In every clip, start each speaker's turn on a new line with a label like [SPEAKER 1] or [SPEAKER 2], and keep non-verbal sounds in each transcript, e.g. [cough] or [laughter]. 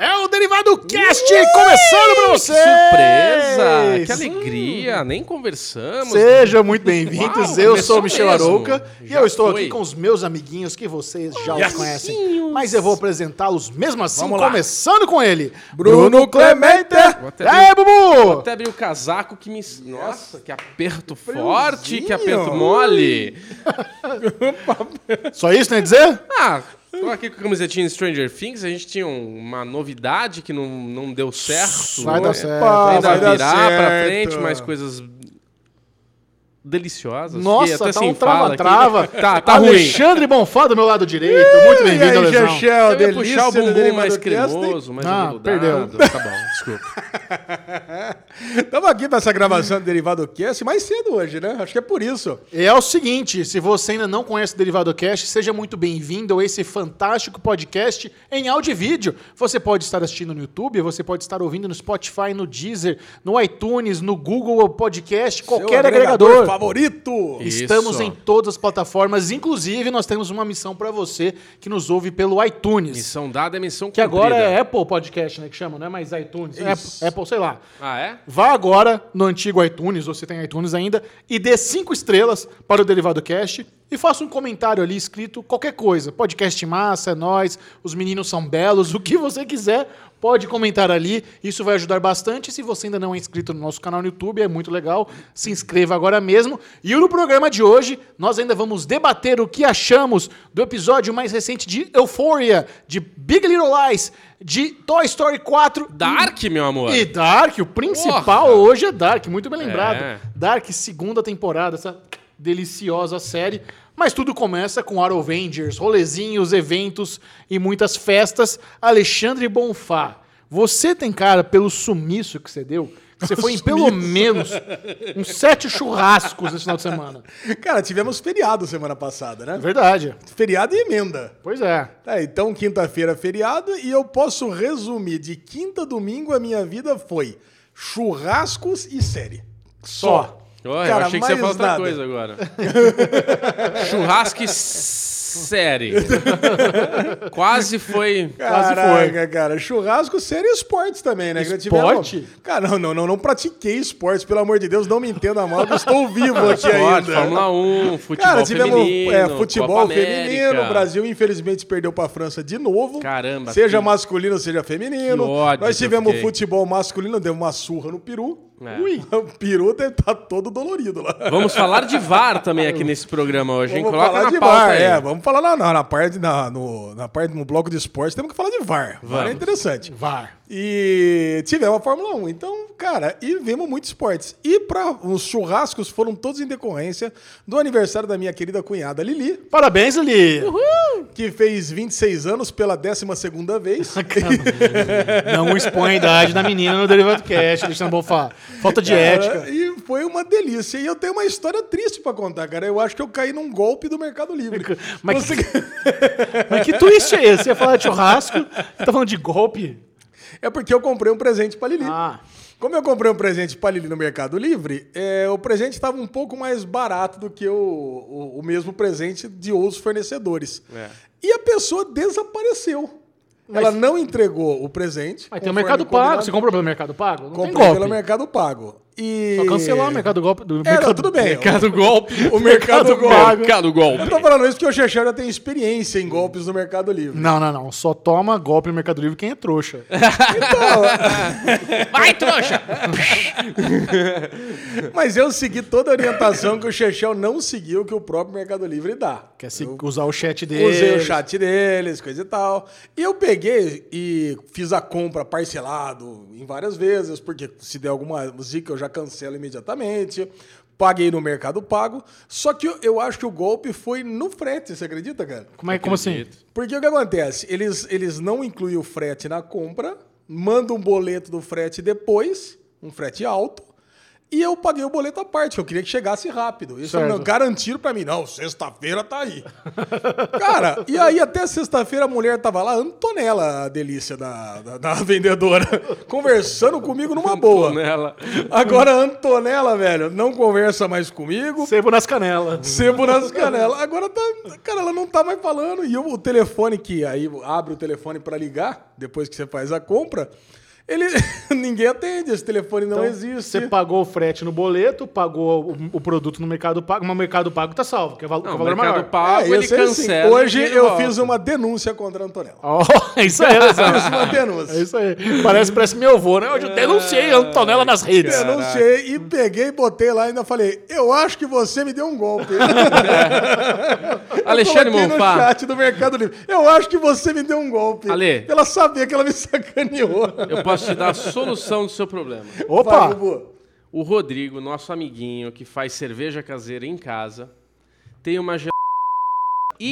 [SPEAKER 1] É
[SPEAKER 2] Pelado Cast começando pra Hum. você!
[SPEAKER 1] Surpresa! Que alegria! Nem conversamos.
[SPEAKER 2] Sejam muito bem-vindos,
[SPEAKER 1] Hum. Uau,
[SPEAKER 2] eu
[SPEAKER 1] começou
[SPEAKER 2] sou o Michel
[SPEAKER 1] mesmo.
[SPEAKER 2] Arouca e
[SPEAKER 1] Já
[SPEAKER 2] eu estou
[SPEAKER 1] foi.
[SPEAKER 2] aqui com os meus amiguinhos que vocês já os
[SPEAKER 1] Yes.
[SPEAKER 2] conhecem. Mas eu vou apresentá-los mesmo assim,
[SPEAKER 1] Vamos lá.
[SPEAKER 2] começando com ele,
[SPEAKER 1] Bruno Clemente.
[SPEAKER 2] E aí, Bubu!
[SPEAKER 1] Até abri o casaco que me. Nossa, que aperto forte, que aperto mole.
[SPEAKER 2] Só isso tem a dizer?
[SPEAKER 1] Ah, tô aqui com a camisetinha Stranger Things. A gente tinha um- uma novidade que não, não deu certo.
[SPEAKER 2] Vai
[SPEAKER 1] né?
[SPEAKER 2] dar certo.
[SPEAKER 1] Ainda
[SPEAKER 2] vai dar
[SPEAKER 1] virá pra
[SPEAKER 3] certo.
[SPEAKER 1] frente mais coisas deliciosas.
[SPEAKER 2] Nossa,
[SPEAKER 1] Fiquei até
[SPEAKER 2] tá
[SPEAKER 1] sem
[SPEAKER 2] um
[SPEAKER 1] fala aqui.
[SPEAKER 2] trava-trava.
[SPEAKER 1] Tá, tá ruim.
[SPEAKER 2] Alexandre Bonfá do meu lado direito. Muito
[SPEAKER 3] E aí,
[SPEAKER 2] bem-vindo, Alexandre.
[SPEAKER 3] Chechel,
[SPEAKER 1] Eu ia puxar
[SPEAKER 3] delícia
[SPEAKER 1] o
[SPEAKER 3] do
[SPEAKER 1] bumbum mais
[SPEAKER 3] Delimadocast.
[SPEAKER 1] cremoso, mais
[SPEAKER 2] Ah,
[SPEAKER 1] aveludado. Tá bom, desculpa.
[SPEAKER 3] Estamos aqui para essa gravação do Derivado Cast mais cedo hoje, né? Acho que é por isso.
[SPEAKER 2] E é o seguinte, se você ainda não conhece o Derivado Cast, seja muito bem-vindo a esse fantástico podcast em áudio e vídeo. Você pode estar assistindo no YouTube, você pode estar ouvindo no Spotify, no Deezer, no iTunes, no Google Podcast, qualquer
[SPEAKER 3] Seu
[SPEAKER 2] agregador.
[SPEAKER 3] favorito.
[SPEAKER 1] Isso.
[SPEAKER 2] Estamos em todas as plataformas, inclusive nós temos uma missão para você que nos ouve pelo iTunes.
[SPEAKER 1] Missão dada é missão
[SPEAKER 2] Que agora
[SPEAKER 1] cumprida.
[SPEAKER 2] é Apple Podcast, né? Que chama, não é mais iTunes.
[SPEAKER 3] Isso.
[SPEAKER 2] Apple, Apple, sei lá.
[SPEAKER 1] Ah, é?
[SPEAKER 2] Vá agora no antigo iTunes, ou se tem iTunes ainda, e dê cinco estrelas para o Derivado Cast e faça um comentário ali escrito qualquer coisa. Podcast massa, é nóis, os meninos são belos, [laughs] o que você quiser, pode comentar ali. Isso vai ajudar bastante. Se você ainda não é inscrito no nosso canal no YouTube, é muito legal. Se inscreva agora mesmo. E no programa de hoje, nós ainda vamos debater o que achamos do episódio mais recente de Euphoria, de Big Little Lies, de Toy Story 4
[SPEAKER 1] Dark, meu amor.
[SPEAKER 2] e Dark, o principal
[SPEAKER 1] Porra.
[SPEAKER 2] hoje é Dark, muito bem lembrado.
[SPEAKER 1] É.
[SPEAKER 2] Dark, segunda temporada, essa deliciosa série. Mas tudo começa com Arrow Avengers, rolezinhos, eventos e muitas festas. Alexandre Bonfá, você tem cara pelo sumiço que você deu? que
[SPEAKER 1] [laughs]
[SPEAKER 2] Você foi em pelo menos uns sete churrascos esse final de semana.
[SPEAKER 3] Cara, tivemos feriado semana passada,
[SPEAKER 2] É
[SPEAKER 3] né?
[SPEAKER 2] verdade.
[SPEAKER 3] Feriado e emenda.
[SPEAKER 2] Pois é.
[SPEAKER 3] Tá, então quinta-feira é feriado e eu posso resumir de quinta a domingo a minha vida foi churrascos e série. Só.
[SPEAKER 1] Ó, eu achei que você ia falar
[SPEAKER 3] mais
[SPEAKER 1] outra
[SPEAKER 3] nada.
[SPEAKER 1] coisa agora.
[SPEAKER 3] [laughs]
[SPEAKER 1] Churrasco e série. Quase foi.
[SPEAKER 2] Quase
[SPEAKER 3] Caraca, cara. Churrasco, série e esportes também, né? Que eu tive-
[SPEAKER 2] Esporte?
[SPEAKER 3] Cara, não, não, não, não pratiquei esportes, pelo amor de Deus, não me entenda mal, que eu estou vivo aqui
[SPEAKER 1] Esporte,
[SPEAKER 3] ainda.
[SPEAKER 1] Fórmula 1, futebol
[SPEAKER 3] Cara, tivemos
[SPEAKER 1] feminino,
[SPEAKER 3] é, futebol
[SPEAKER 1] Copa
[SPEAKER 3] feminino,
[SPEAKER 1] América.
[SPEAKER 3] o Brasil infelizmente perdeu para a França de novo.
[SPEAKER 1] Caramba,
[SPEAKER 3] Seja
[SPEAKER 1] que-
[SPEAKER 3] masculino, seja feminino.
[SPEAKER 1] que ódio
[SPEAKER 3] Nós
[SPEAKER 1] que eu
[SPEAKER 3] tivemos
[SPEAKER 1] fiquei.
[SPEAKER 3] futebol masculino, deu uma surra no peru.
[SPEAKER 1] É.
[SPEAKER 3] Ui, [laughs] o peru deve tá todo dolorido lá.
[SPEAKER 1] Vamos falar de VAR também aqui nesse programa hoje, hein? Coloca na pauta
[SPEAKER 3] VAR,
[SPEAKER 1] aí.
[SPEAKER 3] é, vamos falar na, na, na parte, na, no, na parte no bloco de esportes, temos que falar de VAR. VAR é
[SPEAKER 1] Vamos.
[SPEAKER 3] interessante.
[SPEAKER 2] VAR.
[SPEAKER 3] E tivemos a Fórmula 1. Então, cara, e vimos muitos esportes. E para os churrascos foram todos em decorrência do aniversário da minha querida cunhada Lili,
[SPEAKER 2] Parabéns, Lili.
[SPEAKER 3] que fez 26 anos pela 12ª vez.
[SPEAKER 2] Não expõe a idade da menina no Derivado Cast, Alexandre Bonfá. Falta de ética.
[SPEAKER 3] Cara, E foi uma delícia. E eu tenho uma história triste pra contar, cara. Eu acho que eu caí num golpe do Mercado Livre.
[SPEAKER 2] Mas
[SPEAKER 3] Você- [laughs]
[SPEAKER 2] Mas que twist é esse? Você ia falar de churrasco, tá falando de golpe?
[SPEAKER 3] É porque eu comprei um presente pra Lili.
[SPEAKER 2] Ah,
[SPEAKER 3] Como eu comprei um presente pra Lili no Mercado Livre, é, o presente estava um pouco mais barato do que o, o- o mesmo presente de outros fornecedores.
[SPEAKER 1] É.
[SPEAKER 3] E a pessoa desapareceu. Ela não entregou o presente.
[SPEAKER 2] mas tem o
[SPEAKER 3] conforme
[SPEAKER 2] Mercado Pago.
[SPEAKER 3] combinado.
[SPEAKER 2] Você comprou pelo Mercado Pago? Não tem
[SPEAKER 3] Comprei
[SPEAKER 2] golpe.
[SPEAKER 3] pelo Mercado Pago. E...
[SPEAKER 2] Só cancelar o Mercado Golpe. Do
[SPEAKER 3] É,
[SPEAKER 2] mercado,
[SPEAKER 3] não, tudo bem. [laughs]
[SPEAKER 1] Mercado golpe.
[SPEAKER 3] O Mercado,
[SPEAKER 2] Mercado
[SPEAKER 3] Pago.
[SPEAKER 2] Pago.
[SPEAKER 1] Mercado
[SPEAKER 3] Eu
[SPEAKER 1] golpe.
[SPEAKER 3] tô falando isso porque o Chechel já tem experiência em golpes no
[SPEAKER 2] [laughs]
[SPEAKER 3] Mercado Livre.
[SPEAKER 2] Não, não, não. Só toma golpe no Mercado Livre quem é trouxa.
[SPEAKER 3] Então,
[SPEAKER 1] Vai, trouxa!
[SPEAKER 3] Mas eu segui toda a orientação que o Chechel não seguiu que o próprio Mercado Livre dá.
[SPEAKER 2] Quer se usar o chat dele.
[SPEAKER 3] Usei o chat deles, coisa e tal. E eu peguei e fiz a compra parcelado em várias vezes, porque se der alguma zica eu já cancelo imediatamente. Paguei no Mercado Pago. Só que eu, eu acho que o golpe foi no frete, você acredita, cara?
[SPEAKER 2] Como, é, como assim?
[SPEAKER 3] Porque o que acontece? Eles, eles não incluem o frete na compra, mandam um boleto do frete depois, um frete alto, E eu paguei o boleto à parte, que eu queria que chegasse rápido. Isso
[SPEAKER 2] Certo.
[SPEAKER 3] não, garantiram pra mim. Não, sexta-feira tá aí. Cara, e aí até sexta-feira a mulher tava lá, Antonella, a delícia da, da, [laughs] da vendedora, conversando comigo numa boa.
[SPEAKER 1] Nela.
[SPEAKER 3] Agora a Antonella, velho, não conversa mais comigo.
[SPEAKER 2] Sebo nas canelas.
[SPEAKER 3] Sebo nas canelas. Agora tá. Cara, ela não tá mais falando. E eu- o telefone que aí abre o telefone pra ligar, depois que você faz a compra, ele. [laughs] ninguém atende, esse telefone não
[SPEAKER 1] Então,
[SPEAKER 3] existe. É,
[SPEAKER 2] Você pagou o frete no boleto, pagou o, o produto no Mercado Pago, mas o Mercado Pago tá salvo, que é val- que é
[SPEAKER 1] Não,
[SPEAKER 2] o
[SPEAKER 1] o
[SPEAKER 2] valor
[SPEAKER 1] Mercado
[SPEAKER 2] maior.
[SPEAKER 1] Pago,
[SPEAKER 3] eu
[SPEAKER 1] ele
[SPEAKER 3] sei, sim.
[SPEAKER 1] cancela.
[SPEAKER 3] é assim. Hoje
[SPEAKER 1] e ele
[SPEAKER 3] eu
[SPEAKER 1] volta. Ah,
[SPEAKER 3] fiz uma denúncia contra a
[SPEAKER 1] [laughs]
[SPEAKER 3] Antonella.
[SPEAKER 2] [laughs] Ó, é isso aí,
[SPEAKER 3] Fiz
[SPEAKER 2] Alessandro.
[SPEAKER 3] uma denúncia.
[SPEAKER 2] É isso aí. Parece, parece meu avô, né? Hoje eu denunciei a Antonella nas redes.
[SPEAKER 1] cara.
[SPEAKER 3] Denunciei e peguei, botei lá e ainda falei: Eu acho que você me deu um golpe. Eu
[SPEAKER 1] [laughs] Alexandre
[SPEAKER 3] coloquei no
[SPEAKER 1] Monfá,
[SPEAKER 3] chat do Mercado Livre. Eu acho que você me deu um golpe.
[SPEAKER 1] Ale.
[SPEAKER 3] Ela sabia que ela me [laughs] sacaneou.
[SPEAKER 1] eu posso te dar a solução do seu problema.
[SPEAKER 3] Vai,
[SPEAKER 2] Opa!
[SPEAKER 3] Bubu.
[SPEAKER 1] O Rodrigo, nosso amiguinho que faz cerveja caseira em casa, tem uma gel...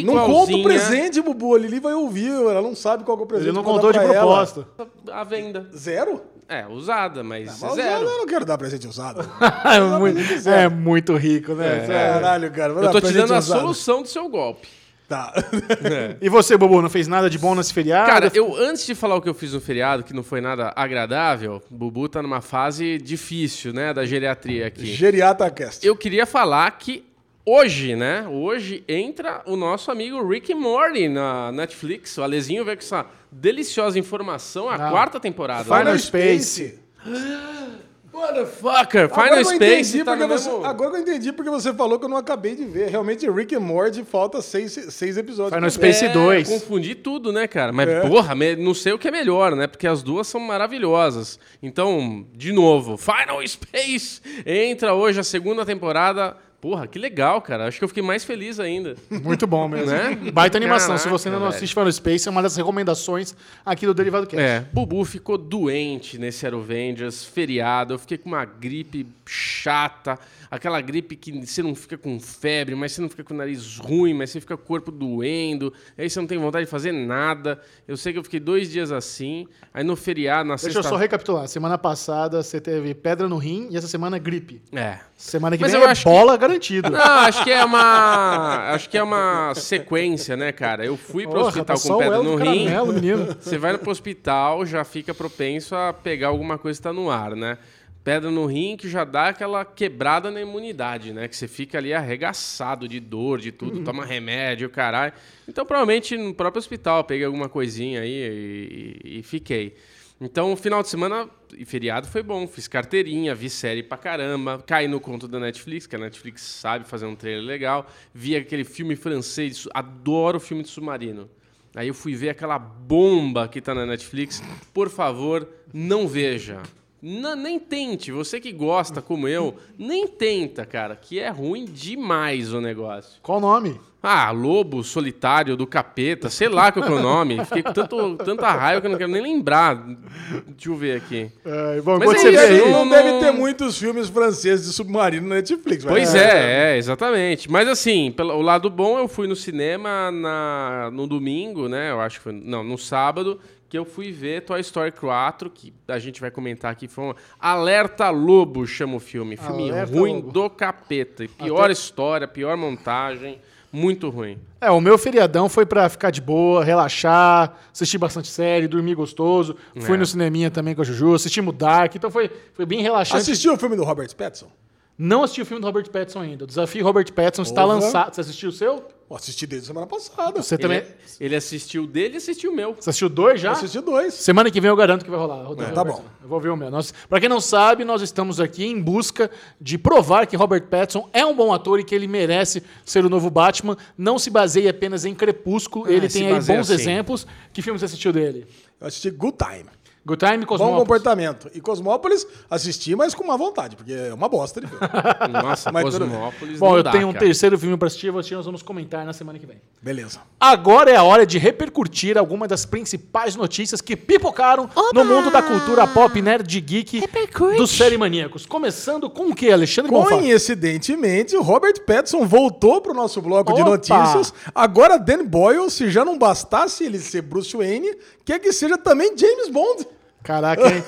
[SPEAKER 3] Não conta
[SPEAKER 1] né?
[SPEAKER 3] o presente, Bubu. A Lili vai ouvir. Ela não sabe qual que é o presente.
[SPEAKER 2] Ele não
[SPEAKER 3] que eu vou
[SPEAKER 2] contou de
[SPEAKER 3] dar pra ela.
[SPEAKER 2] proposta.
[SPEAKER 1] à venda.
[SPEAKER 3] Zero?
[SPEAKER 1] É, usada, mas
[SPEAKER 3] Mas
[SPEAKER 1] zero.
[SPEAKER 3] usado, Eu não quero dar
[SPEAKER 1] [laughs]
[SPEAKER 3] presente usado.
[SPEAKER 2] [laughs] É muito, é muito rico,
[SPEAKER 1] É.
[SPEAKER 2] né? Sério.
[SPEAKER 3] Caralho, cara. vou
[SPEAKER 1] Eu
[SPEAKER 3] dar
[SPEAKER 1] tô te
[SPEAKER 3] presente
[SPEAKER 1] dando a
[SPEAKER 3] usado.
[SPEAKER 1] solução do seu golpe.
[SPEAKER 3] Tá. [laughs]
[SPEAKER 2] E você, Bobo, não fez nada de bom nesse
[SPEAKER 3] Ah,
[SPEAKER 2] feriado? É
[SPEAKER 1] Cara, eu antes de falar o que eu fiz no feriado, que não foi nada agradável, o Bubu tá numa fase difícil, né, da geriatria aqui.
[SPEAKER 3] Geriata Cast.
[SPEAKER 1] Eu queria falar que hoje, né? Hoje entra o nosso amigo Rick Morty na Netflix. O Alezinho veio com essa deliciosa informação, a
[SPEAKER 3] Ah.
[SPEAKER 1] quarta temporada.
[SPEAKER 2] Final
[SPEAKER 1] né?
[SPEAKER 2] Space.
[SPEAKER 1] Motherfucker! Final
[SPEAKER 3] Agora que eu
[SPEAKER 1] Space
[SPEAKER 3] entendi
[SPEAKER 1] tá
[SPEAKER 3] porque
[SPEAKER 1] no
[SPEAKER 3] você-
[SPEAKER 1] mesmo...
[SPEAKER 3] Agora que eu entendi porque você falou que eu não acabei de ver. Realmente, Rick and Morty falta seis, seis episódios.
[SPEAKER 2] Final
[SPEAKER 3] pra
[SPEAKER 2] Space.
[SPEAKER 3] ver.
[SPEAKER 2] Space 2.
[SPEAKER 1] É, Confundi tudo, né, cara? Mas, porra, me- não sei o que é melhor, né? Porque as duas são maravilhosas. Então, de novo, Final Space entra hoje a segunda temporada. Porra, que legal, cara. Acho que eu fiquei mais feliz ainda.
[SPEAKER 2] Muito bom mesmo.
[SPEAKER 1] Né?
[SPEAKER 2] Baita animação. Se
[SPEAKER 1] Caraca,
[SPEAKER 2] você ainda não
[SPEAKER 1] velho.
[SPEAKER 2] assiste Final Space, é uma das recomendações aqui do Derivado Cast.
[SPEAKER 1] É, Bubu ficou doente nesse Aerovengers, feriado. Eu fiquei com uma gripe chata, aquela gripe que você não fica com febre, mas você não fica com o nariz ruim, mas você fica com o corpo doendo, aí você não tem vontade de fazer nada. Eu sei que eu fiquei dois dias assim, aí no feriado, na
[SPEAKER 2] Deixa eu só
[SPEAKER 1] sexta...
[SPEAKER 2] recapitular. Semana passada você teve pedra no rim e essa semana é gripe.
[SPEAKER 1] É.
[SPEAKER 2] Semana que
[SPEAKER 1] Mas
[SPEAKER 2] vem
[SPEAKER 1] eu
[SPEAKER 2] é
[SPEAKER 1] acho que-
[SPEAKER 2] bola garantida.
[SPEAKER 1] [laughs] Não, acho que é uma. Acho que é uma sequência, né, cara? Eu fui pro
[SPEAKER 2] Porra, tá
[SPEAKER 1] hospital
[SPEAKER 2] só
[SPEAKER 1] com
[SPEAKER 2] o
[SPEAKER 1] pedra
[SPEAKER 2] elo
[SPEAKER 1] no
[SPEAKER 2] do
[SPEAKER 1] rim.
[SPEAKER 2] caramelo, menino.
[SPEAKER 1] Você vai pro hospital, já fica propenso a pegar alguma coisa que tá no ar, né? Pedra no rim que já dá aquela quebrada na imunidade, né? Que você fica ali arregaçado de dor, de tudo, toma remédio, caralho. Então, provavelmente no próprio hospital eu peguei alguma coisinha aí e, e- e fiquei. Então, o final de semana e feriado foi bom. Fiz carteirinha, vi série pra caramba, caí no conto da Netflix, que a Netflix sabe fazer um trailer legal. Vi aquele filme francês, de su- adoro filme de submarino. Aí eu fui ver aquela bomba que tá na Netflix. Por favor, não veja. N- nem tente. Você que gosta, como eu, nem tenta, cara. Que é ruim demais o negócio.
[SPEAKER 2] Qual o nome?
[SPEAKER 1] Ah, Lobo Solitário do Capeta, sei lá qual que é o nome. Fiquei com tanto, tanta raiva que eu não quero nem lembrar. Deixa eu ver aqui.
[SPEAKER 2] É, bom,
[SPEAKER 1] Mas
[SPEAKER 2] enquanto
[SPEAKER 1] é
[SPEAKER 2] você vê
[SPEAKER 3] Não
[SPEAKER 1] isso,
[SPEAKER 2] aí.
[SPEAKER 3] deve-
[SPEAKER 1] não-
[SPEAKER 3] não deve ter muitos filmes franceses de submarino na Netflix. vai.
[SPEAKER 1] Pois é, é, exatamente. Mas assim, pelo, o lado bom, eu fui no cinema na, no domingo, né? Eu acho que foi. Não, no sábado, que eu fui ver Toy Story 4, que a gente vai comentar aqui. Foi um Alerta Lobo chama o filme. Filme
[SPEAKER 2] Alerta
[SPEAKER 1] ruim
[SPEAKER 2] Lobo.
[SPEAKER 1] do capeta. E Pior história, pior montagem. Muito ruim.
[SPEAKER 2] É, o meu feriadão foi pra ficar de boa, relaxar, assistir bastante série, dormir gostoso. Fui no cineminha também com a Juju, assistimos Dark, então foi, foi bem
[SPEAKER 1] é.
[SPEAKER 2] relaxante.
[SPEAKER 3] Assistiu o filme do Robert Pattinson?
[SPEAKER 2] Não assisti o filme do Robert Pattinson ainda. O desafio Robert Pattinson está
[SPEAKER 3] Porra.
[SPEAKER 2] lançado. Você assistiu o seu?
[SPEAKER 3] Eu Assisti desde semana passada.
[SPEAKER 2] Você
[SPEAKER 1] Ele, é-
[SPEAKER 2] também.
[SPEAKER 1] ele assistiu o dele e assistiu
[SPEAKER 2] [laughs]
[SPEAKER 1] o meu.
[SPEAKER 2] Você assistiu dois já?
[SPEAKER 3] Eu Assisti dois.
[SPEAKER 2] Semana que vem eu garanto que vai rolar. Rodrigo
[SPEAKER 3] tá
[SPEAKER 2] Robertson.
[SPEAKER 3] bom.
[SPEAKER 2] Eu vou ver o meu. Nós, pra quem não sabe, nós estamos aqui em busca de provar que Robert Pattinson é um bom ator e que ele merece ser o novo Batman. Não se baseie apenas em Crepúsculo. ele
[SPEAKER 1] se
[SPEAKER 2] tem aí bons
[SPEAKER 1] baseia sim.
[SPEAKER 2] exemplos. Que filme você assistiu dele?
[SPEAKER 3] Eu assisti Good Time.
[SPEAKER 2] Good Time e
[SPEAKER 3] Bom
[SPEAKER 2] Cosmópolis.
[SPEAKER 3] comportamento. E Cosmópolis, assisti, mas com má vontade, porque é uma bosta de filme.
[SPEAKER 1] Nossa,
[SPEAKER 3] Mas tudo bem.
[SPEAKER 1] Cosmópolis.
[SPEAKER 2] Bom,
[SPEAKER 1] não
[SPEAKER 2] eu
[SPEAKER 1] dá,
[SPEAKER 2] tenho um
[SPEAKER 1] cara.
[SPEAKER 2] terceiro filme pra assistir, vou assistir, nós vamos comentar na semana que vem.
[SPEAKER 3] Beleza.
[SPEAKER 2] Agora é a hora de repercutir algumas das principais notícias que pipocaram no mundo da cultura pop, nerd, geek, dos série maníacos. Começando com o que, Alexandre Bonfá?
[SPEAKER 3] Coincidentemente, o Robert Pattinson voltou pro nosso bloco de
[SPEAKER 2] Opa!
[SPEAKER 3] notícias. Agora, Dan Boyle, se já não bastasse ele ser Bruce Wayne, quer que seja também James Bond.
[SPEAKER 2] Caraca, hein?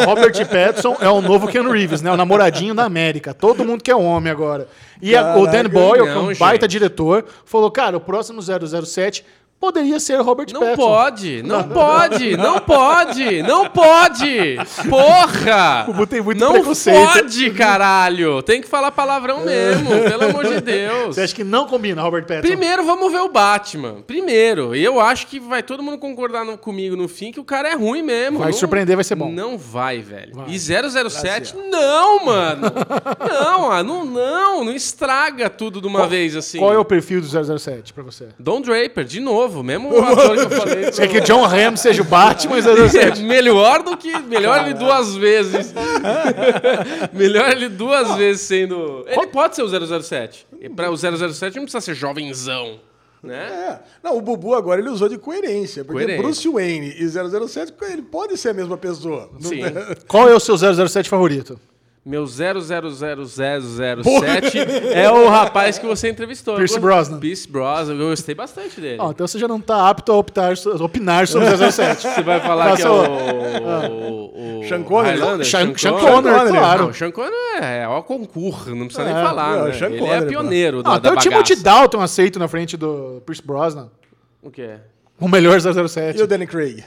[SPEAKER 2] O- Robert Pattinson é o novo Ken Reeves, né? O namoradinho da América. Todo mundo quer homem agora. E a- o Dan
[SPEAKER 3] Caraca,
[SPEAKER 2] Boyle, que é um
[SPEAKER 1] não,
[SPEAKER 2] baita
[SPEAKER 1] gente.
[SPEAKER 2] diretor, falou, cara, o próximo 007 poderia ser Robert
[SPEAKER 1] Não
[SPEAKER 2] Pattinson. [laughs]
[SPEAKER 1] pode, não pode, não pode, não pode! Porra!
[SPEAKER 2] Bubu tem muito
[SPEAKER 1] não
[SPEAKER 2] preconceito. É.
[SPEAKER 1] pode, caralho! Tem que falar palavrão mesmo, pelo amor
[SPEAKER 2] [laughs]
[SPEAKER 1] de Deus.
[SPEAKER 2] Você acha que não combina Robert Pattinson?
[SPEAKER 1] Primeiro vamos ver o Batman. Primeiro, E eu acho que vai todo mundo concordar no- comigo no fim que o cara é ruim mesmo.
[SPEAKER 2] Vai surpreender, vai ser bom.
[SPEAKER 1] Não vai, velho. E 007, não,
[SPEAKER 2] [laughs]
[SPEAKER 1] mano. não, ah, não, não, não estraga tudo de uma vez assim.
[SPEAKER 2] Qual é o perfil do 007 pra você?
[SPEAKER 1] Don Draper, de
[SPEAKER 2] [laughs]
[SPEAKER 1] novo, mesmo ator que eu falei.
[SPEAKER 2] Você quer que John Hamm seja o Batman e o [laughs] 007?
[SPEAKER 1] É melhor do que. Melhor ele duas
[SPEAKER 2] [laughs]
[SPEAKER 1] vezes. melhor ele duas vezes sendo. Ele pode ser o 007. E pra o 007 não precisa ser jovenzão, né?
[SPEAKER 3] É. Não, o Bubu agora ele usou de coerência, porque
[SPEAKER 1] Coerente.
[SPEAKER 3] Bruce Wayne e 007, ele pode ser a mesma pessoa. Não-
[SPEAKER 1] Sim.
[SPEAKER 2] [laughs] Qual é o seu 007 favorito?
[SPEAKER 1] Meu 00007 é o rapaz que você entrevistou.
[SPEAKER 2] Pierce
[SPEAKER 1] Eu gost-
[SPEAKER 2] Brosnan.
[SPEAKER 1] Pierce Brosnan, eu gostei bastante dele.
[SPEAKER 2] Ó, então você já não tá apto a optar so- opinar sobre o [laughs] 007.
[SPEAKER 1] Você vai falar que é
[SPEAKER 2] Passou.
[SPEAKER 1] o. o, o
[SPEAKER 3] Sean Connery?
[SPEAKER 1] Highlander?
[SPEAKER 2] tá Ah. Sean- Sean Connery, claro.
[SPEAKER 1] Não, Sean Connery é, é o concurso, não precisa
[SPEAKER 2] É,
[SPEAKER 1] nem falar.
[SPEAKER 3] não,
[SPEAKER 1] né?
[SPEAKER 3] Sean
[SPEAKER 1] Ele é
[SPEAKER 3] Connery,
[SPEAKER 1] pioneiro
[SPEAKER 2] Ah,
[SPEAKER 1] da,
[SPEAKER 2] até
[SPEAKER 1] da
[SPEAKER 2] o
[SPEAKER 1] bagaça.
[SPEAKER 2] Timothy Dalton aceito na frente do Pierce Brosnan.
[SPEAKER 1] O quê?
[SPEAKER 2] O melhor
[SPEAKER 3] E o
[SPEAKER 2] 007.
[SPEAKER 3] Danny Craig?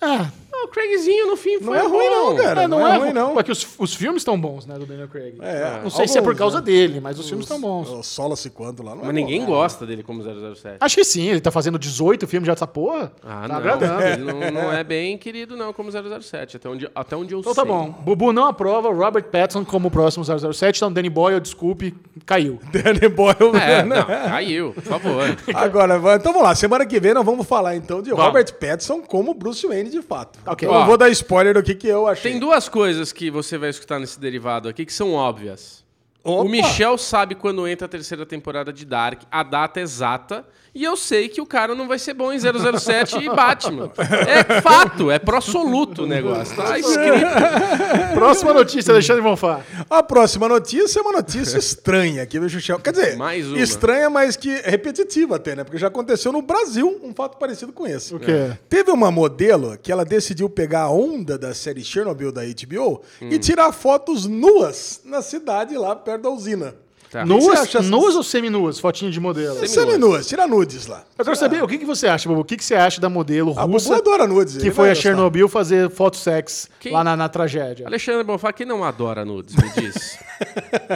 [SPEAKER 2] Ah,
[SPEAKER 1] Ah, o Craigzinho no fim
[SPEAKER 3] Não
[SPEAKER 1] foi
[SPEAKER 3] é
[SPEAKER 1] bom.
[SPEAKER 3] ruim, não, cara.
[SPEAKER 2] é, não, é ruim, não.
[SPEAKER 3] não.
[SPEAKER 2] Porque os, os filmes estão bons, né, do Daniel Craig.
[SPEAKER 3] É,
[SPEAKER 2] Não sei se é por causa dele, mas os filmes estão bons.
[SPEAKER 3] O Sola se quanto lá. Não
[SPEAKER 1] Mas
[SPEAKER 3] é
[SPEAKER 1] ninguém
[SPEAKER 3] bom.
[SPEAKER 1] gosta dele como 007.
[SPEAKER 2] Acho que sim, ele tá fazendo 18 filmes já dessa porra.
[SPEAKER 1] Ah,
[SPEAKER 2] tá
[SPEAKER 1] não.
[SPEAKER 2] agradando.
[SPEAKER 1] Ele não, não é bem querido, não, como 007. Até onde, até onde eu
[SPEAKER 2] Então
[SPEAKER 1] sei.
[SPEAKER 2] tá bom. Bubu não aprova o Robert Pattinson como o próximo 007. Então Danny Boyle, desculpe, caiu.
[SPEAKER 3] [laughs] Danny Boyle. [laughs]
[SPEAKER 1] É,
[SPEAKER 3] né?
[SPEAKER 1] não, caiu, por favor.
[SPEAKER 3] Agora, vai- então vamos lá. Semana que vem nós vamos falar então de
[SPEAKER 1] Vamos.
[SPEAKER 3] Robert Pattinson como Bruce Wayne de fato.
[SPEAKER 2] Ok.
[SPEAKER 3] Eu não
[SPEAKER 1] Ó.
[SPEAKER 3] vou dar spoiler do que, que eu achei.
[SPEAKER 1] Tem duas coisas que você vai escutar nesse derivado aqui que são óbvias.
[SPEAKER 3] Opa!
[SPEAKER 1] O Michel sabe quando entra a terceira temporada de Dark, a data exata, e eu sei que o cara não vai ser bom em 007 e Batman. É fato, é pró-soluto o negócio.
[SPEAKER 3] [laughs]
[SPEAKER 1] Tá escrito.
[SPEAKER 2] Próxima notícia, Alexandre Bonfá.
[SPEAKER 3] A próxima notícia é
[SPEAKER 1] [laughs]
[SPEAKER 3] uma notícia estranha aqui do Xuxel. Quer dizer,
[SPEAKER 1] Mais uma.
[SPEAKER 3] estranha, mas que é repetitiva até, né? Porque já aconteceu no Brasil um fato parecido com esse. O
[SPEAKER 2] quê?
[SPEAKER 3] Teve uma modelo que ela decidiu pegar a onda da série Chernobyl da HBO
[SPEAKER 1] Hum.
[SPEAKER 3] e tirar fotos nuas na cidade lá perto da usina.
[SPEAKER 1] Tá.
[SPEAKER 3] que você
[SPEAKER 2] Nuas,
[SPEAKER 3] acha-
[SPEAKER 2] nuas ou seminuas? Fotinho de modelo.
[SPEAKER 3] Semi-nuas, tira nudes lá.
[SPEAKER 2] Eu quero saber, o que, que você acha, Bubu? O que, que você acha da modelo
[SPEAKER 3] A Bubu
[SPEAKER 2] russa
[SPEAKER 3] adora nudes.
[SPEAKER 2] que
[SPEAKER 3] ele
[SPEAKER 2] foi
[SPEAKER 3] vai
[SPEAKER 2] a
[SPEAKER 3] gostar.
[SPEAKER 2] Chernobyl fazer fotosex
[SPEAKER 1] Quem?
[SPEAKER 2] lá na, na tragédia?
[SPEAKER 1] Alexandre Bonfá, quem não adora nudes, me diz.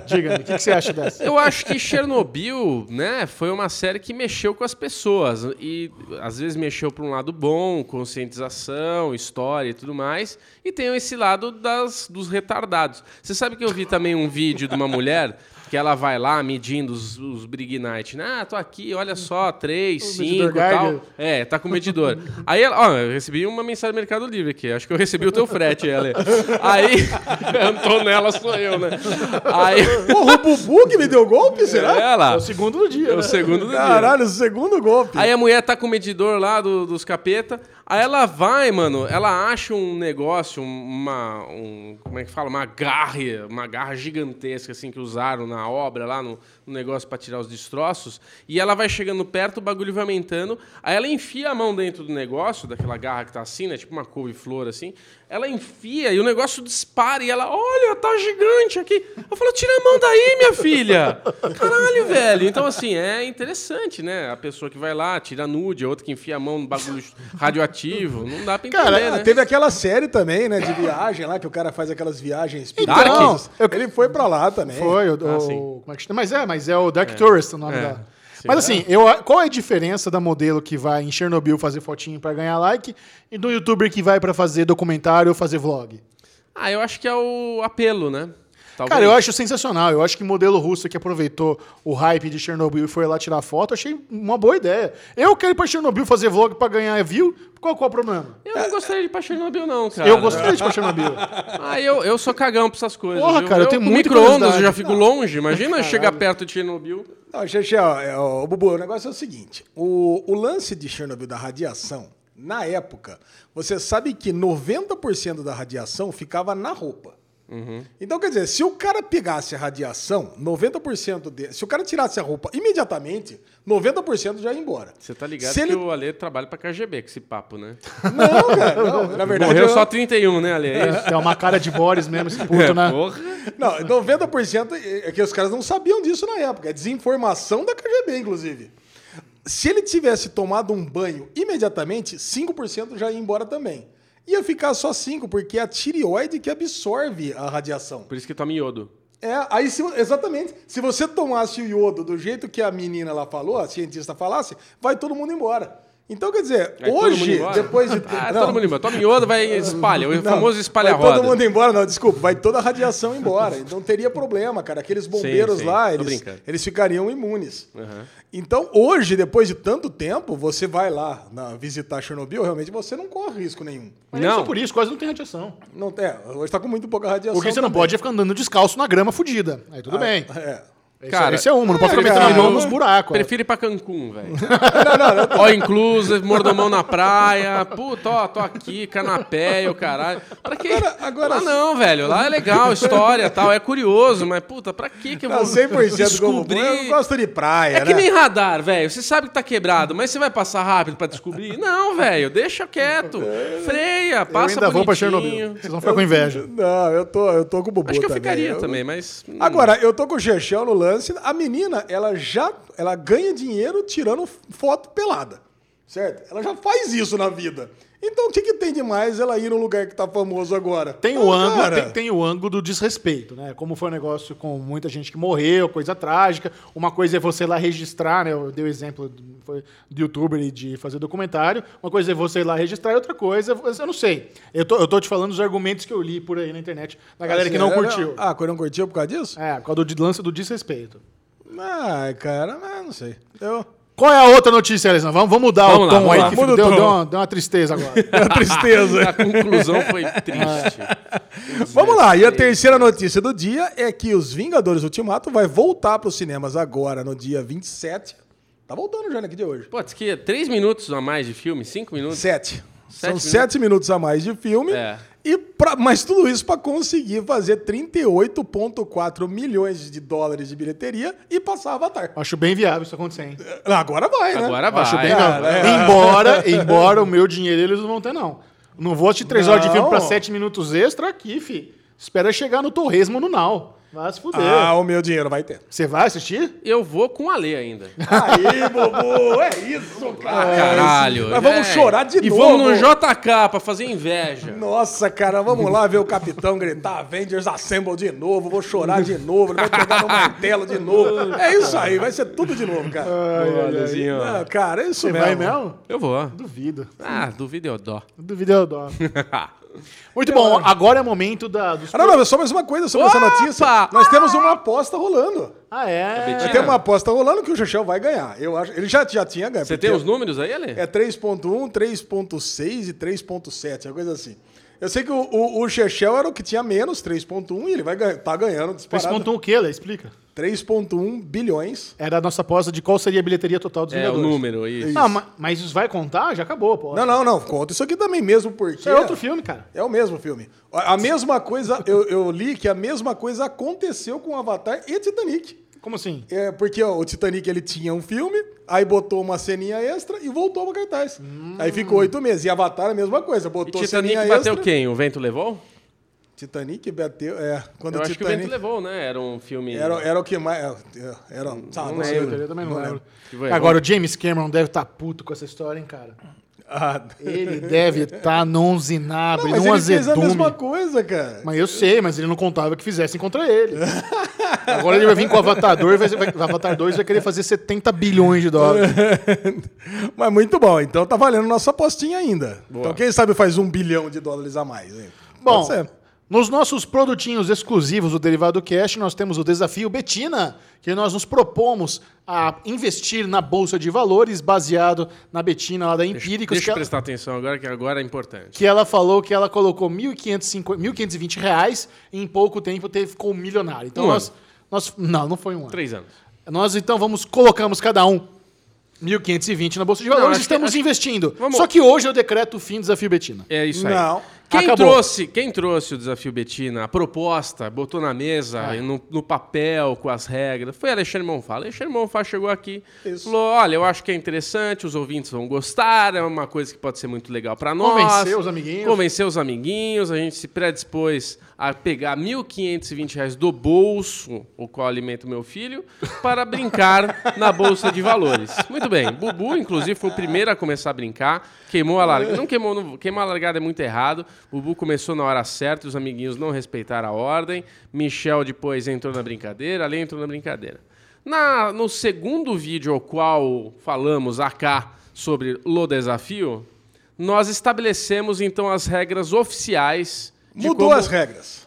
[SPEAKER 2] Diga-me, o que, que você acha dessa?
[SPEAKER 1] Eu acho que Chernobyl, né, foi uma série que mexeu com as pessoas e às vezes mexeu para um lado bom, conscientização, história e tudo mais, e tem esse lado das dos retardados. Você sabe que eu vi também um vídeo de uma mulher que ela vai lá medindo os, os Brig Night, né? Ah, tô aqui, olha só, três,
[SPEAKER 2] medidor
[SPEAKER 1] cinco, tal.
[SPEAKER 2] Geiger.
[SPEAKER 1] É, tá com medidor. Aí ela, ó, eu recebi uma mensagem do Mercado Livre aqui. Acho que eu recebi o teu frete, ela. Aí, [laughs] Antonella sou eu, né? Aí
[SPEAKER 3] Porra, o Bubu que me deu golpe, será?
[SPEAKER 1] ela.
[SPEAKER 2] É o [laughs] segundo do dia.
[SPEAKER 1] É o
[SPEAKER 2] né?
[SPEAKER 1] segundo do dia.
[SPEAKER 3] Caralho, segundo golpe.
[SPEAKER 1] Aí a mulher tá com o medidor lá do- dos capeta. Aí ela vai, mano, ela acha um negócio, um- uma. um- como é que fala? Uma garra, uma garra gigantesca, assim, que usaram na obra lá, no, no negócio pra tirar os destroços. E ela vai chegando perto, o bagulho vai aumentando. Aí ela enfia a mão dentro do negócio, daquela garra que tá assim, né? Tipo uma couve-flor assim. Ela enfia e o negócio dispara. E ela, olha, tá gigante aqui. Eu falo, tira a mão daí, minha filha. Caralho, velho. Então, assim, é interessante, né? A pessoa que vai lá, tira nude, a outra que enfia a mão no bagulho radioativo. Não dá pra entender,
[SPEAKER 3] Cara,
[SPEAKER 1] né?
[SPEAKER 3] teve aquela série também, né? De viagem lá, que o cara faz aquelas viagens
[SPEAKER 1] Dark?
[SPEAKER 3] perigosas. Ele foi pra lá também.
[SPEAKER 2] Foi, o,
[SPEAKER 1] Ah,
[SPEAKER 2] o-
[SPEAKER 1] sim.
[SPEAKER 2] como é que chama? Mas é, mas é o Dark Tourist o nome
[SPEAKER 1] É.
[SPEAKER 2] dela.
[SPEAKER 1] Sim.
[SPEAKER 2] Mas assim, eu, qual é a diferença da modelo que vai em Chernobyl fazer fotinho pra ganhar like e do youtuber que vai pra fazer documentário ou fazer vlog?
[SPEAKER 1] Ah, eu acho que é o apelo, né? Talvez.
[SPEAKER 2] Cara, eu acho sensacional. Eu acho que modelo russo que aproveitou o hype de Chernobyl e foi lá tirar foto, achei uma boa ideia. Eu quero ir pra Chernobyl fazer vlog pra ganhar view, qual, qual é o problema?
[SPEAKER 1] Eu não gostaria de ir pra Chernobyl, não, cara.
[SPEAKER 2] Eu gostaria de ir pra Chernobyl.
[SPEAKER 1] Ah, eu, eu sou cagão pra essas coisas.
[SPEAKER 2] Porra,
[SPEAKER 1] viu?
[SPEAKER 2] cara, eu
[SPEAKER 1] eu
[SPEAKER 2] tenho
[SPEAKER 1] com
[SPEAKER 2] muita
[SPEAKER 1] micro-ondas,
[SPEAKER 2] curiosidade.
[SPEAKER 1] eu já fico longe. Imagina chegar perto de Chernobyl.
[SPEAKER 3] Não, Xexé, ó, é, ó, Bubu, o negócio é o seguinte: o, o lance de Chernobyl da radiação, na época, você sabe que 90% da radiação ficava na roupa.
[SPEAKER 1] Uhum.
[SPEAKER 3] Então, quer dizer, se o cara pegasse a radiação, 90% dele. Se o cara tirasse a roupa imediatamente, 90% já ia embora.
[SPEAKER 1] Você tá ligado
[SPEAKER 3] Se
[SPEAKER 1] que
[SPEAKER 3] ele...
[SPEAKER 1] o Ale trabalha pra KGB com esse papo, né?
[SPEAKER 3] Não, cara, não. Na [laughs] verdade.
[SPEAKER 1] Morreu
[SPEAKER 3] eu-
[SPEAKER 1] só 31, né, Ale? É isso?
[SPEAKER 2] É uma cara de Boris mesmo, esse puto, né?
[SPEAKER 1] Porra.
[SPEAKER 3] Não, 90% é que os caras não sabiam disso na época. É desinformação da KGB, inclusive. Se ele tivesse tomado um banho imediatamente, 5% já ia embora também. Ia ficar só 5%, porque é a tireoide que absorve a radiação.
[SPEAKER 1] Por isso que toma iodo.
[SPEAKER 3] É, aí se, exatamente. Se você tomasse o iodo do jeito que a menina lá falou, a cientista falasse, vai todo mundo embora. Então, quer dizer,
[SPEAKER 1] Aí todo mundo
[SPEAKER 3] hoje,
[SPEAKER 1] embora.
[SPEAKER 3] depois de.
[SPEAKER 1] [laughs] Ah,
[SPEAKER 3] não.
[SPEAKER 1] todo mundo embora. Toma iodo, vai e espalha. O
[SPEAKER 3] Não,
[SPEAKER 1] famoso
[SPEAKER 3] Vai
[SPEAKER 1] espalha-roda.
[SPEAKER 3] todo mundo embora, não, desculpa. Vai toda a
[SPEAKER 1] [laughs]
[SPEAKER 3] radiação embora. Então teria problema, cara. Aqueles bombeiros
[SPEAKER 1] Sim, sim,
[SPEAKER 3] lá,
[SPEAKER 1] tô
[SPEAKER 3] eles,
[SPEAKER 1] brincando.
[SPEAKER 3] eles ficariam imunes.
[SPEAKER 1] Aham.
[SPEAKER 3] Então, hoje, depois de tanto tempo, você vai lá na- visitar Chernobyl, realmente você não corre risco nenhum.
[SPEAKER 2] Mas não.
[SPEAKER 1] Não.
[SPEAKER 3] né?
[SPEAKER 2] só por isso, quase não tem radiação.
[SPEAKER 3] Não, é, hoje tá com muito pouca radiação.
[SPEAKER 2] Porque você não
[SPEAKER 3] também.
[SPEAKER 2] pode ficar andando descalço na grama fudida. Aí tudo bem.
[SPEAKER 3] É.
[SPEAKER 2] Esse,
[SPEAKER 1] Ah, Cara,
[SPEAKER 2] esse é uma, não pode ficar
[SPEAKER 1] prefiro-
[SPEAKER 2] metendo a mão nos buracos.
[SPEAKER 1] Prefiro ir pra Cancún,
[SPEAKER 3] [laughs]
[SPEAKER 1] velho. Ó, inclusive, mordomão na praia. Puta, ó, tô aqui, canapé e o caralho. Pra quê?
[SPEAKER 3] Agora- agora-
[SPEAKER 1] Lá não, velho. Lá é legal, história e tal. É curioso, mas puta, pra quê que eu
[SPEAKER 3] Não,
[SPEAKER 1] vou
[SPEAKER 3] 100% como
[SPEAKER 1] descobrir?
[SPEAKER 3] bom, é um eu gosto de praia,
[SPEAKER 1] É que
[SPEAKER 3] né?
[SPEAKER 1] nem radar, velho. Você sabe que tá quebrado, mas você vai passar rápido pra descobrir? Não, velho. Deixa quieto.
[SPEAKER 3] É.
[SPEAKER 1] Freia,
[SPEAKER 2] Eu
[SPEAKER 1] passa
[SPEAKER 2] ainda vou pra
[SPEAKER 1] bonitinho.
[SPEAKER 2] Chernobyl. Vocês vão ficar com inveja.
[SPEAKER 3] Não, eu tô, eu tô com o Bubu
[SPEAKER 1] Acho que eu
[SPEAKER 3] também.
[SPEAKER 1] ficaria também, mas... hum,
[SPEAKER 3] Agora, eu tô com o Chechel no lance. A menina, ela já ela ganha dinheiro tirando foto pelada. Certo? Ela já faz isso na vida. Então, o que, que tem de mais ela ir num lugar que tá famoso agora?
[SPEAKER 2] Tem
[SPEAKER 3] Então,
[SPEAKER 2] o, ângulo,
[SPEAKER 3] cara,
[SPEAKER 2] tem, tem o ângulo do desrespeito, né? Como foi um negócio com muita gente que morreu, coisa trágica. Uma coisa é você ir lá registrar, né? Eu dei o exemplo do, foi do youtuber e de fazer documentário. Uma coisa é você ir lá registrar e outra coisa, é você- eu não sei. Eu tô, eu tô te falando os argumentos que eu li por aí na internet, da galera que não
[SPEAKER 3] assim,
[SPEAKER 2] curtiu.
[SPEAKER 3] Ah, que não curtiu por causa disso?
[SPEAKER 2] É, por causa do lance do desrespeito.
[SPEAKER 3] Ai, cara, mas não sei.
[SPEAKER 2] [laughs]
[SPEAKER 3] Eu...
[SPEAKER 2] Qual é a outra notícia, Alessandro? Vamos, vamos mudar
[SPEAKER 1] Vamos
[SPEAKER 2] o
[SPEAKER 1] lá,
[SPEAKER 2] tom
[SPEAKER 1] vamos
[SPEAKER 2] aí,
[SPEAKER 1] lá.
[SPEAKER 2] que
[SPEAKER 3] Muda o
[SPEAKER 2] deu,
[SPEAKER 3] tom.
[SPEAKER 2] deu uma, deu uma tristeza
[SPEAKER 3] [laughs]
[SPEAKER 2] agora.
[SPEAKER 3] É tristeza.
[SPEAKER 1] A conclusão foi
[SPEAKER 3] [laughs]
[SPEAKER 1] triste.
[SPEAKER 3] Vamos lá, e a terceira notícia do dia é que os Vingadores Ultimato vai voltar para os cinemas agora, no dia 27. Tá voltando já, né? Que dia é hoje?
[SPEAKER 1] Pô, diz que é três minutos a mais de filme? Cinco minutos?
[SPEAKER 3] Sete. São
[SPEAKER 1] minutos.
[SPEAKER 3] sete minutos a mais de filme.
[SPEAKER 1] É.
[SPEAKER 3] E pra- mas tudo isso para conseguir fazer 38,4 milhões de dólares de bilheteria e passar Avatar.
[SPEAKER 2] Acho bem viável isso acontecer, hein?
[SPEAKER 3] Agora vai, né?
[SPEAKER 1] Agora
[SPEAKER 2] Eu Acho
[SPEAKER 1] vai.
[SPEAKER 2] bem
[SPEAKER 3] cara,
[SPEAKER 2] viável.
[SPEAKER 3] é.
[SPEAKER 2] [laughs] Embora, embora o meu dinheiro eles não vão ter, não. Não vou assistir três horas de filme
[SPEAKER 3] Não.
[SPEAKER 2] pra sete minutos extra aqui, fi. Espera chegar no torresmo no Nau. Vai se fuder.
[SPEAKER 3] Ah, o meu dinheiro vai ter.
[SPEAKER 2] Você vai assistir?
[SPEAKER 1] Eu vou com a Lê ainda.
[SPEAKER 3] Aí, bobo! É isso, cara!
[SPEAKER 1] Caralho.
[SPEAKER 3] Mas vamos
[SPEAKER 1] véi.
[SPEAKER 3] chorar de
[SPEAKER 1] e
[SPEAKER 3] novo.
[SPEAKER 1] vamos no JK pra fazer inveja.
[SPEAKER 3] Nossa, cara, vamos lá ver o capitão gritar Avengers Assemble de novo, vou chorar de novo, ele vai pegar no martelo de novo. É isso aí, vai ser tudo de novo, cara.
[SPEAKER 1] Luzinho.
[SPEAKER 3] Ah, cara, é isso
[SPEAKER 2] Você
[SPEAKER 3] mesmo.
[SPEAKER 2] vai mesmo?
[SPEAKER 1] Eu vou.
[SPEAKER 2] Duvido.
[SPEAKER 1] Ah, duvido eu dó.
[SPEAKER 2] Duvido eu
[SPEAKER 3] [laughs]
[SPEAKER 2] dó. Muito bom. Agora é o momento da, dos...
[SPEAKER 3] Ah, não, não, só mais uma coisa sobre
[SPEAKER 1] Opa!
[SPEAKER 3] essa notícia. Nós temos uma aposta rolando.
[SPEAKER 2] Ah, é?
[SPEAKER 1] Betinho?
[SPEAKER 3] Tem uma aposta rolando que o Xuxel vai ganhar. Eu acho, ele já, já tinha ganho.
[SPEAKER 1] Você
[SPEAKER 3] porque
[SPEAKER 1] tem os números aí, Ale?
[SPEAKER 3] É 3.1, 3.6 e 3.7, é coisa assim. Eu sei que o, o, o Chechel era o que tinha menos, 3.1, e ele vai ganhar, tá ganhando disparado. 3.1
[SPEAKER 2] Descontou o quê, Lê? Explica.
[SPEAKER 3] bilhões.
[SPEAKER 2] Era a nossa aposta de qual seria a bilheteria total dos
[SPEAKER 1] É, o
[SPEAKER 2] Vingadores.
[SPEAKER 1] número, isso.
[SPEAKER 2] Ah, ma- mas isso vai contar? Já acabou, pô.
[SPEAKER 3] Não, não, não. Conta isso aqui também mesmo, porque.
[SPEAKER 2] Isso é outro filme, cara.
[SPEAKER 3] É o mesmo filme. A a mesma coisa, eu, eu li que a mesma coisa aconteceu com Avatar e Titanic.
[SPEAKER 2] Como assim?
[SPEAKER 3] É, porque ó, o Titanic ele tinha um filme, aí botou uma ceninha extra e voltou pra cartaz. Aí ficou oito meses. E Avatar a mesma coisa.
[SPEAKER 1] Hum. E
[SPEAKER 3] Botou
[SPEAKER 1] Titanic
[SPEAKER 3] ceninha
[SPEAKER 1] bateu
[SPEAKER 3] extra.
[SPEAKER 1] quem? O vento levou?
[SPEAKER 3] Titanic bateu. É, quando
[SPEAKER 1] Eu
[SPEAKER 3] o
[SPEAKER 1] acho que o vento
[SPEAKER 3] Titanic.
[SPEAKER 1] levou, né? Era um filme.
[SPEAKER 3] Era, era o que mais. Era. era sabe, não sei.
[SPEAKER 2] Eu também não, lembro.
[SPEAKER 1] Que vai-
[SPEAKER 2] Agora, o James Cameron deve estar puto com essa história, hein, cara?
[SPEAKER 3] Ah, [laughs]
[SPEAKER 2] Ele deve estar tá num zinabre,
[SPEAKER 3] não, mas
[SPEAKER 2] num
[SPEAKER 3] ele fez a
[SPEAKER 2] azedume.
[SPEAKER 3] mesma coisa, cara.
[SPEAKER 2] Mas eu sei, mas ele não contava que fizessem contra ele. Agora ele vai vir com o Avatar 2, vai, vai, Avatar 2 vai querer fazer 70 bilhões de dólares.
[SPEAKER 3] [laughs] [laughs] Mas muito bom, então tá valendo nossa apostinha ainda.
[SPEAKER 1] Boa.
[SPEAKER 3] Então quem sabe faz um bilhão de dólares a mais. Hein?
[SPEAKER 2] Bom,
[SPEAKER 3] Pode ser.
[SPEAKER 2] nos nossos produtinhos exclusivos do Derivado Cash, nós temos o desafio Betina, que nós nos propomos a investir na Bolsa de Valores, baseado na Betina lá da Empíricos.
[SPEAKER 1] Deixa
[SPEAKER 2] que é
[SPEAKER 1] eu
[SPEAKER 2] ela-
[SPEAKER 1] prestar atenção agora, que agora é importante.
[SPEAKER 2] que ela falou que ela colocou 1.550 1.520 reais e em pouco tempo teve, ficou um milionário. Então
[SPEAKER 1] Um
[SPEAKER 2] nós, nós. Não, não foi um ano.
[SPEAKER 1] Três anos.
[SPEAKER 2] Nós então vamos, colocamos cada um 1.520 na Bolsa de
[SPEAKER 1] Não,
[SPEAKER 2] Valores
[SPEAKER 1] acho
[SPEAKER 2] estamos
[SPEAKER 1] que-
[SPEAKER 2] investindo.
[SPEAKER 1] Vamos-
[SPEAKER 2] Só que hoje eu decreto o fim do desafio Betina.
[SPEAKER 1] É isso aí.
[SPEAKER 3] Não.
[SPEAKER 1] Quem
[SPEAKER 2] Acabou.
[SPEAKER 1] trouxe, quem trouxe o desafio Betina, a proposta, botou na mesa, no, no papel, com as regras, foi Alexandre Monfá. Alexandre Monfá chegou aqui,
[SPEAKER 3] Isso.
[SPEAKER 1] falou: olha, eu acho que é interessante, os ouvintes vão gostar, é uma coisa que pode ser muito legal pra nós.
[SPEAKER 2] Convenceu os amiguinhos.
[SPEAKER 1] Convenceu os amiguinhos, a gente se predispôs a pegar R$ 1.520 reais do bolso, o qual alimenta o meu filho,
[SPEAKER 2] [laughs]
[SPEAKER 1] para brincar na Bolsa de Valores. Muito bem, Bubu, inclusive, foi o primeiro a começar a brincar, queimou a largada. Não queimou, não- queimar a largada é muito errado. Bubu começou na hora certa, os amiguinhos não respeitaram a ordem. Michel depois entrou na brincadeira, ali entrou na brincadeira. Na, no segundo vídeo ao qual falamos acá sobre o desafio, nós estabelecemos então as regras oficiais. de
[SPEAKER 3] Mudou
[SPEAKER 1] como-
[SPEAKER 3] as regras.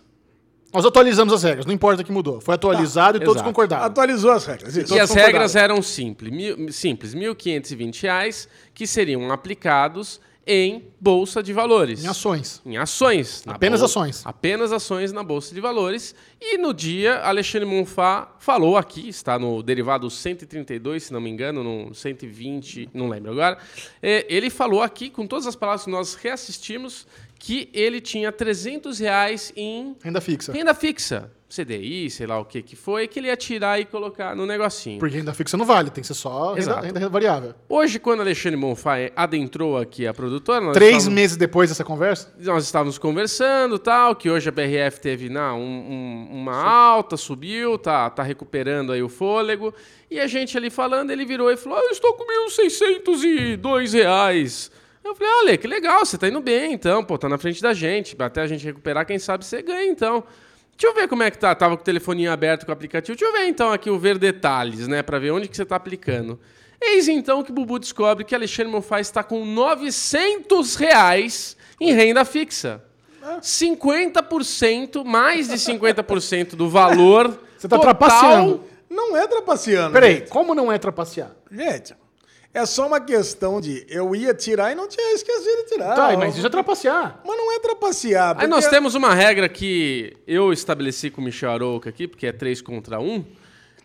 [SPEAKER 2] Nós atualizamos as regras, não importa o que mudou. Foi atualizado e todos
[SPEAKER 1] Tá, exato.
[SPEAKER 2] concordaram.
[SPEAKER 3] Atualizou as regras. Isso.
[SPEAKER 1] E as
[SPEAKER 2] concordaram.
[SPEAKER 1] regras eram simples, mil, simples, R$ 1.520 reais, que seriam aplicados em bolsa de valores.
[SPEAKER 2] Em ações.
[SPEAKER 1] Em ações. na
[SPEAKER 2] Apenas
[SPEAKER 1] bol-
[SPEAKER 2] ações.
[SPEAKER 1] Apenas ações na Bolsa de Valores. E no dia, Alexandre Monfá falou aqui, está no derivado 132, se não me engano, no 120, não lembro agora. É, ele falou aqui, com todas as palavras que nós reassistimos, que ele tinha 300 reais em
[SPEAKER 2] Renda fixa.
[SPEAKER 1] renda fixa. CDI, sei lá o que que foi, que ele ia tirar e colocar no negocinho.
[SPEAKER 2] Porque renda fixa não vale, tem que ser só renda,
[SPEAKER 1] Exato.
[SPEAKER 2] renda variável.
[SPEAKER 1] Hoje, quando Alexandre Monfá eh, adentrou aqui a produtora... nós
[SPEAKER 2] Três
[SPEAKER 1] estávamos-
[SPEAKER 2] meses depois dessa conversa,
[SPEAKER 1] nós estávamos conversando tal, que hoje a BRF teve não, um- um- uma alta, subiu, tá, tá recuperando aí o fôlego. E a gente ali falando, ele virou e falou: ah, Eu estou com 1.602 reais. Eu falei, olha, que legal, você tá indo bem então, pô, tá na frente da gente. Até a gente recuperar, quem sabe você ganha então. Deixa eu ver como é que tá. Tava com o telefoninho aberto com o aplicativo. Deixa eu ver então aqui o ver detalhes, né? Pra ver onde que você tá aplicando. Eis então que o Bubu descobre que Alexandre Monfá está com 900 reais em renda fixa. 50%, mais de 50% do valor.
[SPEAKER 2] você tá
[SPEAKER 1] total.
[SPEAKER 2] trapaceando.
[SPEAKER 3] Não é trapaceando.
[SPEAKER 2] Peraí, como não é trapacear?
[SPEAKER 3] Gente, é só uma questão de eu ia tirar e não tinha esquecido de tirar.
[SPEAKER 2] tá, mas isso é trapacear.
[SPEAKER 3] Mas não é trapacear.
[SPEAKER 1] Aí nós temos uma regra que eu estabeleci com o Michel Arouca aqui, porque é 3 contra 1.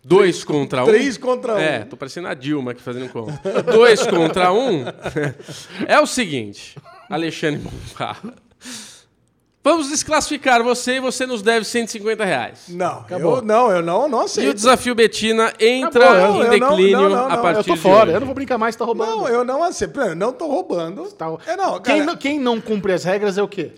[SPEAKER 1] 2 contra 1.
[SPEAKER 3] três contra um.
[SPEAKER 1] É, tô parecendo a Dilma aqui fazendo conta. 2 contra 1 é o seguinte, Alexandre Monfá. Vamos desclassificar você e você nos deve 150 reais.
[SPEAKER 3] Não,
[SPEAKER 2] Acabou.
[SPEAKER 3] eu não, eu não, não
[SPEAKER 1] E o
[SPEAKER 3] aceito.
[SPEAKER 1] desafio Betina entra
[SPEAKER 3] Acabou, eu
[SPEAKER 1] em
[SPEAKER 3] não-
[SPEAKER 1] declínio
[SPEAKER 3] não, não,
[SPEAKER 1] a
[SPEAKER 3] não,
[SPEAKER 1] partir
[SPEAKER 2] Eu tô
[SPEAKER 1] de
[SPEAKER 2] fora,
[SPEAKER 1] hoje.
[SPEAKER 2] eu não vou brincar mais, tá roubando.
[SPEAKER 3] Não, eu não aceito. Primeiro, não tô roubando.
[SPEAKER 2] Tá-
[SPEAKER 3] É, não, cara,
[SPEAKER 2] quem,
[SPEAKER 3] não...
[SPEAKER 2] não, quem não cumpre as regras é o quê?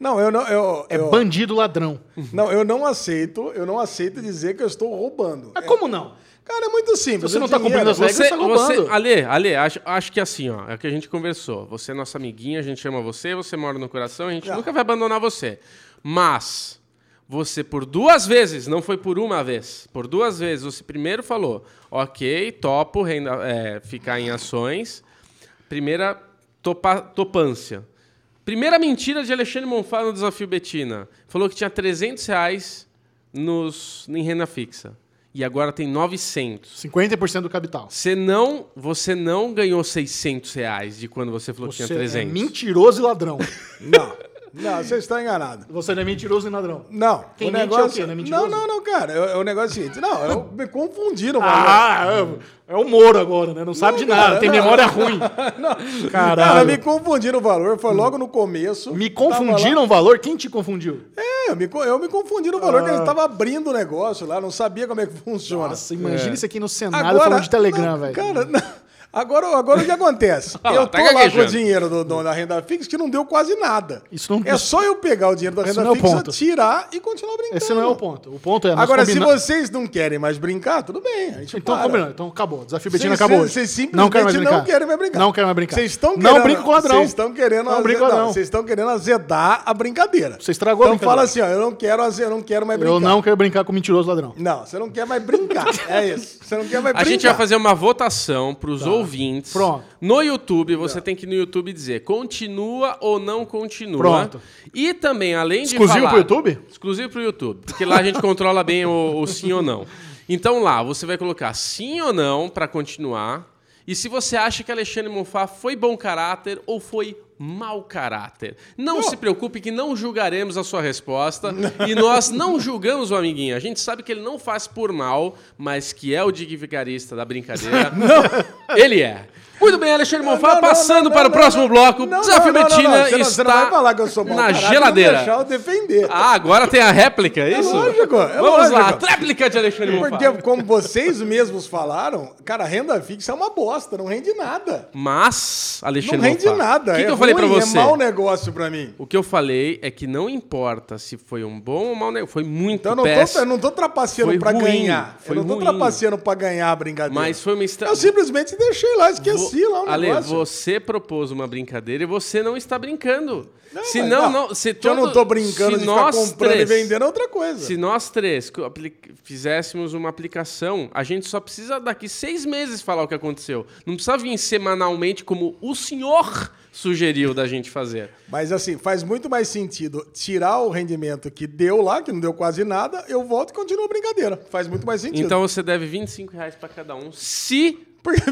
[SPEAKER 3] eu não. Eu,
[SPEAKER 2] É
[SPEAKER 3] eu- É.
[SPEAKER 2] bandido ladrão.
[SPEAKER 3] Não, eu não aceito. Eu não aceito dizer que eu estou roubando.
[SPEAKER 2] Mas como não?
[SPEAKER 3] Cara, é muito simples.
[SPEAKER 2] Você
[SPEAKER 3] o
[SPEAKER 2] não tá
[SPEAKER 3] dinheiro-
[SPEAKER 2] cumprindo as regras,
[SPEAKER 1] Você,
[SPEAKER 2] você tá roubando.
[SPEAKER 1] você, Ale, Ale, acho, acho que assim, ó, é o que a gente conversou. Você é nossa amiguinha, a gente ama você, você mora no coração, a gente
[SPEAKER 3] Ah.
[SPEAKER 1] nunca vai abandonar você. Mas você por duas vezes, não foi por uma vez, por duas vezes, você primeiro falou, ok, topo renda, é, ficar em ações. Primeira topa, topância. Primeira mentira de Alexandre Monfá no Desafio Betina. Falou que tinha 300 reais nos, em renda fixa. E agora tem 900.
[SPEAKER 2] 50% do capital.
[SPEAKER 1] Você não, você não ganhou 600 reais de quando você falou que
[SPEAKER 2] Você
[SPEAKER 1] tinha
[SPEAKER 2] é
[SPEAKER 1] 300.
[SPEAKER 2] mentiroso e ladrão.
[SPEAKER 3] Não, não, você está enganado.
[SPEAKER 2] Você não é mentiroso nem ladrão.
[SPEAKER 3] Não,
[SPEAKER 2] Quem
[SPEAKER 3] o
[SPEAKER 2] mente é o
[SPEAKER 3] negócio.
[SPEAKER 2] quê? Não é mentiroso?
[SPEAKER 3] não, não, não, cara. É é o negócio é o seguinte. Não, eu me confundiram, mano.
[SPEAKER 2] Ah, é, é o Moro agora, né? Não sabe de nada,
[SPEAKER 3] cara,
[SPEAKER 2] tem
[SPEAKER 3] não.
[SPEAKER 2] memória ruim.
[SPEAKER 3] Não,
[SPEAKER 2] Caralho.
[SPEAKER 3] Cara, me confundiram o valor, foi logo no começo.
[SPEAKER 2] Me
[SPEAKER 3] Tava lá-
[SPEAKER 2] confundiram o valor? Quem te confundiu?
[SPEAKER 3] É, eu me, co- eu me confundi no valor, que
[SPEAKER 2] Ah.
[SPEAKER 3] eles estavam abrindo o negócio lá, não sabia como é que funciona.
[SPEAKER 2] Nossa, imagina isso aqui no Senado falando de Telegram,
[SPEAKER 3] não,
[SPEAKER 2] velho.
[SPEAKER 3] Cara, não. agora, agora o que acontece?
[SPEAKER 1] Ah lá,
[SPEAKER 3] eu
[SPEAKER 1] tá
[SPEAKER 3] tô lá com o
[SPEAKER 1] gaguejando.
[SPEAKER 3] dinheiro do, do- da renda fixa que não deu quase nada.
[SPEAKER 2] Isso não-
[SPEAKER 3] é só eu pegar o dinheiro da
[SPEAKER 2] Isso
[SPEAKER 3] renda
[SPEAKER 2] não é o
[SPEAKER 3] fixa,
[SPEAKER 2] ponto.
[SPEAKER 3] tirar e continuar brincando.
[SPEAKER 2] Esse não é o ponto. O ponto é. nós
[SPEAKER 3] Agora,
[SPEAKER 2] combina-
[SPEAKER 3] se vocês não querem mais brincar, tudo bem. A gente
[SPEAKER 2] Então
[SPEAKER 3] para.
[SPEAKER 2] combinando, então acabou. Desafio Betina
[SPEAKER 3] Vocês-
[SPEAKER 2] acabou.
[SPEAKER 3] vocês-
[SPEAKER 2] hoje.
[SPEAKER 3] Vocês
[SPEAKER 2] não quero mais
[SPEAKER 3] simplesmente
[SPEAKER 2] brincar.
[SPEAKER 3] não querem mais brincar.
[SPEAKER 2] Não quero mais brincar.
[SPEAKER 3] Vocês estão
[SPEAKER 2] não
[SPEAKER 3] querendo-
[SPEAKER 2] brinco com ladrão.
[SPEAKER 3] Vocês estão querendo
[SPEAKER 2] Não brinco com
[SPEAKER 3] azedar-
[SPEAKER 2] ladrão.
[SPEAKER 3] Vocês estão querendo azedar a brincadeira.
[SPEAKER 2] Você estragou a
[SPEAKER 3] Então
[SPEAKER 2] brincadeira.
[SPEAKER 3] fala assim, ó, eu não quero, aze- eu não quero mais brincar.
[SPEAKER 2] Eu não quero brincar com mentiroso ladrão.
[SPEAKER 3] Não, você não quer mais brincar. É isso. Você não quer mais
[SPEAKER 1] A
[SPEAKER 3] brincar.
[SPEAKER 1] gente vai fazer uma votação para os ouvintes.
[SPEAKER 2] Tá. Pronto.
[SPEAKER 1] No YouTube, você tem que ir no YouTube dizer continua ou não continua.
[SPEAKER 2] Pronto.
[SPEAKER 1] E também, além de
[SPEAKER 2] Exclusivo
[SPEAKER 1] falar-
[SPEAKER 2] pro YouTube?
[SPEAKER 1] Exclusivo pro YouTube. Porque lá a gente controla bem o, o sim ou não. Então lá, você vai colocar sim ou não para continuar. E se você acha que Alexandre Monfá foi bom caráter ou foi mau caráter. Não se preocupe que não julgaremos a sua resposta e nós não julgamos o amiguinho. A gente sabe que ele não faz por mal, mas que é o dignificarista da brincadeira.
[SPEAKER 3] [laughs]
[SPEAKER 1] Ele é. Muito bem, Alexandre Monfá,
[SPEAKER 3] não, não,
[SPEAKER 1] passando
[SPEAKER 3] não,
[SPEAKER 1] para o
[SPEAKER 3] não,
[SPEAKER 1] próximo
[SPEAKER 3] não.
[SPEAKER 1] bloco.
[SPEAKER 3] Não,
[SPEAKER 1] Desafio
[SPEAKER 3] não, não, não.
[SPEAKER 1] Betina
[SPEAKER 3] Você não- você
[SPEAKER 1] está
[SPEAKER 3] não vai falar que eu sou mau
[SPEAKER 1] na
[SPEAKER 3] caráter,
[SPEAKER 1] geladeira.
[SPEAKER 3] Não deixar eu defender.
[SPEAKER 1] Ah, agora tem a réplica, é isso?
[SPEAKER 3] lógico, é
[SPEAKER 1] Vamos lá, a
[SPEAKER 3] lógico.
[SPEAKER 1] tréplica de Alexandre Monfá.
[SPEAKER 3] Porque, como vocês mesmos falaram, cara, renda fixa é uma bosta, não rende nada.
[SPEAKER 1] Mas, Alexandre
[SPEAKER 3] Não rende
[SPEAKER 1] Monfá,
[SPEAKER 3] nada.
[SPEAKER 1] O que,
[SPEAKER 3] é
[SPEAKER 1] que eu falei pra
[SPEAKER 3] ruim,
[SPEAKER 1] você?
[SPEAKER 3] É mau negócio pra mim.
[SPEAKER 1] O que eu falei é que não importa se foi um bom ou mau negócio, foi muito
[SPEAKER 3] Então eu não tô,
[SPEAKER 1] péssimo.
[SPEAKER 3] eu não tô trapaceando
[SPEAKER 1] Foi
[SPEAKER 3] pra
[SPEAKER 1] ruim, ah,
[SPEAKER 3] ganhar.
[SPEAKER 1] foi
[SPEAKER 3] eu não tô
[SPEAKER 1] ruim.
[SPEAKER 3] trapaceando pra ganhar a brincadeira.
[SPEAKER 1] Mas foi uma estra...
[SPEAKER 3] Eu simplesmente deixei lá, esqueci lá o
[SPEAKER 1] Ale,
[SPEAKER 3] negócio.
[SPEAKER 1] você propôs uma brincadeira e você não está brincando.
[SPEAKER 3] Não,
[SPEAKER 1] se
[SPEAKER 3] É, mas
[SPEAKER 1] não,
[SPEAKER 3] não,
[SPEAKER 1] não, se
[SPEAKER 3] que eu não
[SPEAKER 1] todo-
[SPEAKER 3] tô brincando
[SPEAKER 1] se
[SPEAKER 3] de ficar
[SPEAKER 1] nós
[SPEAKER 3] comprando
[SPEAKER 1] três-
[SPEAKER 3] e vendendo é outra coisa.
[SPEAKER 1] Se nós três co- apli- fizéssemos uma aplicação, a gente só precisa daqui seis meses falar o que aconteceu. Não precisa vir semanalmente como o senhor sugeriu da
[SPEAKER 2] [laughs]
[SPEAKER 1] gente fazer.
[SPEAKER 3] Mas assim, faz muito mais sentido tirar o rendimento que deu lá, que não deu quase nada, eu volto e continuo a brincadeira. Faz muito mais sentido.
[SPEAKER 1] Então você deve 25 reais para cada um, se
[SPEAKER 3] Porque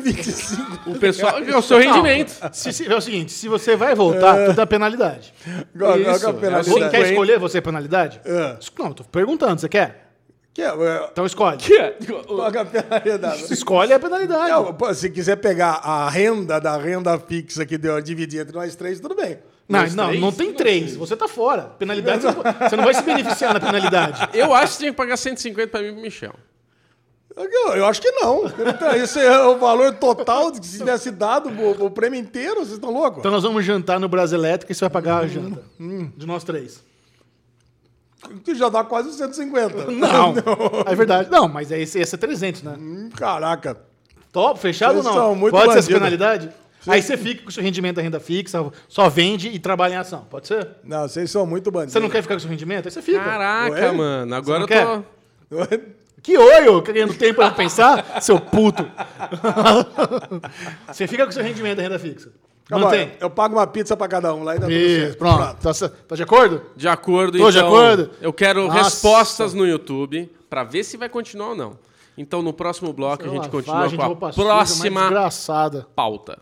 [SPEAKER 2] [laughs]
[SPEAKER 1] [laughs]
[SPEAKER 3] 25.
[SPEAKER 1] o pessoal... é o seu rendimento.
[SPEAKER 2] Se- se- é o seguinte, se você vai voltar, tu dá penalidade.
[SPEAKER 3] Qual- qual
[SPEAKER 1] Isso,
[SPEAKER 3] que é a
[SPEAKER 1] é o
[SPEAKER 2] Você
[SPEAKER 3] É. penalidade?
[SPEAKER 2] quer escolher você a penalidade?
[SPEAKER 3] É.
[SPEAKER 2] Isso- Não, tô perguntando, você quer?
[SPEAKER 3] Que é, é,
[SPEAKER 2] Então escolhe.
[SPEAKER 3] qual que é
[SPEAKER 1] [laughs]
[SPEAKER 3] a penalidade?
[SPEAKER 2] Escolhe a penalidade.
[SPEAKER 3] Não, pô, se quiser pegar a renda da renda fixa que deu, dividir entre nós três, tudo bem.
[SPEAKER 2] Não,
[SPEAKER 1] Nós
[SPEAKER 2] não,
[SPEAKER 1] três?
[SPEAKER 2] não tem três. Você tá fora. Penalidade, você não- você não vai se beneficiar na penalidade.
[SPEAKER 1] Eu acho que tinha que pagar 150 para mim e pro Michel.
[SPEAKER 3] Eu, eu acho que não. Então, Isso é o valor total de que se tivesse dado o, o prêmio inteiro, vocês estão loucos?
[SPEAKER 2] Então nós vamos jantar no Brasil Elétrico e você vai pagar a janta.
[SPEAKER 3] Hum.
[SPEAKER 2] De nós três.
[SPEAKER 3] Tu já dá quase 150.
[SPEAKER 2] Não. É verdade. Não, mas aí esse- esse é 300, né?
[SPEAKER 3] Hum, Caraca.
[SPEAKER 2] Top, fechado ou
[SPEAKER 3] Vocês são
[SPEAKER 2] não?
[SPEAKER 3] muito
[SPEAKER 2] Pode ser essa
[SPEAKER 3] bandido.
[SPEAKER 2] penalidade? Aí você fica com o seu rendimento da renda fixa, só vende e trabalha em ação. Pode ser?
[SPEAKER 3] Não, vocês são muito bandidos.
[SPEAKER 2] Você não quer ficar com o seu rendimento? Aí você fica.
[SPEAKER 1] Caraca,
[SPEAKER 3] Ué?
[SPEAKER 1] mano. Agora eu
[SPEAKER 2] é? Você não
[SPEAKER 1] tô.
[SPEAKER 2] Que olho, querendo tempo pra pensar, seu puto. você fica com o seu rendimento da renda fixa.
[SPEAKER 3] [laughs] Acabou,
[SPEAKER 2] Mantém.
[SPEAKER 3] Eu pago uma pizza pra cada um lá e dá tudo
[SPEAKER 2] Isso,
[SPEAKER 3] certo.
[SPEAKER 2] pronto. Tá, ce- tá de acordo?
[SPEAKER 1] De acordo,
[SPEAKER 2] Tô
[SPEAKER 1] então.
[SPEAKER 2] de acordo.
[SPEAKER 1] Eu quero
[SPEAKER 2] Nossa.
[SPEAKER 1] respostas no YouTube pra ver se vai continuar ou não. Então, no próximo bloco, a gente continua
[SPEAKER 2] Lavagem de
[SPEAKER 1] com
[SPEAKER 2] roupa
[SPEAKER 1] a
[SPEAKER 2] suja, mais
[SPEAKER 1] próxima
[SPEAKER 2] Desgraçada.
[SPEAKER 1] pauta.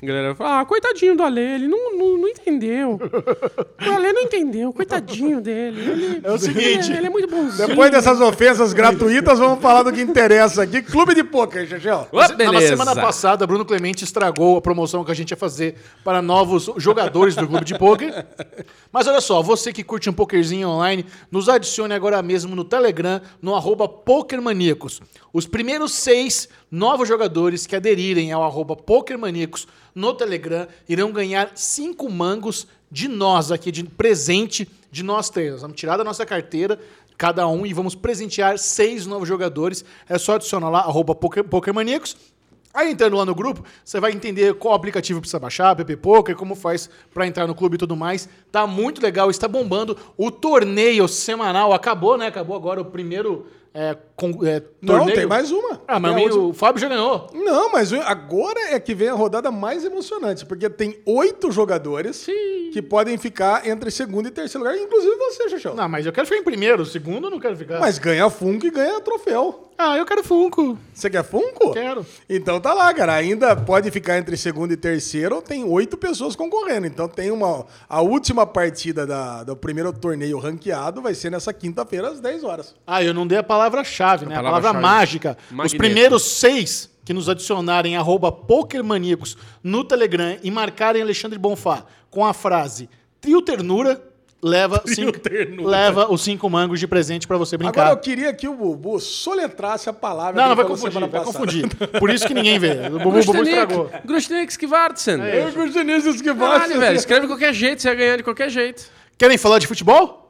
[SPEAKER 1] A galera fala, ah, coitadinho do Ale, ele não, não, não
[SPEAKER 2] [laughs]
[SPEAKER 1] entendeu. O Ale não entendeu, coitadinho dele. Ele, é
[SPEAKER 2] o seguinte.
[SPEAKER 1] Ele, é muito bonzinho.
[SPEAKER 3] Depois dessas ofensas gratuitas, vamos falar do que interessa aqui. Clube de pôquer, Xexel.
[SPEAKER 1] Ô,
[SPEAKER 2] Na
[SPEAKER 1] beleza.
[SPEAKER 2] semana passada, Bruno Clemente estragou a promoção que a gente ia fazer para novos jogadores do clube de poker. Mas olha só, você que curte um pokerzinho online, nos adicione agora mesmo no Telegram, no arroba pokermaníacos. Os primeiros seis novos jogadores que aderirem ao arroba pokermaníacos no Telegram irão ganhar cinco mangos de nós aqui, de presente de nós três. Nós vamos tirar da nossa carteira cada um e vamos presentear seis novos jogadores. É só adicionar lá, arroba Poker- Pokermaníacos. Aí entrando lá no grupo, você vai entender qual aplicativo precisa baixar, PP Poker, como faz pra entrar no clube e tudo mais. Tá muito legal, está bombando. O torneio semanal acabou, né? Acabou agora o primeiro é, con- é,
[SPEAKER 3] Não,
[SPEAKER 2] torneio.
[SPEAKER 3] tem mais é uma.
[SPEAKER 2] Ah, mas
[SPEAKER 3] Tem a última.
[SPEAKER 2] o Fábio já ganhou.
[SPEAKER 3] Não, mas agora é que vem a rodada mais emocionante, porque tem oito jogadores que podem ficar entre segundo e terceiro lugar, inclusive você, Xexel.
[SPEAKER 2] Não, mas eu quero ficar em primeiro, segundo eu não quero ficar.
[SPEAKER 3] Mas ganha Funko e ganha troféu.
[SPEAKER 2] Ah, eu quero Funko.
[SPEAKER 3] Você quer Funko?
[SPEAKER 2] Quero.
[SPEAKER 3] Então tá lá, cara. Ainda pode ficar entre segundo e terceiro. Tem oito pessoas concorrendo. Então tem uma. A última partida da- do primeiro torneio ranqueado vai ser nessa quinta-feira, às 10 horas.
[SPEAKER 2] Ah, eu não dei a palavra-chave, né? A palavra,
[SPEAKER 1] palavra-chave.
[SPEAKER 2] mágica. Os
[SPEAKER 1] Magneto.
[SPEAKER 2] primeiros seis que nos adicionarem arroba pokermaníacos no Telegram e marcarem Alexandre Bonfá com a frase trio ternura, leva, cinco,
[SPEAKER 1] ternura.
[SPEAKER 2] leva os cinco mangos de presente pra você brincar.
[SPEAKER 3] Agora eu queria que o Bubu soletrasse a palavra
[SPEAKER 2] Não,
[SPEAKER 3] que
[SPEAKER 2] não,
[SPEAKER 3] ele
[SPEAKER 2] vai
[SPEAKER 3] falou
[SPEAKER 2] confundir,
[SPEAKER 3] semana
[SPEAKER 2] vai
[SPEAKER 3] passada.
[SPEAKER 2] confundir.
[SPEAKER 1] [laughs]
[SPEAKER 2] Por isso que ninguém vê. O Bubu, Bubu estragou. É
[SPEAKER 1] Grustenik, Grustenik Skvartsen.
[SPEAKER 3] Eu curti nisso que
[SPEAKER 1] Caralho,
[SPEAKER 3] você-
[SPEAKER 1] velho, escreve de qualquer jeito, você ia ganhar de qualquer jeito.
[SPEAKER 2] Querem falar de futebol?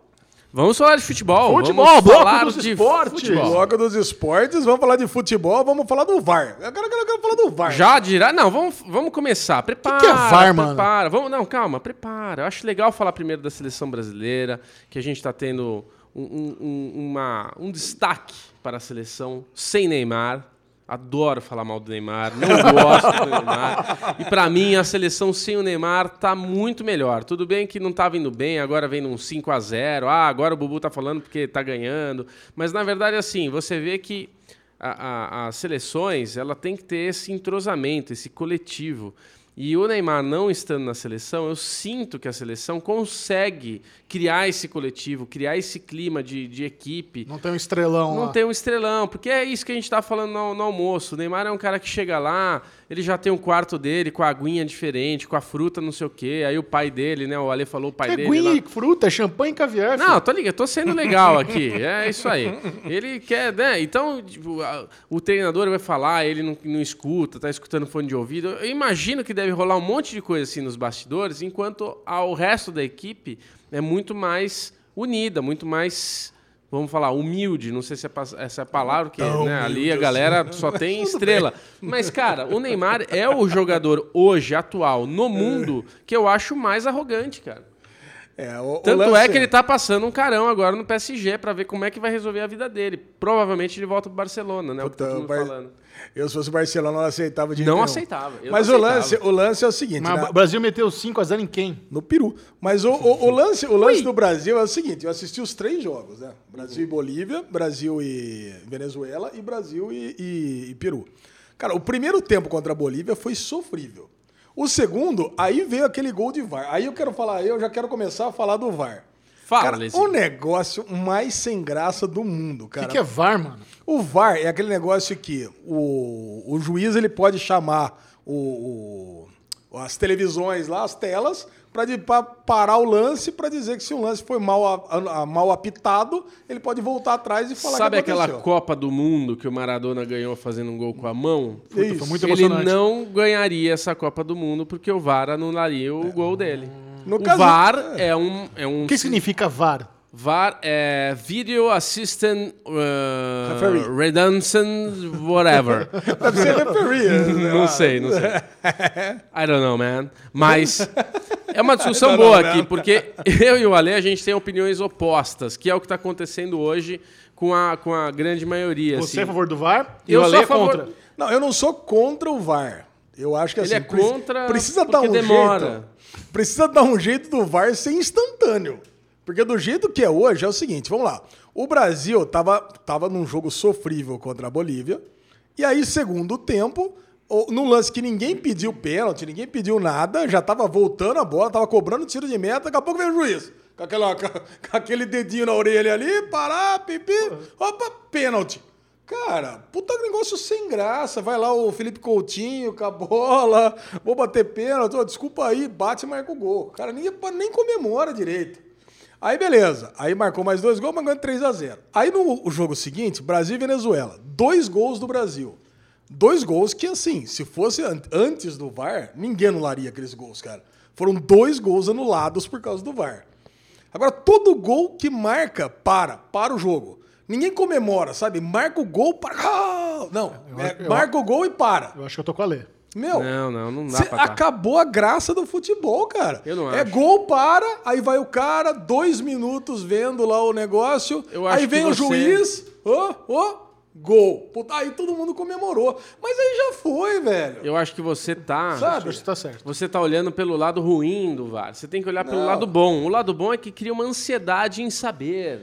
[SPEAKER 1] Vamos falar de futebol.
[SPEAKER 2] Futebol,
[SPEAKER 1] vamos
[SPEAKER 2] bloco
[SPEAKER 1] falar
[SPEAKER 2] dos
[SPEAKER 1] de
[SPEAKER 2] esportes.
[SPEAKER 1] futebol.
[SPEAKER 3] [laughs] Logo dos esportes, vamos falar de futebol, vamos falar do VAR. Agora eu quero, eu quero falar do VAR.
[SPEAKER 1] Já dirá. Não, vamos, vamos começar. Prepara.
[SPEAKER 2] que é VAR, mano?
[SPEAKER 1] prepara. Vamos, não, calma, prepara. Eu acho legal falar primeiro da seleção brasileira, que a gente tá tendo um, um- um- uma- um destaque para a seleção sem Neymar. Adoro falar mal do
[SPEAKER 2] [laughs]
[SPEAKER 1] Neymar, não gosto do Neymar. E pra mim, a seleção sem o Neymar tá muito melhor. Tudo bem que não tava indo bem, agora vem num 5 a 0 Ah, agora o Bubu tá falando porque tá ganhando. Mas na verdade, assim, você vê que a- a- as seleções ela tem que ter esse entrosamento, esse coletivo. E o Neymar não estando na seleção, eu sinto que a seleção consegue criar esse coletivo, criar esse clima de, de equipe.
[SPEAKER 2] Não tem um estrelão
[SPEAKER 1] Não
[SPEAKER 2] lá.
[SPEAKER 1] tem um estrelão, porque é isso que a gente tá falando no, no almoço. O Neymar é um cara que chega lá, ele já tem um quarto dele com a aguinha diferente, com a fruta, não sei o quê. Aí o pai dele, né? O Ale falou o pai
[SPEAKER 2] É
[SPEAKER 1] dele.
[SPEAKER 2] guinha,
[SPEAKER 1] lá-
[SPEAKER 2] e fruta, champanhe e caviar. filho.
[SPEAKER 1] não, tô ligado, tô sendo legal aqui. É isso aí. Ele quer, né? Então, tipo, a- o treinador vai falar, ele não, não escuta, tá escutando fone de ouvido. Eu imagino que deve rolar um monte de coisa assim nos bastidores, enquanto ao resto da equipe é muito mais unida, muito mais. Vamos falar, humilde, não sei se é pas- essa é a palavra que
[SPEAKER 3] Tão
[SPEAKER 1] né? ali
[SPEAKER 3] humilde
[SPEAKER 1] a galera
[SPEAKER 3] assim, né?
[SPEAKER 1] só
[SPEAKER 3] [laughs]
[SPEAKER 1] tem estrela. Mas, cara, o Neymar é o jogador hoje, atual, no mundo, que eu acho mais arrogante, cara.
[SPEAKER 3] É, o- o
[SPEAKER 1] Tanto
[SPEAKER 3] lance-
[SPEAKER 1] é que ele tá passando um carão agora no PSG pra ver como é que vai resolver a vida dele. Provavelmente ele volta pro Barcelona, né?
[SPEAKER 3] Puta,
[SPEAKER 1] o que tá todo mundo
[SPEAKER 3] Bar-
[SPEAKER 1] falando.
[SPEAKER 3] Eu, se fosse Barcelona, não aceitava de
[SPEAKER 1] Não
[SPEAKER 3] jeito nenhum.
[SPEAKER 1] aceitava, eu não
[SPEAKER 3] Mas o,
[SPEAKER 1] aceitava.
[SPEAKER 3] lance, o lance é o seguinte:
[SPEAKER 2] Mas
[SPEAKER 3] né?
[SPEAKER 2] o Brasil meteu 5x0 em quem?
[SPEAKER 3] no Peru. Mas o, o- o lance, o lance do Brasil é o seguinte: eu assisti os três jogos, né? Brasil e Bolívia, Brasil e Venezuela e Brasil e, e- e Peru. Cara, o primeiro tempo contra a Bolívia foi sofrível. O segundo, aí veio aquele gol de VAR. Aí eu quero falar, eu já quero começar a falar do VAR.
[SPEAKER 1] Fala,
[SPEAKER 3] cara,
[SPEAKER 1] Lezinho.
[SPEAKER 3] o negócio mais sem graça do mundo,
[SPEAKER 2] O
[SPEAKER 3] cara.
[SPEAKER 2] que, que é VAR, mano?
[SPEAKER 3] O VAR é aquele negócio que o, o juiz ele pode chamar o- o- as televisões lá, as telas, para parar o lance, para dizer que se o lance foi mal, a- a- mal apitado, ele pode voltar atrás e falar
[SPEAKER 1] Sabe
[SPEAKER 3] que
[SPEAKER 1] aquela
[SPEAKER 3] aconteceu. [laughs]
[SPEAKER 1] Copa do Mundo que o Maradona ganhou fazendo um gol com a mão?
[SPEAKER 3] É
[SPEAKER 2] Puta,
[SPEAKER 3] isso.
[SPEAKER 2] foi muito
[SPEAKER 1] ele
[SPEAKER 2] emocionante.
[SPEAKER 1] não ganharia essa Copa do Mundo porque o VAR anularia o gol dele.
[SPEAKER 3] É. No
[SPEAKER 1] o
[SPEAKER 3] caso-
[SPEAKER 1] VAR é um, é um
[SPEAKER 2] O que significa VAR?
[SPEAKER 1] VAR é Video Assistant uh,
[SPEAKER 3] Referee.
[SPEAKER 1] Redundant
[SPEAKER 3] [laughs]
[SPEAKER 1] Whatever.
[SPEAKER 3] Deve ser referee.
[SPEAKER 1] [laughs]
[SPEAKER 3] né?
[SPEAKER 1] Não sei, não sei. I don't know, man. Mas é uma discussão
[SPEAKER 3] [laughs] I don't know,
[SPEAKER 1] boa
[SPEAKER 3] man.
[SPEAKER 1] aqui, porque [laughs] eu e o Ale, a gente tem opiniões opostas, que é o que está acontecendo hoje com a, com a grande maioria.
[SPEAKER 2] Você é a
[SPEAKER 1] assim.
[SPEAKER 2] favor do VAR? E
[SPEAKER 1] Eu
[SPEAKER 2] o
[SPEAKER 1] sou
[SPEAKER 2] Ale
[SPEAKER 1] a
[SPEAKER 2] é
[SPEAKER 1] favor-
[SPEAKER 2] contra.
[SPEAKER 3] Não, eu não sou contra o VAR. Eu acho que
[SPEAKER 1] Ele
[SPEAKER 3] assim,
[SPEAKER 1] é
[SPEAKER 3] preci-
[SPEAKER 1] contra
[SPEAKER 3] precisa
[SPEAKER 1] porque
[SPEAKER 3] dar um
[SPEAKER 1] demora.
[SPEAKER 3] jeito. Precisa dar um jeito do VAR ser instantâneo. Porque do jeito que é hoje é o seguinte, vamos lá. O Brasil tava, tava num jogo sofrível contra a Bolívia. E aí, segundo tempo, o- num lance que ninguém pediu pênalti, ninguém pediu nada, já tava voltando a bola, tava cobrando tiro de meta, daqui a pouco veio o juiz. Com, aquela- [laughs] com aquele dedinho na orelha ali, parar, pipi, opa, pênalti. Cara, puta negócio sem graça. Vai lá o Felipe Coutinho com a bola, vou bater pênalti, ó, desculpa aí, bate e marca o gol. Cara, nem, nem comemora direito. Aí beleza, aí marcou mais dois gols, mas ganhou 3 a 0 Aí no o jogo seguinte, Brasil e Venezuela, dois gols do Brasil. Dois gols que, assim, se fosse an- antes do VAR, ninguém anularia aqueles gols, cara. Foram dois gols anulados por causa do VAR. Agora, todo gol que marca, para, para o jogo. Ninguém comemora, sabe? Marca o gol, para. Ah! Não,
[SPEAKER 2] Eu
[SPEAKER 3] é,
[SPEAKER 2] acho- eu
[SPEAKER 3] marca o gol e para.
[SPEAKER 2] Eu acho que eu tô com o Ale.
[SPEAKER 3] Meu,
[SPEAKER 1] Não, não, não dá
[SPEAKER 3] cê
[SPEAKER 1] pra tá.
[SPEAKER 3] acabou a graça do futebol, cara.
[SPEAKER 1] Eu não
[SPEAKER 3] é
[SPEAKER 1] acho.
[SPEAKER 3] gol, para, aí vai o cara, dois minutos vendo lá o negócio,
[SPEAKER 1] Eu acho
[SPEAKER 3] aí vem
[SPEAKER 1] que
[SPEAKER 3] o
[SPEAKER 1] você-
[SPEAKER 3] juiz, ô, ô, gol. Puta, aí todo mundo comemorou. Mas aí já foi, velho.
[SPEAKER 1] Eu acho que você tá.
[SPEAKER 3] Sabe?
[SPEAKER 2] Você tá certo.
[SPEAKER 1] Você tá olhando pelo lado ruim do VAR. Você tem que olhar pelo
[SPEAKER 3] Não.
[SPEAKER 1] lado bom. O lado bom é que cria uma ansiedade em saber.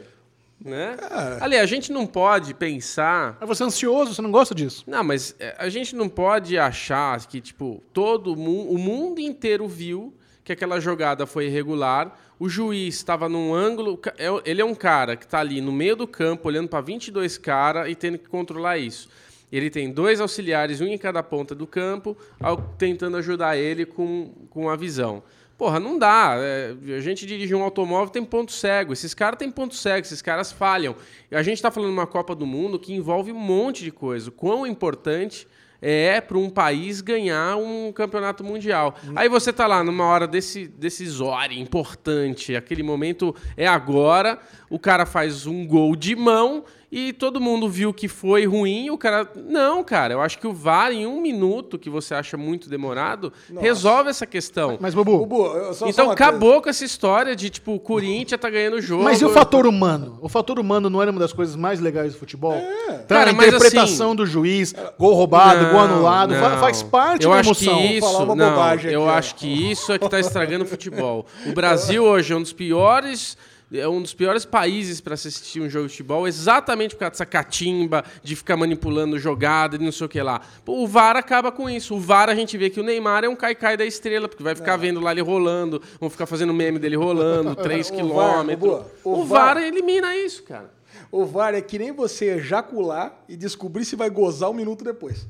[SPEAKER 1] Né?
[SPEAKER 3] Cara.
[SPEAKER 1] Ale, a gente não pode pensar
[SPEAKER 2] Mas você é ansioso, você não gosta disso?
[SPEAKER 1] Não, mas é, a gente não pode achar que, tipo, todo mundo, o mundo inteiro viu que aquela jogada foi irregular, o juiz estava num ângulo, o ca- é o- ele é um cara que tá ali no meio do campo, olhando para 22 caras e tendo que controlar isso. Ele tem dois auxiliares, um em cada ponta do campo, ao- tentando ajudar ele com, com a visão. Porra, não dá. é, a gente dirige um automóvel, tem ponto cego. Esses caras têm ponto cego, esses caras falham. E a gente tá falando de uma Copa do Mundo que envolve um monte de coisa. O Quão importante é para um país ganhar um campeonato mundial. Aí você tá lá numa hora desse decisória, importante, aquele momento é agora, o cara faz um gol de mão e todo mundo viu que foi ruim, o cara... Não, cara, eu acho que o VAR em um minuto, que você acha muito demorado, resolve essa questão.
[SPEAKER 2] Mas, Bubu,
[SPEAKER 3] Bubu, eu só- só
[SPEAKER 1] Então
[SPEAKER 3] uma coisa.
[SPEAKER 1] acabou com essa história de, tipo, o Corinthians tá ganhando o jogo.
[SPEAKER 2] mas e o fator humano? O fator humano não era uma das coisas mais legais do futebol? Então,
[SPEAKER 1] É. Cara,
[SPEAKER 2] a
[SPEAKER 1] mas assim,
[SPEAKER 2] interpretação do juiz, gol roubado, gol anulado,
[SPEAKER 1] Não,
[SPEAKER 2] fa- faz parte
[SPEAKER 1] eu
[SPEAKER 2] da
[SPEAKER 1] acho
[SPEAKER 2] emoção.
[SPEAKER 1] Que isso,
[SPEAKER 3] falar uma
[SPEAKER 1] não,
[SPEAKER 3] bobagem
[SPEAKER 1] eu
[SPEAKER 3] aqui, ó.
[SPEAKER 1] acho que isso é que tá estragando o futebol. O Brasil hoje é um dos piores É um dos piores países para se assistir um jogo de futebol, exatamente por causa dessa catimba, de ficar manipulando jogada e não sei o que lá. Pô, o VAR acaba com isso. O VAR a gente vê que o Neymar é um caicai da estrela, porque vai ficar
[SPEAKER 3] É.
[SPEAKER 1] vendo lá ele rolando, vão ficar fazendo meme dele
[SPEAKER 3] [laughs]
[SPEAKER 1] rolando, 3
[SPEAKER 3] VAR,
[SPEAKER 1] quilômetros.
[SPEAKER 3] Boa, o
[SPEAKER 1] O, VAR
[SPEAKER 3] VAR
[SPEAKER 1] elimina isso, cara.
[SPEAKER 3] O VAR é que nem você ejacular e descobrir se vai gozar um minuto depois.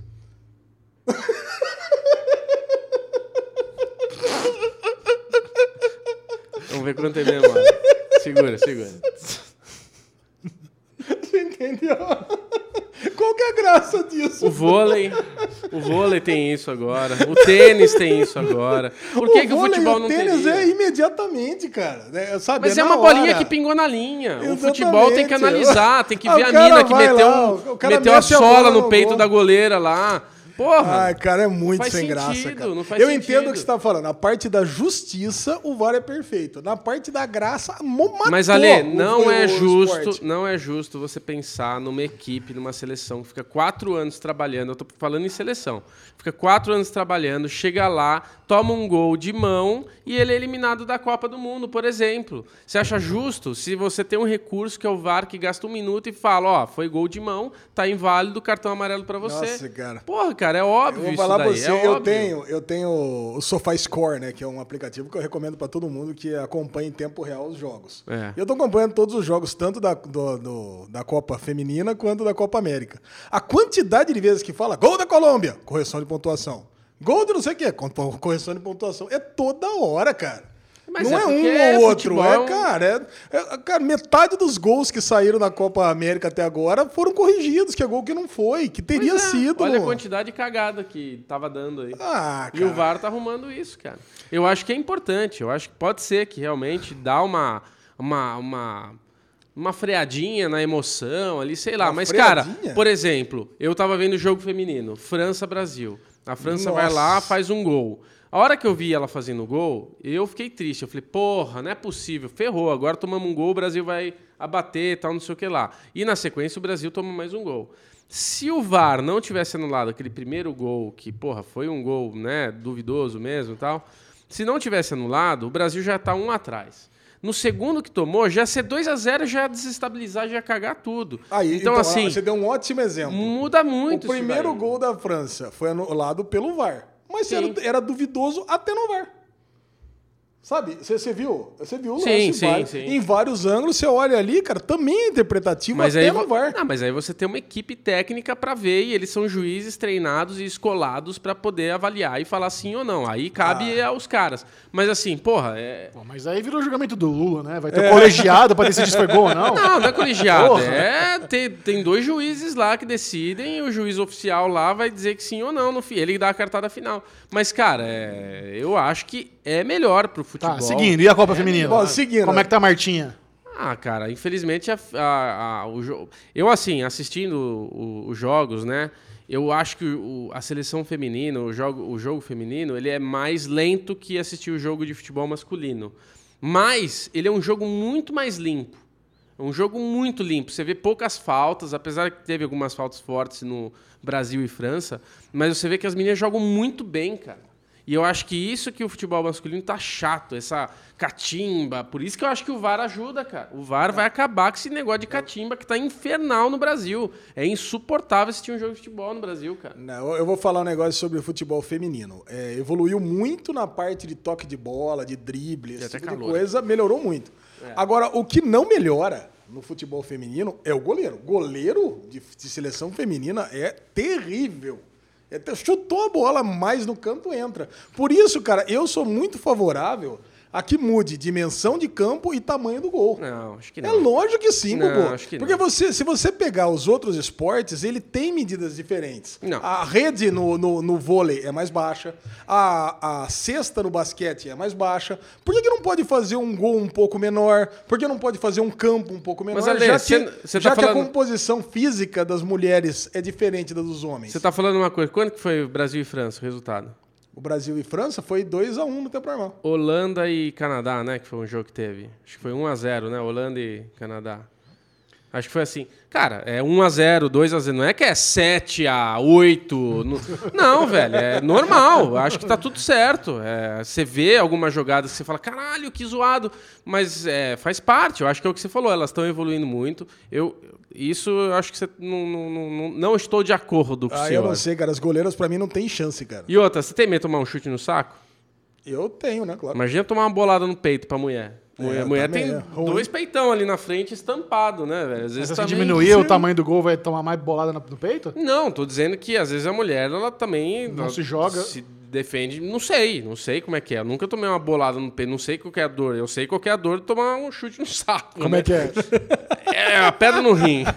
[SPEAKER 1] Vamos ver quanto é mesmo. mano. Segura, segura.
[SPEAKER 3] Você entendeu? Qual que é a graça disso?
[SPEAKER 1] O vôlei, o vôlei tem isso agora. O tênis tem isso agora. Por que o, que o
[SPEAKER 3] vôlei e
[SPEAKER 1] futebol não
[SPEAKER 3] tênis
[SPEAKER 1] teria?
[SPEAKER 3] é imediatamente, cara. né? sabe,
[SPEAKER 1] Mas é
[SPEAKER 3] na
[SPEAKER 1] uma bolinha
[SPEAKER 3] hora.
[SPEAKER 1] que pingou na linha. O
[SPEAKER 3] Exatamente.
[SPEAKER 1] futebol tem que analisar, tem que
[SPEAKER 3] Ah,
[SPEAKER 1] ver
[SPEAKER 3] o
[SPEAKER 1] a
[SPEAKER 3] cara
[SPEAKER 1] mina que
[SPEAKER 3] vai
[SPEAKER 1] meteu,
[SPEAKER 3] lá,
[SPEAKER 1] um-
[SPEAKER 3] o cara
[SPEAKER 1] meteu a
[SPEAKER 3] mete a
[SPEAKER 1] sola
[SPEAKER 3] bola
[SPEAKER 1] no
[SPEAKER 3] no
[SPEAKER 1] peito
[SPEAKER 3] gol.
[SPEAKER 1] da goleira lá. Porra!
[SPEAKER 3] Ai, cara, é muito
[SPEAKER 1] Faz
[SPEAKER 3] sem
[SPEAKER 1] sentido,
[SPEAKER 3] graça, cara.
[SPEAKER 1] não faz
[SPEAKER 3] Eu
[SPEAKER 1] sentido.
[SPEAKER 3] entendo o que você tá falando. Na parte da justiça, o VAR é perfeito. Na parte da graça, mo- matou
[SPEAKER 1] Mas, Ale,
[SPEAKER 3] o-
[SPEAKER 1] não
[SPEAKER 3] o-
[SPEAKER 1] é
[SPEAKER 3] o
[SPEAKER 1] justo,
[SPEAKER 3] esporte.
[SPEAKER 1] não é justo você pensar numa equipe, numa seleção que fica quatro anos trabalhando. Eu tô falando em seleção. Fica quatro anos trabalhando, chega lá, toma um gol de mão e ele é eliminado da Copa do Mundo, por exemplo. Você acha justo se você tem um recurso que é o VAR que gasta um minuto e fala, ó, foi gol de mão, tá inválido, cartão amarelo pra você.
[SPEAKER 3] Nossa, cara.
[SPEAKER 1] Porra, cara, é
[SPEAKER 3] Eu
[SPEAKER 1] óbvio
[SPEAKER 3] vou
[SPEAKER 1] isso
[SPEAKER 3] falar pra
[SPEAKER 1] daí.
[SPEAKER 3] você,
[SPEAKER 1] é
[SPEAKER 3] eu
[SPEAKER 1] óbvio.
[SPEAKER 3] tenho, eu tenho o Sofá Score, né? Que é um aplicativo que eu recomendo pra todo mundo que acompanha em tempo real os jogos.
[SPEAKER 1] É.
[SPEAKER 3] Eu tô acompanhando todos os jogos, tanto da, do- do- da Copa Feminina quanto da Copa América. A quantidade de vezes que fala gol da Colômbia, correção de pontuação. Gol de não sei o quê, con- correção de pontuação. É toda hora, cara.
[SPEAKER 1] Mas
[SPEAKER 3] não
[SPEAKER 1] é
[SPEAKER 3] é,
[SPEAKER 1] porque
[SPEAKER 3] um ou outro,
[SPEAKER 1] futebol é um-
[SPEAKER 3] é, cara, é- é- cara, metade dos gols que saíram na Copa América até agora foram corrigidos, que é gol que não foi, que
[SPEAKER 1] Pois
[SPEAKER 3] teria
[SPEAKER 1] é,
[SPEAKER 3] sido.
[SPEAKER 1] Olha a quantidade de cagada que tava dando aí.
[SPEAKER 3] Ah,
[SPEAKER 1] E o VAR tá arrumando isso, cara. Eu acho que é importante. Eu acho que pode ser que realmente dá uma uma uma, uma freadinha na emoção ali, sei lá.
[SPEAKER 3] Uma
[SPEAKER 1] Mas cara,
[SPEAKER 3] freadinha?
[SPEAKER 1] por exemplo, eu tava vendo o jogo feminino, França Brasil. A França vai
[SPEAKER 3] Nossa.
[SPEAKER 1] lá, faz um gol. A hora que eu vi ela fazendo o gol, eu fiquei triste. Eu falei, porra, não é possível. Ferrou, agora tomamos um gol, o Brasil vai abater e tal, não sei o que lá. E na sequência o Brasil toma mais um gol. Se o VAR não tivesse anulado aquele primeiro gol, que, porra, foi um gol, né, duvidoso mesmo e tal, se não tivesse anulado, o Brasil já tá um atrás. No segundo que tomou, já ser 2 a 0 já ia desestabilizar, já ia cagar tudo.
[SPEAKER 3] Aí,
[SPEAKER 1] então,
[SPEAKER 3] ah,
[SPEAKER 1] assim,
[SPEAKER 3] você deu um ótimo exemplo.
[SPEAKER 1] muda
[SPEAKER 3] O
[SPEAKER 1] muito isso
[SPEAKER 3] primeiro
[SPEAKER 1] daí.
[SPEAKER 3] gol da França foi anulado pelo VAR. Mas
[SPEAKER 1] Sim.
[SPEAKER 3] era, era duvidoso até no VAR. Sabe? Você você viu? Você viu o
[SPEAKER 1] Sim,
[SPEAKER 3] lance
[SPEAKER 1] sim,
[SPEAKER 3] VAR.
[SPEAKER 1] sim.
[SPEAKER 3] em vários ângulos, você olha ali, cara, também é interpretativo
[SPEAKER 1] Mas
[SPEAKER 3] até
[SPEAKER 1] aí,
[SPEAKER 3] no
[SPEAKER 1] vo-
[SPEAKER 3] VAR.
[SPEAKER 1] Não, mas aí você tem uma equipe técnica pra ver e eles são juízes treinados e escolados pra poder avaliar e falar sim ou não. Aí cabe
[SPEAKER 3] Ah.
[SPEAKER 1] aos caras. Mas assim, porra, é...
[SPEAKER 2] Pô, mas aí virou o julgamento do Lula, né? Vai ter colegiado pra decidir se foi gol ou não.
[SPEAKER 1] [laughs] Não, não é colegiado.
[SPEAKER 3] [laughs]
[SPEAKER 2] Porra.
[SPEAKER 1] É, tem, tem dois juízes lá que decidem e o juiz oficial lá vai dizer que sim ou não. No fim, ele dá a cartada final. Mas, cara, é, eu acho que é melhor pro futebol.
[SPEAKER 2] Tá, seguindo. E a Copa Feminina?
[SPEAKER 3] Bom, seguindo.
[SPEAKER 2] Como é que tá a Martinha?
[SPEAKER 1] Ah, cara, infelizmente a- a- a- o jogo. Eu, assim, assistindo o- o- os jogos, né? Eu acho que o- a seleção feminina, o jogo, o jogo feminino, ele é mais lento que assistir o jogo de futebol masculino. Mas ele é um jogo muito mais limpo. É um jogo muito limpo. Você vê poucas faltas, apesar que teve algumas faltas fortes no Brasil e França, mas você vê que as meninas jogam muito bem, cara. E eu acho que isso que o futebol masculino tá chato, essa catimba. Por isso que eu acho que o VAR ajuda, cara. O VAR vai acabar com esse negócio de catimba que tá infernal no Brasil. É insuportável assistir um jogo de futebol no Brasil, cara.
[SPEAKER 3] Não, eu- eu vou falar um negócio sobre o futebol feminino. É, evoluiu muito na parte de toque de bola, de drible, esse
[SPEAKER 1] até
[SPEAKER 3] tipo
[SPEAKER 1] calor. É.
[SPEAKER 3] de coisa, melhorou muito. Agora, o que não melhora no futebol feminino é o goleiro. Goleiro de, de seleção feminina é terrível. É ter- chutou a bola mais no canto, entra. Por isso, cara, eu sou muito favorável a que mude dimensão de campo e tamanho do gol.
[SPEAKER 1] Não, acho que
[SPEAKER 3] É
[SPEAKER 1] não.
[SPEAKER 3] lógico que sim,
[SPEAKER 1] Não,
[SPEAKER 3] Gugu.
[SPEAKER 1] acho que
[SPEAKER 3] Porque
[SPEAKER 1] não.
[SPEAKER 3] você, se você pegar os outros esportes, ele tem medidas diferentes.
[SPEAKER 1] Não.
[SPEAKER 3] A rede no, no, no vôlei é mais baixa, a, a cesta no basquete é mais baixa. Por que, que não pode fazer um gol um pouco menor? Por que não pode fazer um campo um pouco menor?
[SPEAKER 1] Mas, Ale,
[SPEAKER 3] já
[SPEAKER 1] cê-
[SPEAKER 3] que,
[SPEAKER 1] cê tá
[SPEAKER 3] já que
[SPEAKER 1] falando-
[SPEAKER 3] a composição física das mulheres é diferente da dos homens.
[SPEAKER 1] Você tá falando uma coisa. Quando que foi Brasil e França o resultado?
[SPEAKER 3] O Brasil e França foi 2 a 1 no tempo normal.
[SPEAKER 1] um Holanda e Canadá, né? Que foi um jogo que teve. Acho que foi 1 a 0 né? Holanda e Canadá. Acho que foi assim. Cara, é 1x0, 2x0. Não é que é 7x8. [laughs] Não, velho. É normal. Acho que tá tudo certo. É, você vê alguma jogada que você fala, caralho, que zoado. Mas é, faz parte. Eu acho que é o que você falou. Elas estão evoluindo muito. Eu, isso eu acho que você. Não, não, não- não, não estou de acordo com o
[SPEAKER 3] Ah, eu
[SPEAKER 1] senhor.
[SPEAKER 3] não sei, cara. As goleiras, pra mim, não tem chance, cara.
[SPEAKER 1] E outra, você tem medo de tomar um chute no saco?
[SPEAKER 3] Eu tenho, né, claro.
[SPEAKER 1] Imagina tomar uma bolada no peito pra mulher. Mulher,
[SPEAKER 3] É,
[SPEAKER 1] mulher
[SPEAKER 3] também
[SPEAKER 1] tem
[SPEAKER 3] é ruim.
[SPEAKER 1] dois peitão ali na frente estampado, né, velho? Às vezes
[SPEAKER 2] Se você
[SPEAKER 1] também-
[SPEAKER 2] diminuir o tamanho do gol, vai tomar mais bolada no, no peito?
[SPEAKER 1] Não, tô dizendo que às vezes a mulher, ela também...
[SPEAKER 2] Não
[SPEAKER 1] ela
[SPEAKER 2] se joga.
[SPEAKER 1] Se defende. Não sei, não sei como é que é. Eu nunca tomei uma bolada no peito, não sei qual que é a dor. Eu sei qual que é a dor de tomar um chute no [laughs] saco.
[SPEAKER 3] Como é que é?
[SPEAKER 1] é? É, a pedra no
[SPEAKER 3] [laughs]
[SPEAKER 1] rim. Tá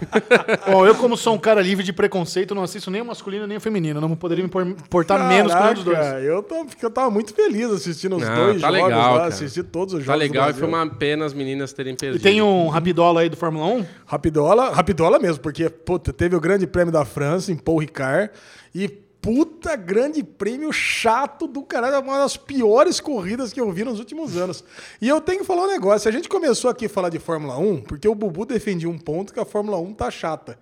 [SPEAKER 2] Ó, eu, como sou um cara livre de preconceito, não assisto nem o masculino nem o feminino. Não poderia me por- importar menos com nenhum dos dois.
[SPEAKER 3] Caraca, Eu, tô, eu tava muito feliz assistindo os
[SPEAKER 1] Não,
[SPEAKER 3] dois
[SPEAKER 1] tá
[SPEAKER 3] jogos
[SPEAKER 1] legal,
[SPEAKER 3] lá,
[SPEAKER 1] cara.
[SPEAKER 3] assisti todos os jogos.
[SPEAKER 1] tá legal, e
[SPEAKER 3] do
[SPEAKER 1] foi
[SPEAKER 3] Brasil.
[SPEAKER 1] uma pena as meninas terem
[SPEAKER 2] E
[SPEAKER 1] perdido.
[SPEAKER 2] tem um rabidola aí do Fórmula 1?
[SPEAKER 3] Rapidola, rapidola mesmo, porque puta, teve o Grande Prêmio da França em Paul Ricard e puta Grande Prêmio chato do caralho, uma das piores corridas que eu vi nos últimos anos. E eu tenho que falar um negócio, a gente começou aqui a falar de Fórmula 1, porque o Bubu defendia um ponto que a Fórmula 1 tá chata.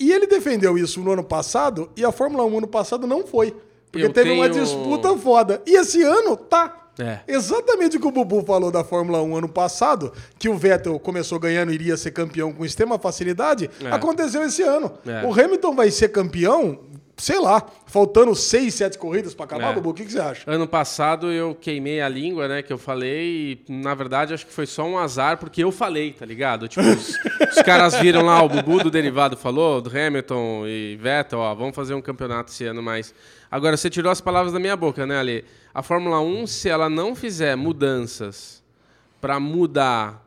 [SPEAKER 3] E ele defendeu isso no ano passado e a Fórmula 1 no ano passado não foi, porque
[SPEAKER 1] Eu
[SPEAKER 3] teve uma
[SPEAKER 1] tenho-
[SPEAKER 3] disputa foda. E esse ano tá
[SPEAKER 1] É.
[SPEAKER 3] Exatamente o que o Bubu falou da Fórmula 1 ano passado, que o Vettel começou ganhando e iria ser campeão com extrema facilidade,
[SPEAKER 1] É.
[SPEAKER 3] aconteceu esse ano.
[SPEAKER 1] É.
[SPEAKER 3] O Hamilton vai ser campeão, sei lá, faltando seis, sete corridas pra acabar,
[SPEAKER 1] É.
[SPEAKER 3] Bubu, o que, que você acha?
[SPEAKER 1] Ano passado eu queimei a língua, né? Que eu falei, e na verdade acho que foi só um azar, porque eu falei, tá ligado? Tipo, os, os caras viram lá, o Bubu do Derivado falou, do Hamilton e Vettel, ó, vamos fazer um campeonato esse ano, mas. Agora, você tirou as palavras da minha boca, né, Ali? A Fórmula 1, se ela não fizer mudanças para mudar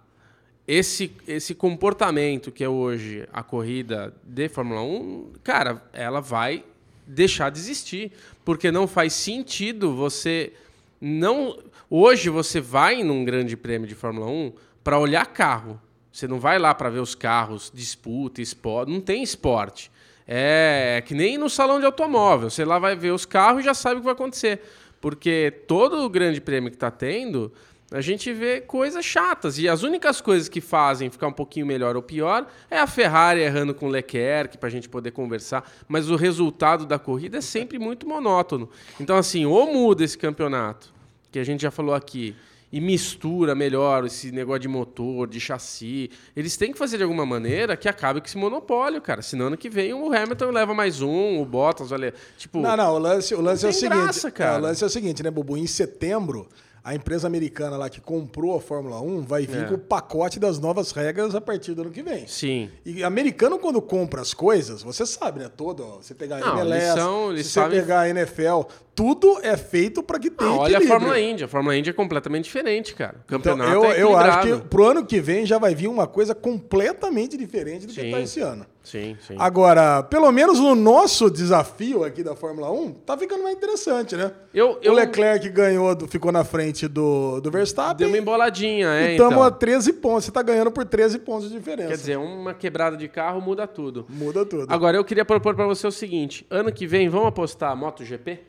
[SPEAKER 1] esse, esse comportamento que é hoje a corrida de Fórmula 1, cara, ela vai deixar de existir. Porque não faz sentido você não. Hoje você vai num grande prêmio de Fórmula 1 para olhar carro. Você não vai lá para ver os carros, disputa, esporte. Não tem esporte. É que nem no salão de automóvel. Você lá vai ver os carros e já sabe o que vai acontecer. Porque todo o grande prêmio que está tendo, a gente vê coisas chatas. E as únicas coisas que fazem ficar um pouquinho melhor ou pior é a Ferrari errando com o Leclerc para a gente poder conversar. Mas o resultado da corrida é sempre muito monótono. Então, assim, ou muda esse campeonato, que a gente já falou aqui, e mistura melhor esse negócio de motor, de chassi. Eles têm que fazer de alguma maneira que acabe com esse monopólio, cara. Senão ano que vem o Hamilton leva mais um, o Bottas, olha. Tipo,
[SPEAKER 3] Não, não, o lance, o lance
[SPEAKER 1] não
[SPEAKER 3] é o
[SPEAKER 1] tem
[SPEAKER 3] seguinte.
[SPEAKER 1] graça, cara.
[SPEAKER 3] é, o lance é o seguinte, né, Bubu? Em setembro, a empresa americana lá que comprou a Fórmula 1 vai vir
[SPEAKER 1] É.
[SPEAKER 3] com o pacote das novas regras a partir do ano que vem.
[SPEAKER 1] sim.
[SPEAKER 3] E americano, quando compra as coisas, você sabe, né? Todo, ó, você pegar a
[SPEAKER 1] Não,
[SPEAKER 3] MLS,
[SPEAKER 1] eles são- eles
[SPEAKER 3] se
[SPEAKER 1] sabem-
[SPEAKER 3] você pegar a NFL, tudo é feito para que tenha
[SPEAKER 1] Ah, olha a
[SPEAKER 3] equilíbrio.
[SPEAKER 1] Fórmula Indy. A Fórmula Indy é completamente diferente, cara. O
[SPEAKER 3] Então,
[SPEAKER 1] campeonato
[SPEAKER 3] eu,
[SPEAKER 1] é
[SPEAKER 3] eu acho que
[SPEAKER 1] equilibrado.
[SPEAKER 3] pro ano que vem já vai vir uma coisa completamente diferente do que
[SPEAKER 1] Sim.
[SPEAKER 3] tá esse ano.
[SPEAKER 1] Sim, sim.
[SPEAKER 3] Agora, pelo menos no nosso desafio aqui da Fórmula 1, tá ficando mais interessante, né?
[SPEAKER 1] Eu- eu-
[SPEAKER 3] O Leclerc ganhou, do- ficou na frente do, do
[SPEAKER 1] Deu
[SPEAKER 3] Verstappen.
[SPEAKER 1] uma emboladinha, é,
[SPEAKER 3] e estamos
[SPEAKER 1] então.
[SPEAKER 3] a 13 pontos. Você tá ganhando por 13 pontos de diferença.
[SPEAKER 1] Quer dizer, uma quebrada de carro muda tudo.
[SPEAKER 3] Muda tudo.
[SPEAKER 1] Agora, eu queria propor pra você o seguinte. Ano que vem, vamos apostar a MotoGP?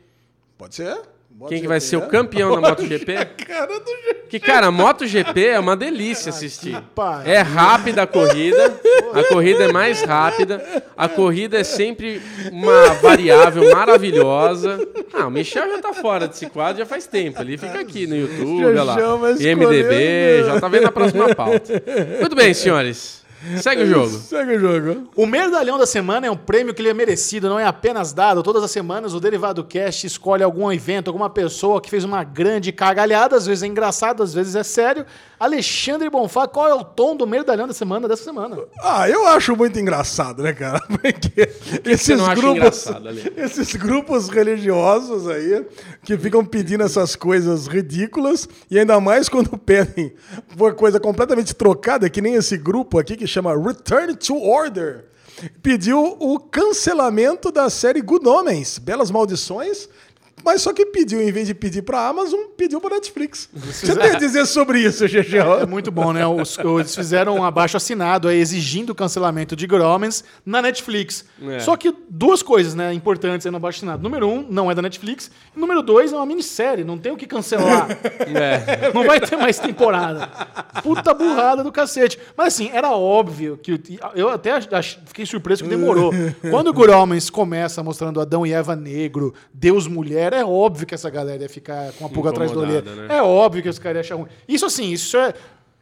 [SPEAKER 3] Pode ser? Pode
[SPEAKER 1] Quem que vai ser o
[SPEAKER 3] né?
[SPEAKER 1] campeão
[SPEAKER 3] [laughs]
[SPEAKER 1] da MotoGP?
[SPEAKER 3] Cara do jeito.
[SPEAKER 1] Que, cara, a MotoGP é uma delícia
[SPEAKER 2] Ah,
[SPEAKER 1] assistir.
[SPEAKER 2] pariu.
[SPEAKER 1] É rápida a corrida, a corrida é mais rápida, a corrida é sempre uma variável maravilhosa. Ah, o Michel já tá fora desse quadro já faz tempo, ele fica aqui no YouTube,
[SPEAKER 3] Já
[SPEAKER 1] olha lá,
[SPEAKER 3] chama
[SPEAKER 1] IMDB,
[SPEAKER 3] escolhendo.
[SPEAKER 1] já tá vendo a próxima pauta. Muito bem, senhores, segue o jogo.
[SPEAKER 3] Segue o jogo.
[SPEAKER 2] O merdalhão da semana é um prêmio que lhe é merecido, não é apenas dado. Todas as semanas o Derivado Cast escolhe algum evento, alguma pessoa que fez uma grande cagalhada, às vezes é engraçado, às vezes é sério. Alexandre Bonfá, qual é o tom do merdalhão da semana dessa semana?
[SPEAKER 3] Ah, eu acho muito engraçado, né, cara? [laughs] Porque
[SPEAKER 1] você
[SPEAKER 3] esses
[SPEAKER 1] não acha
[SPEAKER 3] grupos,
[SPEAKER 1] engraçado, Ale?
[SPEAKER 3] [laughs] esses grupos religiosos aí que ficam pedindo essas coisas ridículas e ainda mais quando [laughs] pedem uma coisa completamente trocada, que nem esse grupo aqui que chama Return to Order. Pediu o cancelamento da série Good Omens, Belas Maldições, Mas só que pediu, em vez de pedir pra Amazon, pediu pra Netflix. Você
[SPEAKER 1] [laughs]
[SPEAKER 3] tem a dizer sobre isso,
[SPEAKER 2] É
[SPEAKER 3] Gegel?
[SPEAKER 2] muito bom, né? Os- eles fizeram um abaixo assinado aí, exigindo o cancelamento de Gromans na Netflix.
[SPEAKER 1] É.
[SPEAKER 2] Só que duas coisas, né, importantes aí no abaixo assinado. Número um, não é da Netflix. E número dois, é uma minissérie, não tem o que
[SPEAKER 1] [laughs]
[SPEAKER 2] cancelar.
[SPEAKER 1] É.
[SPEAKER 2] não vai ter mais temporada. Puta burrada do cacete. Mas assim, era óbvio que. o- Eu até ach- ach- fiquei surpreso que
[SPEAKER 1] [laughs]
[SPEAKER 2] demorou. Quando o Good Omens começa mostrando Adão e Eva negro, Deus mulher, é óbvio que essa galera ia ficar com a pulga atrás do orelha.
[SPEAKER 1] Incomodada, né?
[SPEAKER 2] É óbvio que os caras acham ruim. Isso assim, isso é.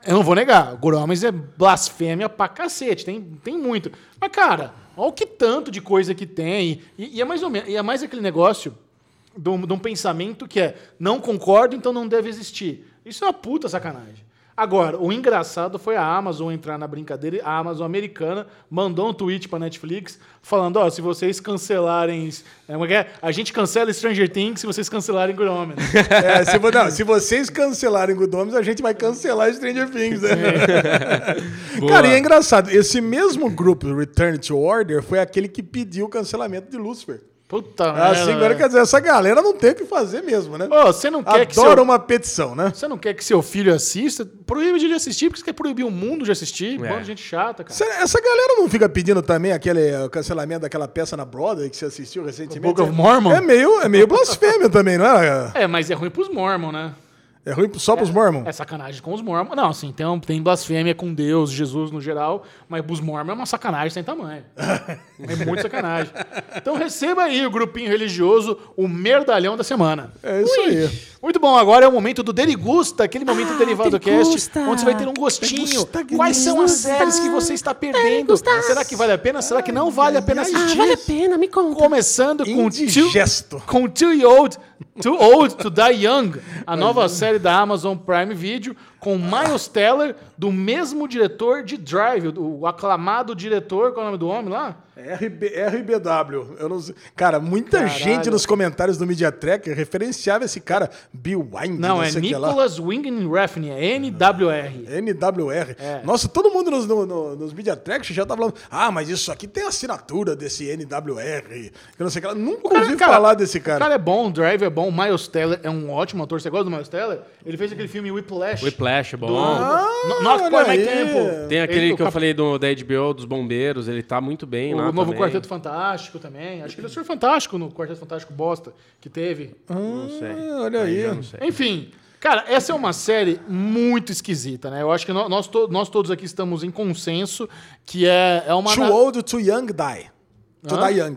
[SPEAKER 2] Eu não vou negar, o Good Omens é blasfêmia pra cacete, tem, tem muito. Mas, cara, olha o que tanto de coisa que tem. E, e é mais ou menos, e é mais aquele negócio de um, de um pensamento que é não concordo, então não deve existir. Isso é uma puta sacanagem. Agora, o engraçado foi a Amazon entrar na brincadeira, e a Amazon americana mandou um tweet pra Netflix falando, ó, se vocês cancelarem... é, como é que é? A gente cancela Stranger Things se vocês cancelarem Good Omens.
[SPEAKER 3] É, se, vo- não, se vocês cancelarem Good Omens, a gente vai cancelar Stranger Things,
[SPEAKER 2] [laughs]
[SPEAKER 3] né? Cara, e é engraçado. Esse mesmo grupo, Return to Order, foi aquele que pediu o cancelamento de Lucifer.
[SPEAKER 2] Puta né?
[SPEAKER 3] Assim, agora quer dizer, essa galera não tem o que fazer mesmo, né?
[SPEAKER 2] Ô, você não quer é que
[SPEAKER 3] Adora
[SPEAKER 2] seu...
[SPEAKER 3] uma petição, né?
[SPEAKER 2] Você não quer que seu filho assista? Proíbe de ele assistir, porque você quer proibir o mundo de assistir. Bando de gente chata, cara.
[SPEAKER 3] Essa, essa galera não fica pedindo também aquele eh, cancelamento daquela peça na Broadway que você assistiu recentemente?
[SPEAKER 2] Book of Mormon?
[SPEAKER 3] É meio, é meio blasfêmia também, não é?
[SPEAKER 2] É, mas é ruim pros mormon, né?
[SPEAKER 3] É ruim só pros Mormon?
[SPEAKER 2] É sacanagem com os mormon. Não, assim, tem, tem blasfêmia com Deus, Jesus no geral, mas os mormon é uma sacanagem sem
[SPEAKER 3] [laughs]
[SPEAKER 2] tamanho. é muito sacanagem. Então receba aí o grupinho religioso, o merdalhão da semana.
[SPEAKER 3] É isso aí.
[SPEAKER 2] Muito bom, agora é o momento do Derigusta, aquele momento
[SPEAKER 4] Ah,
[SPEAKER 2] do derivado cast, onde você vai ter um gostinho.
[SPEAKER 3] Derigusta,
[SPEAKER 2] Quais são as
[SPEAKER 3] Derigusta.
[SPEAKER 2] séries que você está perdendo? Será que vale a pena? Será que não vale a pena assistir?
[SPEAKER 4] Ah, vale a pena, me conta.
[SPEAKER 2] Começando com Too,
[SPEAKER 3] Indigesto.
[SPEAKER 2] com Too Old, Too Old to Die Young, a nova série da Amazon Prime Video com Miles Teller, do mesmo diretor de Drive, o o aclamado diretor, qual é o nome do homem lá?
[SPEAKER 3] RB, RBW. Eu não sei. Cara, muita
[SPEAKER 2] Caralho.
[SPEAKER 3] gente nos comentários do Media Tracker referenciava esse cara, Bill Wind.
[SPEAKER 2] Não, é
[SPEAKER 3] sei o que lá.
[SPEAKER 2] Nicholas Wingen Refn, é NWR.
[SPEAKER 3] NWR.
[SPEAKER 2] É.
[SPEAKER 3] Nossa, todo mundo nos, no, no, nos Media Tracks já tá falando. Ah, mas isso aqui tem assinatura desse NWR. Eu não sei o que lá. Nunca ouvi falar desse
[SPEAKER 2] O
[SPEAKER 3] cara.
[SPEAKER 2] cara é bom, o Drive é bom, o Miles Teller é um ótimo ator. Você gosta do Miles Teller? Ele fez aquele filme Whiplash.
[SPEAKER 1] Whiplash, é bom.
[SPEAKER 2] No- é Not
[SPEAKER 3] Ah, olha
[SPEAKER 2] Quite My
[SPEAKER 3] aí.
[SPEAKER 2] Temple.
[SPEAKER 1] Tem aquele
[SPEAKER 2] Ele- o
[SPEAKER 1] que eu
[SPEAKER 2] cap-
[SPEAKER 1] falei do, da HBO, dos bombeiros, ele tá muito bem lá
[SPEAKER 2] O novo
[SPEAKER 1] também.
[SPEAKER 2] Quarteto Fantástico também. Acho que ele é o Senhor Fantástico no Quarteto Fantástico bosta que teve.
[SPEAKER 1] Não sei.
[SPEAKER 3] Ah, olha aí.
[SPEAKER 1] já não sei.
[SPEAKER 2] Enfim, cara, essa é uma série muito esquisita, né? Eu acho que no- nós, to- nós todos aqui estamos em consenso que é, é uma...
[SPEAKER 3] Too
[SPEAKER 2] na-
[SPEAKER 3] old, too young, die. To
[SPEAKER 2] Hã?
[SPEAKER 3] die young.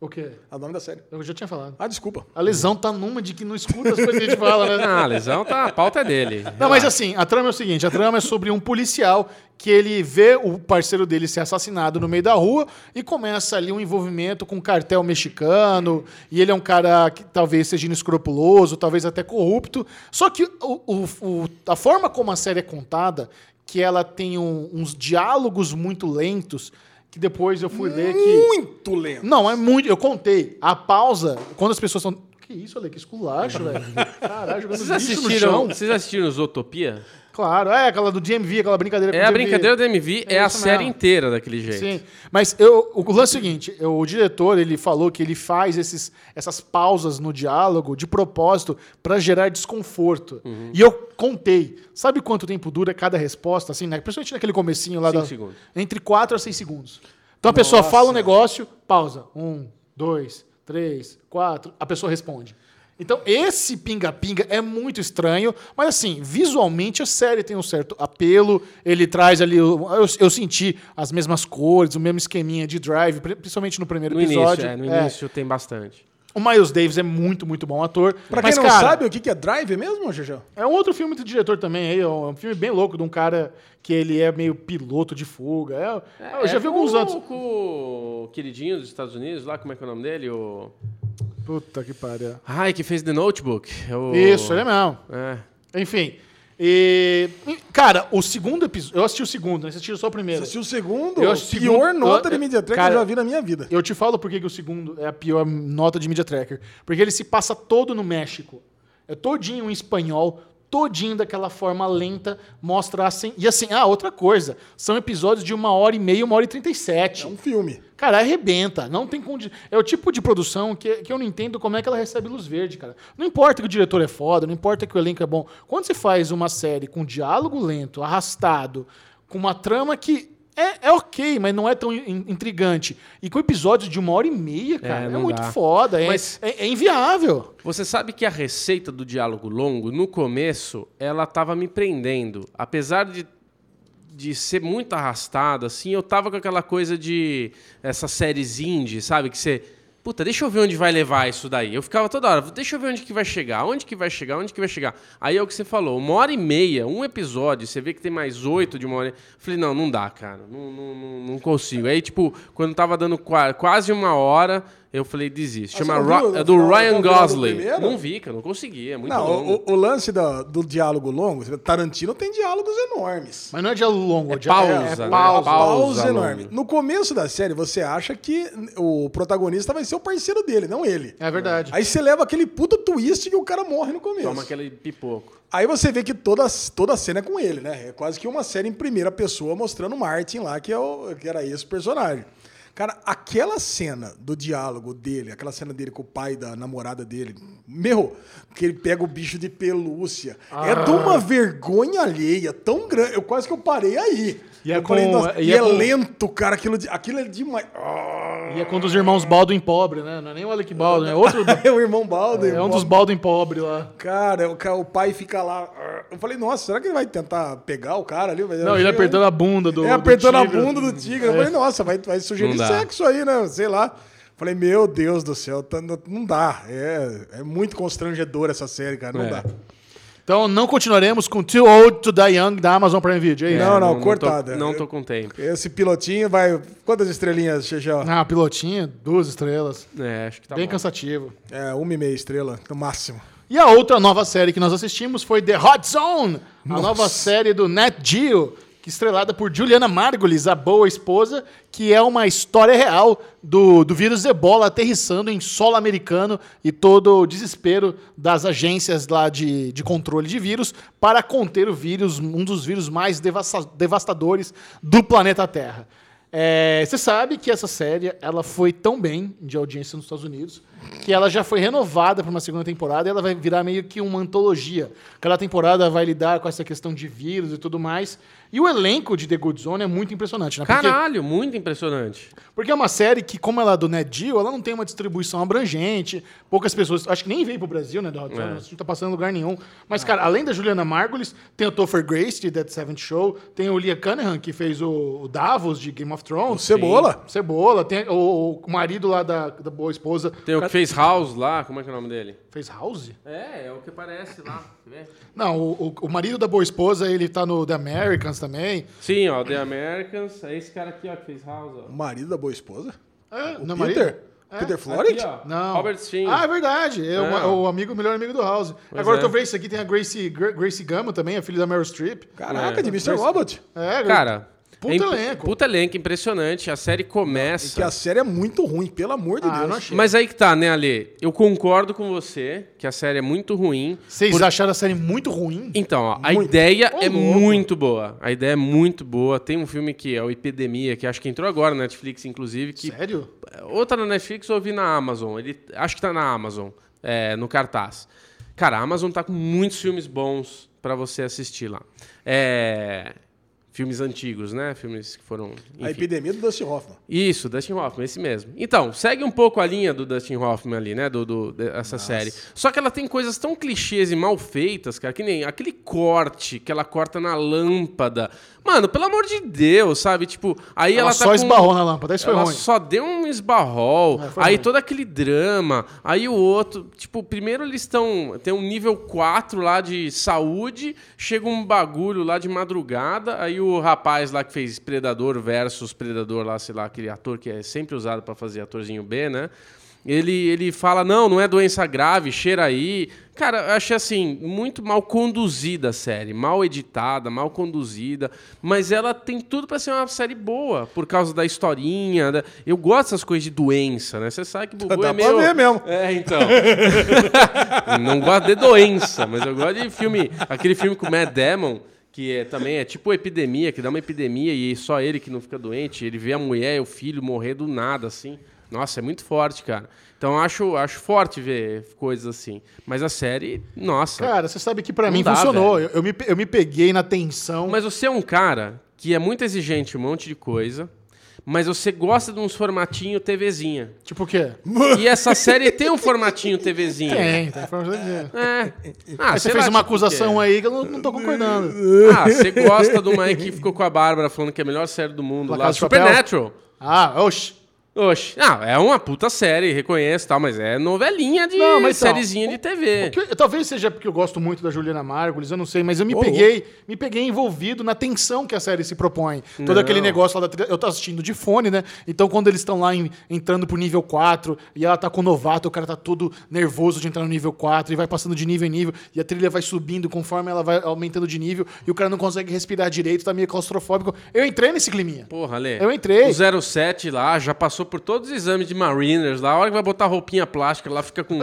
[SPEAKER 2] O quê?
[SPEAKER 3] É o nome da série.
[SPEAKER 2] Eu já tinha falado.
[SPEAKER 3] Ah, desculpa.
[SPEAKER 2] A lesão tá numa de que não escuta as coisas que a gente fala, né?
[SPEAKER 1] Ah, a lesão tá. A pauta é dele.
[SPEAKER 2] Não, mas assim, a trama é o seguinte: a trama é sobre um policial que ele vê o parceiro dele ser assassinado no meio da rua e começa ali um envolvimento com um cartel mexicano. E ele é um cara que talvez seja inescrupuloso, talvez até corrupto. Só que o- o- o- a forma como a série é contada, que ela tem um- uns diálogos muito lentos, que depois eu fui ler que.
[SPEAKER 3] Muito lento.
[SPEAKER 2] Não, é muito. Eu contei. A pausa, quando as pessoas estão. Que isso, Ale? Que esculacho,
[SPEAKER 1] [laughs]
[SPEAKER 2] velho. Caralho, jogando
[SPEAKER 1] Vocês
[SPEAKER 2] lixo no chão.
[SPEAKER 1] assistiram, vocês assistiram Zootopia?
[SPEAKER 2] Claro, é aquela do DMV, aquela brincadeira
[SPEAKER 1] É
[SPEAKER 2] com o
[SPEAKER 1] a
[SPEAKER 2] DMV.
[SPEAKER 1] brincadeira do MV, é,
[SPEAKER 2] É
[SPEAKER 1] a
[SPEAKER 2] isso
[SPEAKER 1] série
[SPEAKER 2] mesmo.
[SPEAKER 1] inteira daquele jeito.
[SPEAKER 2] Sim, mas eu, o lance é o seguinte, eu- o diretor ele falou que ele faz esses, essas pausas no diálogo de propósito pra gerar desconforto.
[SPEAKER 1] Uhum.
[SPEAKER 2] E eu contei, sabe quanto tempo dura cada resposta, assim, né? principalmente naquele comecinho lá
[SPEAKER 1] Cinco
[SPEAKER 2] da,
[SPEAKER 1] segundos.
[SPEAKER 2] entre 4 a 6 segundos. Então a pessoa fala um negócio, pausa, um, dois, três, quatro, a pessoa responde. Então, esse pinga-pinga é muito estranho, mas assim, visualmente a série tem um certo apelo, ele traz ali. o- Eu, eu senti as mesmas cores, o mesmo esqueminha de drive, pri- principalmente no primeiro
[SPEAKER 1] No
[SPEAKER 2] episódio.
[SPEAKER 1] início, é, no
[SPEAKER 2] É.
[SPEAKER 1] início tem bastante.
[SPEAKER 2] O Miles Davis é muito, muito bom ator.
[SPEAKER 3] Pra quem
[SPEAKER 2] mas,
[SPEAKER 3] não
[SPEAKER 2] cara,
[SPEAKER 3] sabe o que que é drive mesmo, Gegel?
[SPEAKER 2] é um outro filme do diretor também aí, ó, é um filme bem louco de um cara que ele é meio piloto de fuga. É- eu já vi alguns
[SPEAKER 1] com-
[SPEAKER 2] anos.
[SPEAKER 1] Com o queridinho dos Estados Unidos lá, como é que é o nome dele? O...
[SPEAKER 2] Puta que pariu.
[SPEAKER 1] Ai, que fez The Notebook. É o-
[SPEAKER 2] Isso, ele mesmo.
[SPEAKER 1] É.
[SPEAKER 2] Enfim. E, cara, o segundo episódio. Eu assisti o segundo, né? Você assistiu só o primeiro.
[SPEAKER 3] Você assistiu o segundo?
[SPEAKER 2] Eu
[SPEAKER 3] a
[SPEAKER 2] assisti
[SPEAKER 3] pior
[SPEAKER 2] segundo-
[SPEAKER 3] nota
[SPEAKER 2] eu-
[SPEAKER 3] de Media Track que
[SPEAKER 2] cara-
[SPEAKER 3] eu já vi na minha vida.
[SPEAKER 2] Eu te falo por que que o segundo é a pior nota de Media Tracker. Porque ele se passa todo no México. É todinho em espanhol, todinho daquela forma lenta, mostra assim. E assim, ah, outra coisa. São episódios de uma hora e meia, uma hora e trinta e sete.
[SPEAKER 3] É um filme.
[SPEAKER 2] Cara, arrebenta. Não tem condi... É o tipo de produção que, que eu não entendo como é que ela recebe luz verde, cara. Não importa que o diretor é foda, não importa que o elenco é bom. Quando você faz uma série com diálogo lento, arrastado, com uma trama que é, é ok, mas não é tão in- intrigante. E com episódios de uma hora e meia, cara, é,
[SPEAKER 1] não
[SPEAKER 2] muito
[SPEAKER 1] dá.
[SPEAKER 2] foda. É,
[SPEAKER 1] Mas-
[SPEAKER 2] é- é inviável.
[SPEAKER 1] Você sabe que a receita do diálogo longo, no começo, ela tava me prendendo. Apesar de, de ser muito arrastada, assim, eu tava com aquela coisa de. Essas séries indie, sabe? Que você. Puta, deixa eu ver onde vai levar isso daí. Eu ficava toda hora, deixa eu ver onde que vai chegar, onde que vai chegar, onde que vai chegar. Aí é o que você falou, uma hora e meia, um episódio, você vê que tem mais oito de uma hora. e- Falei, não, não dá, cara, não, não, não, não consigo. Aí, tipo, quando tava dando qua- quase uma hora, eu falei, desiste.
[SPEAKER 3] Ah,
[SPEAKER 1] Chama
[SPEAKER 3] você não
[SPEAKER 1] Ro-
[SPEAKER 3] viu
[SPEAKER 1] é do
[SPEAKER 3] o
[SPEAKER 1] Ryan
[SPEAKER 3] final do
[SPEAKER 1] Gosling.
[SPEAKER 3] primeiro?
[SPEAKER 1] Não vi, cara, não consegui. É muito
[SPEAKER 3] não,
[SPEAKER 1] longo.
[SPEAKER 3] o, o lance da- do, diálogo longo, Tarantino tem diálogos enormes.
[SPEAKER 2] Mas não é diálogo longo, é, diálogo.
[SPEAKER 1] pausa,
[SPEAKER 2] é
[SPEAKER 1] né?
[SPEAKER 2] pausa.
[SPEAKER 1] Pausa
[SPEAKER 3] Pausa
[SPEAKER 1] longa.
[SPEAKER 3] enorme. No começo da série, você acha que o protagonista vai ser o parceiro dele, não ele.
[SPEAKER 1] né?
[SPEAKER 2] É verdade.
[SPEAKER 3] Aí você leva aquele puta twist que o cara morre no começo.
[SPEAKER 1] Toma aquele pipoco.
[SPEAKER 3] Aí você vê que toda, toda a cena é com ele, né? É quase que uma série em primeira pessoa mostrando o Martin lá, que, é o, que era esse personagem. Cara, aquela cena do diálogo dele, aquela cena dele com o pai da namorada dele, meu, que ele pega o bicho de pelúcia. É
[SPEAKER 2] Ah.
[SPEAKER 3] de uma vergonha alheia tão grande. Eu quase que eu parei aí.
[SPEAKER 2] E é
[SPEAKER 3] Eu falei,
[SPEAKER 2] com-
[SPEAKER 3] nossa,
[SPEAKER 2] e
[SPEAKER 3] e
[SPEAKER 2] é
[SPEAKER 3] é
[SPEAKER 2] com-
[SPEAKER 3] lento, cara. Aquilo, de- aquilo é
[SPEAKER 2] [laughs]
[SPEAKER 3] demais. Ah.
[SPEAKER 2] E é quando os irmãos Baldwin pobre, né? Não é nem o Alec Baldwin, é outro.
[SPEAKER 3] [laughs]
[SPEAKER 2] [laughs]
[SPEAKER 3] É o irmão Balder.
[SPEAKER 2] É um dos Baldwin pobre lá.
[SPEAKER 3] Cara, o, ca- o pai fica lá. Eu falei, nossa, será que ele vai tentar pegar o cara ali? Mas eu
[SPEAKER 2] Não, ele
[SPEAKER 3] achei-
[SPEAKER 2] apertando a bunda do.
[SPEAKER 3] É,
[SPEAKER 2] do
[SPEAKER 3] apertando a
[SPEAKER 2] tigre.
[SPEAKER 3] bunda do tigre. Eu falei, nossa, vai, vai sugerir
[SPEAKER 1] É. Não dá.
[SPEAKER 3] sexo aí, né? Sei lá. Falei, meu Deus do céu, tá- não não dá. É, é muito constrangedor essa série, cara. Não
[SPEAKER 1] É.
[SPEAKER 3] dá.
[SPEAKER 2] Então não continuaremos com Too Old to Die Young da Amazon Prime Video, é isso?
[SPEAKER 3] Não, não,
[SPEAKER 1] tô-
[SPEAKER 3] cortada.
[SPEAKER 1] Não tô com tempo.
[SPEAKER 3] Esse pilotinho vai. Quantas estrelinhas, Xixão?
[SPEAKER 2] Ah, pilotinha, duas estrelas.
[SPEAKER 1] É, acho que tá
[SPEAKER 2] Bem
[SPEAKER 1] bom.
[SPEAKER 2] cansativo.
[SPEAKER 3] É, uma e meia estrela, no máximo.
[SPEAKER 2] E a outra nova série que nós assistimos foi The Hot Zone, a nova série do Nat Geo, que estrelada por Juliana Margulies, a boa esposa, que é uma história real do, do vírus ebola aterrissando em solo americano e todo o desespero das agências lá de, de controle de vírus para conter o vírus, um dos vírus mais devassa- devastadores do planeta Terra. É, você sabe que essa série ela foi tão bem de audiência nos Estados Unidos que ela já foi renovada para uma segunda temporada e ela vai virar meio que uma antologia. Cada temporada vai lidar com essa questão de vírus e tudo mais. E o elenco de The Good Zone é muito impressionante, né? Porque-
[SPEAKER 1] Caralho, muito impressionante.
[SPEAKER 2] porque é uma série que, como ela é do Ned Geo, ela não tem uma distribuição abrangente. Poucas pessoas. Acho que nem veio pro Brasil, né, Dot?
[SPEAKER 1] É.
[SPEAKER 2] Não tá passando em lugar nenhum. Mas, cara, além da Juliana Margulis, tem o Topher Grace de Dead Seventh Show, tem o Leah Cunningham, que fez o o Davos de Game of
[SPEAKER 3] O
[SPEAKER 2] Thrones.
[SPEAKER 3] Cebola?
[SPEAKER 2] Cebola, tem o, o marido lá da, da boa esposa.
[SPEAKER 1] Tem o
[SPEAKER 2] cara-
[SPEAKER 1] que fez House lá, como é que é o nome dele?
[SPEAKER 2] Fez House?
[SPEAKER 1] É, é o que parece lá. quer ver?
[SPEAKER 2] Não, o, o- o marido da boa esposa, ele tá no The Americans também.
[SPEAKER 1] Sim, ó, The Americans. É esse cara aqui, ó, que fez House, ó.
[SPEAKER 3] O marido da boa esposa?
[SPEAKER 2] É, não é
[SPEAKER 3] o
[SPEAKER 2] marido?
[SPEAKER 3] Peter?
[SPEAKER 2] É.
[SPEAKER 3] Peter
[SPEAKER 1] Aqui,
[SPEAKER 3] Florent?
[SPEAKER 1] ó.
[SPEAKER 2] Não.
[SPEAKER 1] Robert Steen.
[SPEAKER 2] Ah, é verdade. É,
[SPEAKER 1] É.
[SPEAKER 2] O, o amigo, o melhor amigo do House. Agora
[SPEAKER 1] é.
[SPEAKER 2] eu tô vendo isso aqui, tem a Gracie, Gra- Gracie Gama também, a filha da Meryl Streep.
[SPEAKER 3] Caraca,
[SPEAKER 1] É.
[SPEAKER 3] de Mr. Robot.
[SPEAKER 2] É,
[SPEAKER 1] Cara.
[SPEAKER 2] Puta elenco.
[SPEAKER 1] Puta elenco, impressionante. A série começa.
[SPEAKER 3] Que a série é muito ruim, pelo amor de
[SPEAKER 2] Ah,
[SPEAKER 3] Deus.
[SPEAKER 2] não achei.
[SPEAKER 1] Tá. Mas aí que tá, né, Ale? Eu concordo com você que a série é muito ruim.
[SPEAKER 2] Vocês acharam a série muito ruim?
[SPEAKER 1] Então, ó, a
[SPEAKER 3] Muito.
[SPEAKER 1] ideia
[SPEAKER 2] Ô,
[SPEAKER 1] é
[SPEAKER 2] louco.
[SPEAKER 1] muito boa. A ideia é muito boa. Tem um filme que é o Epidemia, que acho que entrou agora na Netflix, inclusive, que
[SPEAKER 2] Sério?
[SPEAKER 1] ou tá na Netflix ou eu vi na Amazon. Ele, acho que tá na Amazon, é, no cartaz. Cara, a Amazon tá com muitos filmes bons pra você assistir lá. É, filmes antigos, né? Filmes que foram.
[SPEAKER 3] A
[SPEAKER 1] enfim.
[SPEAKER 3] epidemia do Dustin Hoffman.
[SPEAKER 1] Isso, Dustin Hoffman, esse mesmo. Então, segue um pouco a linha do Dustin Hoffman ali, né? Do, do- dessa série. Só que ela tem coisas tão clichês e mal feitas, cara, que nem aquele corte que ela corta na lâmpada. Mano, pelo amor de Deus, sabe? Tipo, aí ela,
[SPEAKER 2] ela,
[SPEAKER 1] tá
[SPEAKER 2] só
[SPEAKER 1] com-
[SPEAKER 2] esbarrou na lâmpada, isso foi
[SPEAKER 1] ela
[SPEAKER 2] ruim.
[SPEAKER 1] só deu um esbarrol,
[SPEAKER 2] É, foi
[SPEAKER 1] aí
[SPEAKER 2] ruim.
[SPEAKER 1] todo aquele drama, aí o outro. Tipo, primeiro eles estão. Tem um nível 4 lá de saúde, chega um bagulho lá de madrugada, aí o rapaz lá que fez Predador versus Predador lá, sei lá, aquele ator que é sempre usado pra fazer atorzinho B, né? Ele, ele fala, não, não é doença grave, cheira aí. Cara, eu achei assim, muito mal conduzida a série, mal editada, mal conduzida, mas ela tem tudo pra ser uma série boa, por causa da historinha. da- Eu gosto dessas coisas de doença, né? Você sabe que o Bubu
[SPEAKER 3] Dá
[SPEAKER 1] é
[SPEAKER 3] pra
[SPEAKER 1] meio.
[SPEAKER 3] ver mesmo.
[SPEAKER 1] É,
[SPEAKER 3] [laughs]
[SPEAKER 1] então. não gosto de doença, mas eu gosto de filme. Aquele filme com o Matt Damon, que é, também é tipo epidemia, que dá uma epidemia e só ele que não fica doente. Ele vê a mulher e o filho morrer do nada, assim. Nossa, é muito forte, cara. Então eu acho, acho forte ver coisas assim. Mas a série, nossa.
[SPEAKER 2] Cara, você sabe que pra
[SPEAKER 1] Não
[SPEAKER 2] mim
[SPEAKER 1] dá,
[SPEAKER 2] funcionou. Eu, eu me, eu me peguei na tensão.
[SPEAKER 1] Mas você é um cara que é muito exigente em um monte de coisa, mas você gosta de uns formatinho
[SPEAKER 2] [laughs]
[SPEAKER 1] TVzinha.
[SPEAKER 2] Tipo o quê?
[SPEAKER 1] E essa série tem um formatinho TVzinha.
[SPEAKER 2] Tem, tem forma de dizer.
[SPEAKER 1] É. Ah,
[SPEAKER 2] Aí você
[SPEAKER 1] sei
[SPEAKER 2] fez
[SPEAKER 1] lá,
[SPEAKER 2] uma
[SPEAKER 1] tipo,
[SPEAKER 2] acusação
[SPEAKER 1] que
[SPEAKER 2] aí que eu não, não tô concordando.
[SPEAKER 1] [laughs] é. Ah, você gosta de uma aí que ficou com a Bárbara falando que é a melhor série do mundo
[SPEAKER 2] La
[SPEAKER 1] lá,
[SPEAKER 2] Casa de
[SPEAKER 1] Supernatural.
[SPEAKER 2] Ah, oxi.
[SPEAKER 1] Oxe, ah, é uma puta série, reconheço e tal, mas é novelinha de
[SPEAKER 2] Não, mas então,
[SPEAKER 1] sériezinha de TV.
[SPEAKER 2] Que- talvez seja porque eu gosto muito da Juliana Margulis, eu não sei, mas eu me
[SPEAKER 3] Ô,
[SPEAKER 2] peguei, me peguei envolvido na tensão que a série se propõe. Todo aquele negócio lá da, tri- eu tô assistindo de fone, né? Então quando eles estão lá em- entrando pro nível 4 e ela tá com o novato, o cara tá todo nervoso de entrar no nível 4 e vai passando de nível em nível e a trilha vai subindo conforme ela vai aumentando de nível e o cara não consegue respirar direito, tá meio claustrofóbico. Eu entrei nesse climinha.
[SPEAKER 1] Porra, Lê.
[SPEAKER 2] Eu entrei.
[SPEAKER 1] O 07 lá já passou por todos os exames de Mariners lá. A hora que vai botar roupinha plástica lá
[SPEAKER 2] [laughs]
[SPEAKER 1] fica com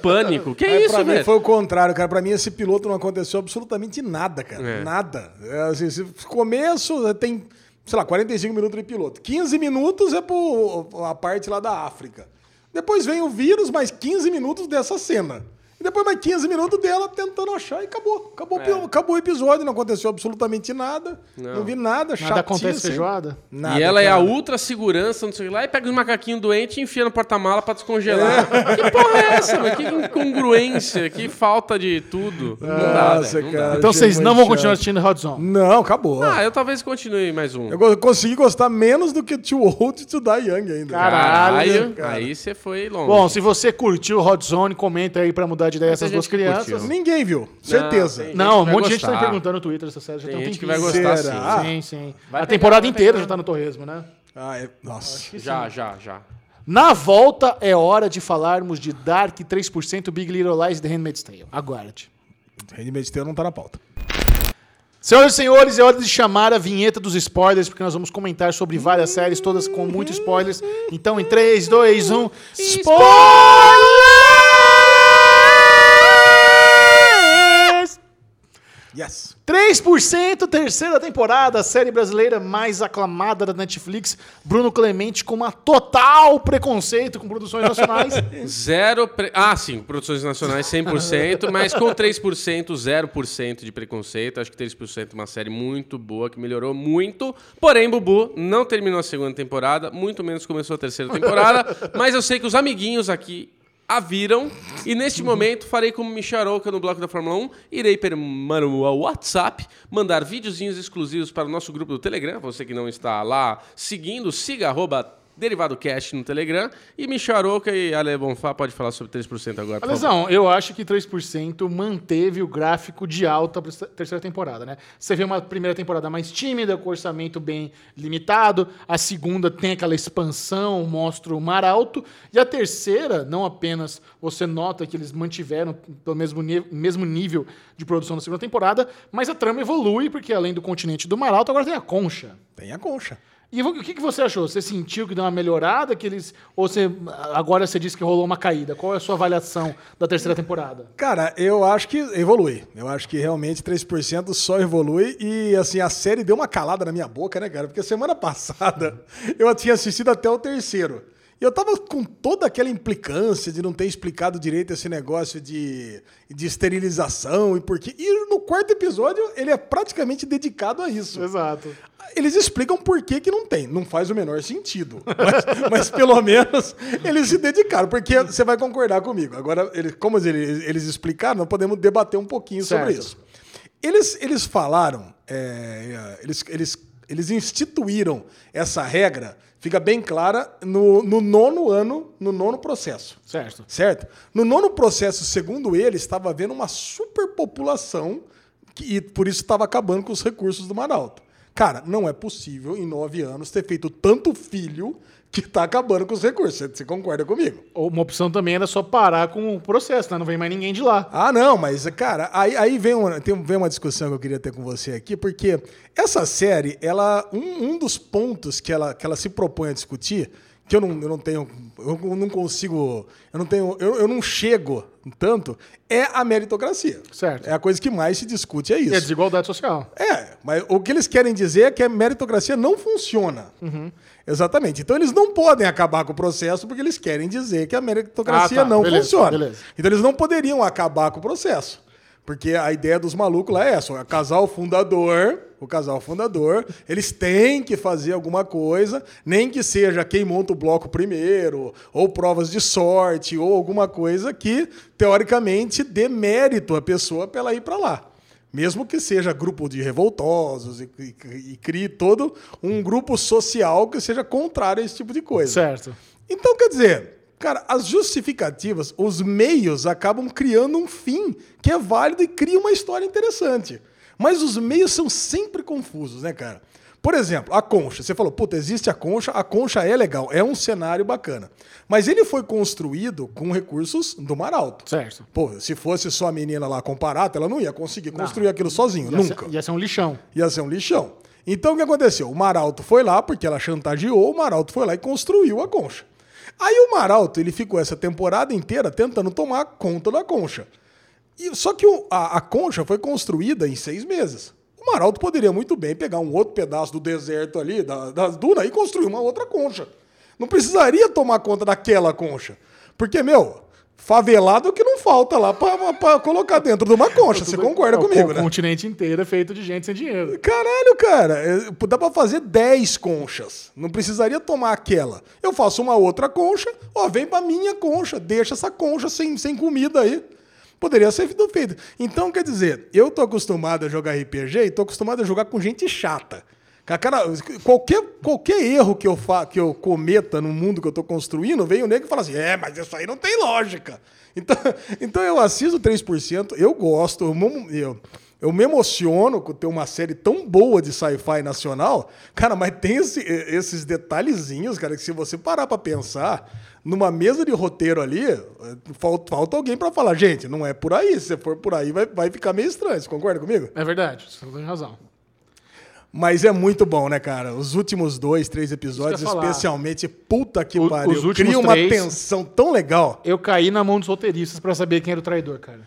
[SPEAKER 1] pânico. Que
[SPEAKER 3] Aí, É pra
[SPEAKER 1] isso,
[SPEAKER 3] mim
[SPEAKER 1] velho?
[SPEAKER 3] foi o contrário, cara. Pra mim, esse piloto não aconteceu absolutamente nada, cara.
[SPEAKER 1] É.
[SPEAKER 3] Nada. É, assim, esse começo é, tem, sei lá, 45 minutos de piloto. 15 minutos é pro, a parte lá da África. Depois vem o vírus, mais 15 minutos dessa cena. E depois mais 15 minutos dela tentando achar e acabou.
[SPEAKER 1] É.
[SPEAKER 3] Acabou, o pi- acabou o episódio, não aconteceu absolutamente nada. Não, vi nada, chatíssimo.
[SPEAKER 2] Nada acontece feijoada.
[SPEAKER 3] Nada,
[SPEAKER 1] e ela é a
[SPEAKER 3] cara.
[SPEAKER 1] ultra segurança, não sei o que lá, e pega os macaquinhos doentes e enfia no porta-mala pra descongelar. Que porra é essa, mano? Que incongruência, que falta de tudo. não dá,
[SPEAKER 3] Nossa,
[SPEAKER 1] velho, não dá.
[SPEAKER 3] cara.
[SPEAKER 2] Então
[SPEAKER 3] achei
[SPEAKER 2] vocês não
[SPEAKER 3] muito
[SPEAKER 2] vão continuar
[SPEAKER 3] chato.
[SPEAKER 2] assistindo Hot Zone.
[SPEAKER 3] Não, acabou.
[SPEAKER 1] Ah, eu talvez continue mais um.
[SPEAKER 3] Eu go- consegui gostar menos do que Too Old to Die Young ainda.
[SPEAKER 2] Caralho,
[SPEAKER 1] Caralho, aí você foi longe.
[SPEAKER 2] Bom, se você curtiu o Hot Zone, comenta aí pra mudar de ideia essas
[SPEAKER 1] gente
[SPEAKER 2] duas
[SPEAKER 1] que
[SPEAKER 2] crianças.
[SPEAKER 1] curtiu.
[SPEAKER 3] Ninguém viu, certeza.
[SPEAKER 1] tem.
[SPEAKER 2] Não, um
[SPEAKER 1] vai
[SPEAKER 2] monte de gente tá me
[SPEAKER 1] gostar.
[SPEAKER 2] perguntando no Twitter essa série. Já
[SPEAKER 1] Tem
[SPEAKER 2] tem um
[SPEAKER 1] gente que
[SPEAKER 2] tempinho.
[SPEAKER 1] vai gostar
[SPEAKER 3] Será?
[SPEAKER 1] sim.
[SPEAKER 2] Sim, sim.
[SPEAKER 1] Vai
[SPEAKER 2] a
[SPEAKER 1] pegar,
[SPEAKER 2] temporada
[SPEAKER 1] vai
[SPEAKER 2] inteira
[SPEAKER 1] pegar.
[SPEAKER 2] já tá no Torresmo, né?
[SPEAKER 3] Ah, é- nossa.
[SPEAKER 1] Já, já, já.
[SPEAKER 2] Na volta, é hora de falarmos de Dark 3%, Big Little Lies e The Handmaid's Tale. Aguarde.
[SPEAKER 3] Handmaid's Tale não tá na pauta.
[SPEAKER 2] Senhoras e senhores, é hora de chamar a vinheta dos spoilers, porque nós vamos comentar sobre várias séries, todas com muitos spoilers. Então, em um, 3, 2, 1... Spoilers!
[SPEAKER 3] Yes.
[SPEAKER 2] 3%, terceira temporada, a série brasileira mais aclamada da Netflix. Bruno Clemente com uma total preconceito com produções nacionais.
[SPEAKER 1] Zero. Pre... Ah, sim, produções nacionais 100%, mas com 3%, 0% de preconceito. Acho que 3% é uma série muito boa, que melhorou muito. Porém, Bubu não terminou a segunda temporada, muito menos começou a terceira temporada. mas eu sei que os amiguinhos aqui a viram. E neste momento farei como Michel Arouca no bloco da Fórmula 1. Irei permano ao WhatsApp, mandar videozinhos exclusivos para o nosso grupo do Telegram. Você que não está lá seguindo, siga arroba Derivado Cast no Telegram. E Michel Arouca e Ale Bonfá pode falar sobre 3% agora. por favor.
[SPEAKER 2] Alesão, eu acho que 3% manteve o gráfico de alta para terceira temporada, né? Você vê uma primeira temporada mais tímida, com orçamento bem limitado, a segunda tem aquela expansão, mostra o mar alto, e a terceira, não apenas você nota que eles mantiveram pelo mesmo, ni- mesmo nível de produção da segunda temporada, mas a trama evolui, porque além do continente do mar alto, agora tem a concha.
[SPEAKER 3] Tem a concha.
[SPEAKER 2] E vo- o que, que você achou? Você sentiu que deu uma melhorada? Que eles, ou você, agora você disse que rolou uma caída? Qual é a sua avaliação da terceira temporada?
[SPEAKER 3] Cara, eu acho que evolui. Eu acho que realmente 3% só evolui. E assim, a série deu uma calada na minha boca, né, cara? Porque semana [laughs] passada eu tinha assistido até o terceiro. E eu tava com toda aquela implicância de não ter explicado direito esse negócio de, de esterilização e por quê. E no quarto episódio ele é praticamente dedicado a isso.
[SPEAKER 2] Exato.
[SPEAKER 3] Eles explicam por que, que não tem. Não faz o menor sentido. [laughs] Mas, mas pelo menos eles se dedicaram, porque você vai concordar comigo. Agora, eles, como eles, eles explicaram, nós podemos debater um pouquinho sobre
[SPEAKER 2] Certo.
[SPEAKER 3] isso. Eles, eles falaram, é, eles, eles, eles instituíram essa regra, fica bem clara, no, no nono ano, no nono processo.
[SPEAKER 2] Certo.
[SPEAKER 3] Certo? No nono processo, segundo ele, estava havendo uma superpopulação que, e por isso estava acabando com os recursos do Maralto. Cara, não é possível em nove anos ter feito tanto filho que tá acabando com os recursos. Você, você concorda comigo?
[SPEAKER 2] Uma opção também era só parar com o processo, né? Não vem mais ninguém de lá.
[SPEAKER 3] Ah, não, mas, cara, aí, aí vem, uma, tem, vem uma discussão que eu queria ter com você aqui, porque essa série, ela um, um dos pontos que ela, que ela se propõe a discutir, que eu não, eu não tenho, eu não consigo, eu não tenho, eu, eu não chego tanto, é a meritocracia.
[SPEAKER 2] Certo.
[SPEAKER 3] É a coisa que mais se discute, é
[SPEAKER 2] E a
[SPEAKER 3] isso.
[SPEAKER 2] desigualdade social.
[SPEAKER 3] É, mas o que eles querem dizer é que a meritocracia não funciona.
[SPEAKER 2] Uhum.
[SPEAKER 3] Exatamente. Então eles não podem acabar com o processo porque eles querem dizer que a meritocracia
[SPEAKER 2] Ah, tá.
[SPEAKER 3] não
[SPEAKER 2] Beleza,
[SPEAKER 3] funciona.
[SPEAKER 2] beleza.
[SPEAKER 3] Então eles não poderiam acabar com o processo. Porque a ideia dos malucos lá é essa: o casal fundador, o casal fundador, eles têm que fazer alguma coisa, nem que seja quem monta o bloco primeiro, ou provas de sorte, ou alguma coisa que, teoricamente, dê mérito à pessoa pra ela ir pra lá. Mesmo que seja grupo de revoltosos e, e- e crie todo um grupo social que seja contrário a esse tipo de coisa.
[SPEAKER 2] Certo.
[SPEAKER 3] Então, quer dizer, cara, as justificativas, os meios acabam criando um fim que é válido e cria uma história interessante. Mas os meios são sempre confusos, né, cara? Por exemplo, a concha. Você falou, puta, existe a concha, a concha é legal, é um cenário bacana. Mas ele foi construído com recursos do Maralto.
[SPEAKER 2] Certo.
[SPEAKER 3] Pô, se fosse só a menina lá com parata, ela não ia conseguir construir aquilo sozinho,
[SPEAKER 2] Ia
[SPEAKER 3] nunca
[SPEAKER 2] Ser, ia ser um lixão.
[SPEAKER 3] ia ser um lixão. Então o que aconteceu? O Maralto foi lá, porque ela chantageou, o Maralto foi lá e construiu a concha. Aí o Maralto ele ficou essa temporada inteira tentando tomar conta da concha. E, só que o- a, a concha foi construída em seis meses. O Maralto poderia muito bem pegar um outro pedaço do deserto ali, da, das dunas, e construir uma outra concha. Não precisaria tomar conta daquela concha. Porque, meu, favelado é o que não falta lá pra pra colocar dentro de uma concha. Você concorda
[SPEAKER 2] É,
[SPEAKER 3] comigo,
[SPEAKER 2] O
[SPEAKER 3] né?
[SPEAKER 2] continente inteiro é feito de gente sem dinheiro.
[SPEAKER 3] Caralho, cara, é, pô, dá pra fazer 10 conchas. Não precisaria tomar aquela. Eu faço uma outra concha, ó, vem pra minha concha, deixa essa concha sem, sem comida aí. Poderia ser feito- feito. Então, quer dizer, eu tô acostumado a jogar RPG e tô acostumado a jogar com gente chata. Ca- Cara, qualquer, qualquer erro que eu, fa que eu cometa no mundo que eu tô construindo, vem o nego e fala assim: é, mas isso aí não tem lógica. [laughs] Então, então eu assisto 3%, eu gosto, eu, mo- eu, eu me emociono com ter uma série tão boa de sci-fi nacional. Cara, mas tem esse- esses detalhezinhos, cara, que se você parar pra pensar, numa mesa de roteiro ali, eh, fal- falta alguém pra falar: gente, não é por aí. Se for por aí, vai, vai ficar meio estranho. Você concorda comigo?
[SPEAKER 2] É verdade, você tem razão.
[SPEAKER 3] Mas é muito bom, né, cara? Os últimos dois, três episódios,
[SPEAKER 2] Isso que eu ia falar.
[SPEAKER 3] especialmente, puta que
[SPEAKER 2] O-
[SPEAKER 3] pariu.
[SPEAKER 2] os últimos
[SPEAKER 3] Cria uma
[SPEAKER 2] três-
[SPEAKER 3] tensão tão legal.
[SPEAKER 2] Eu caí na mão dos roteiristas pra saber quem era o traidor, cara.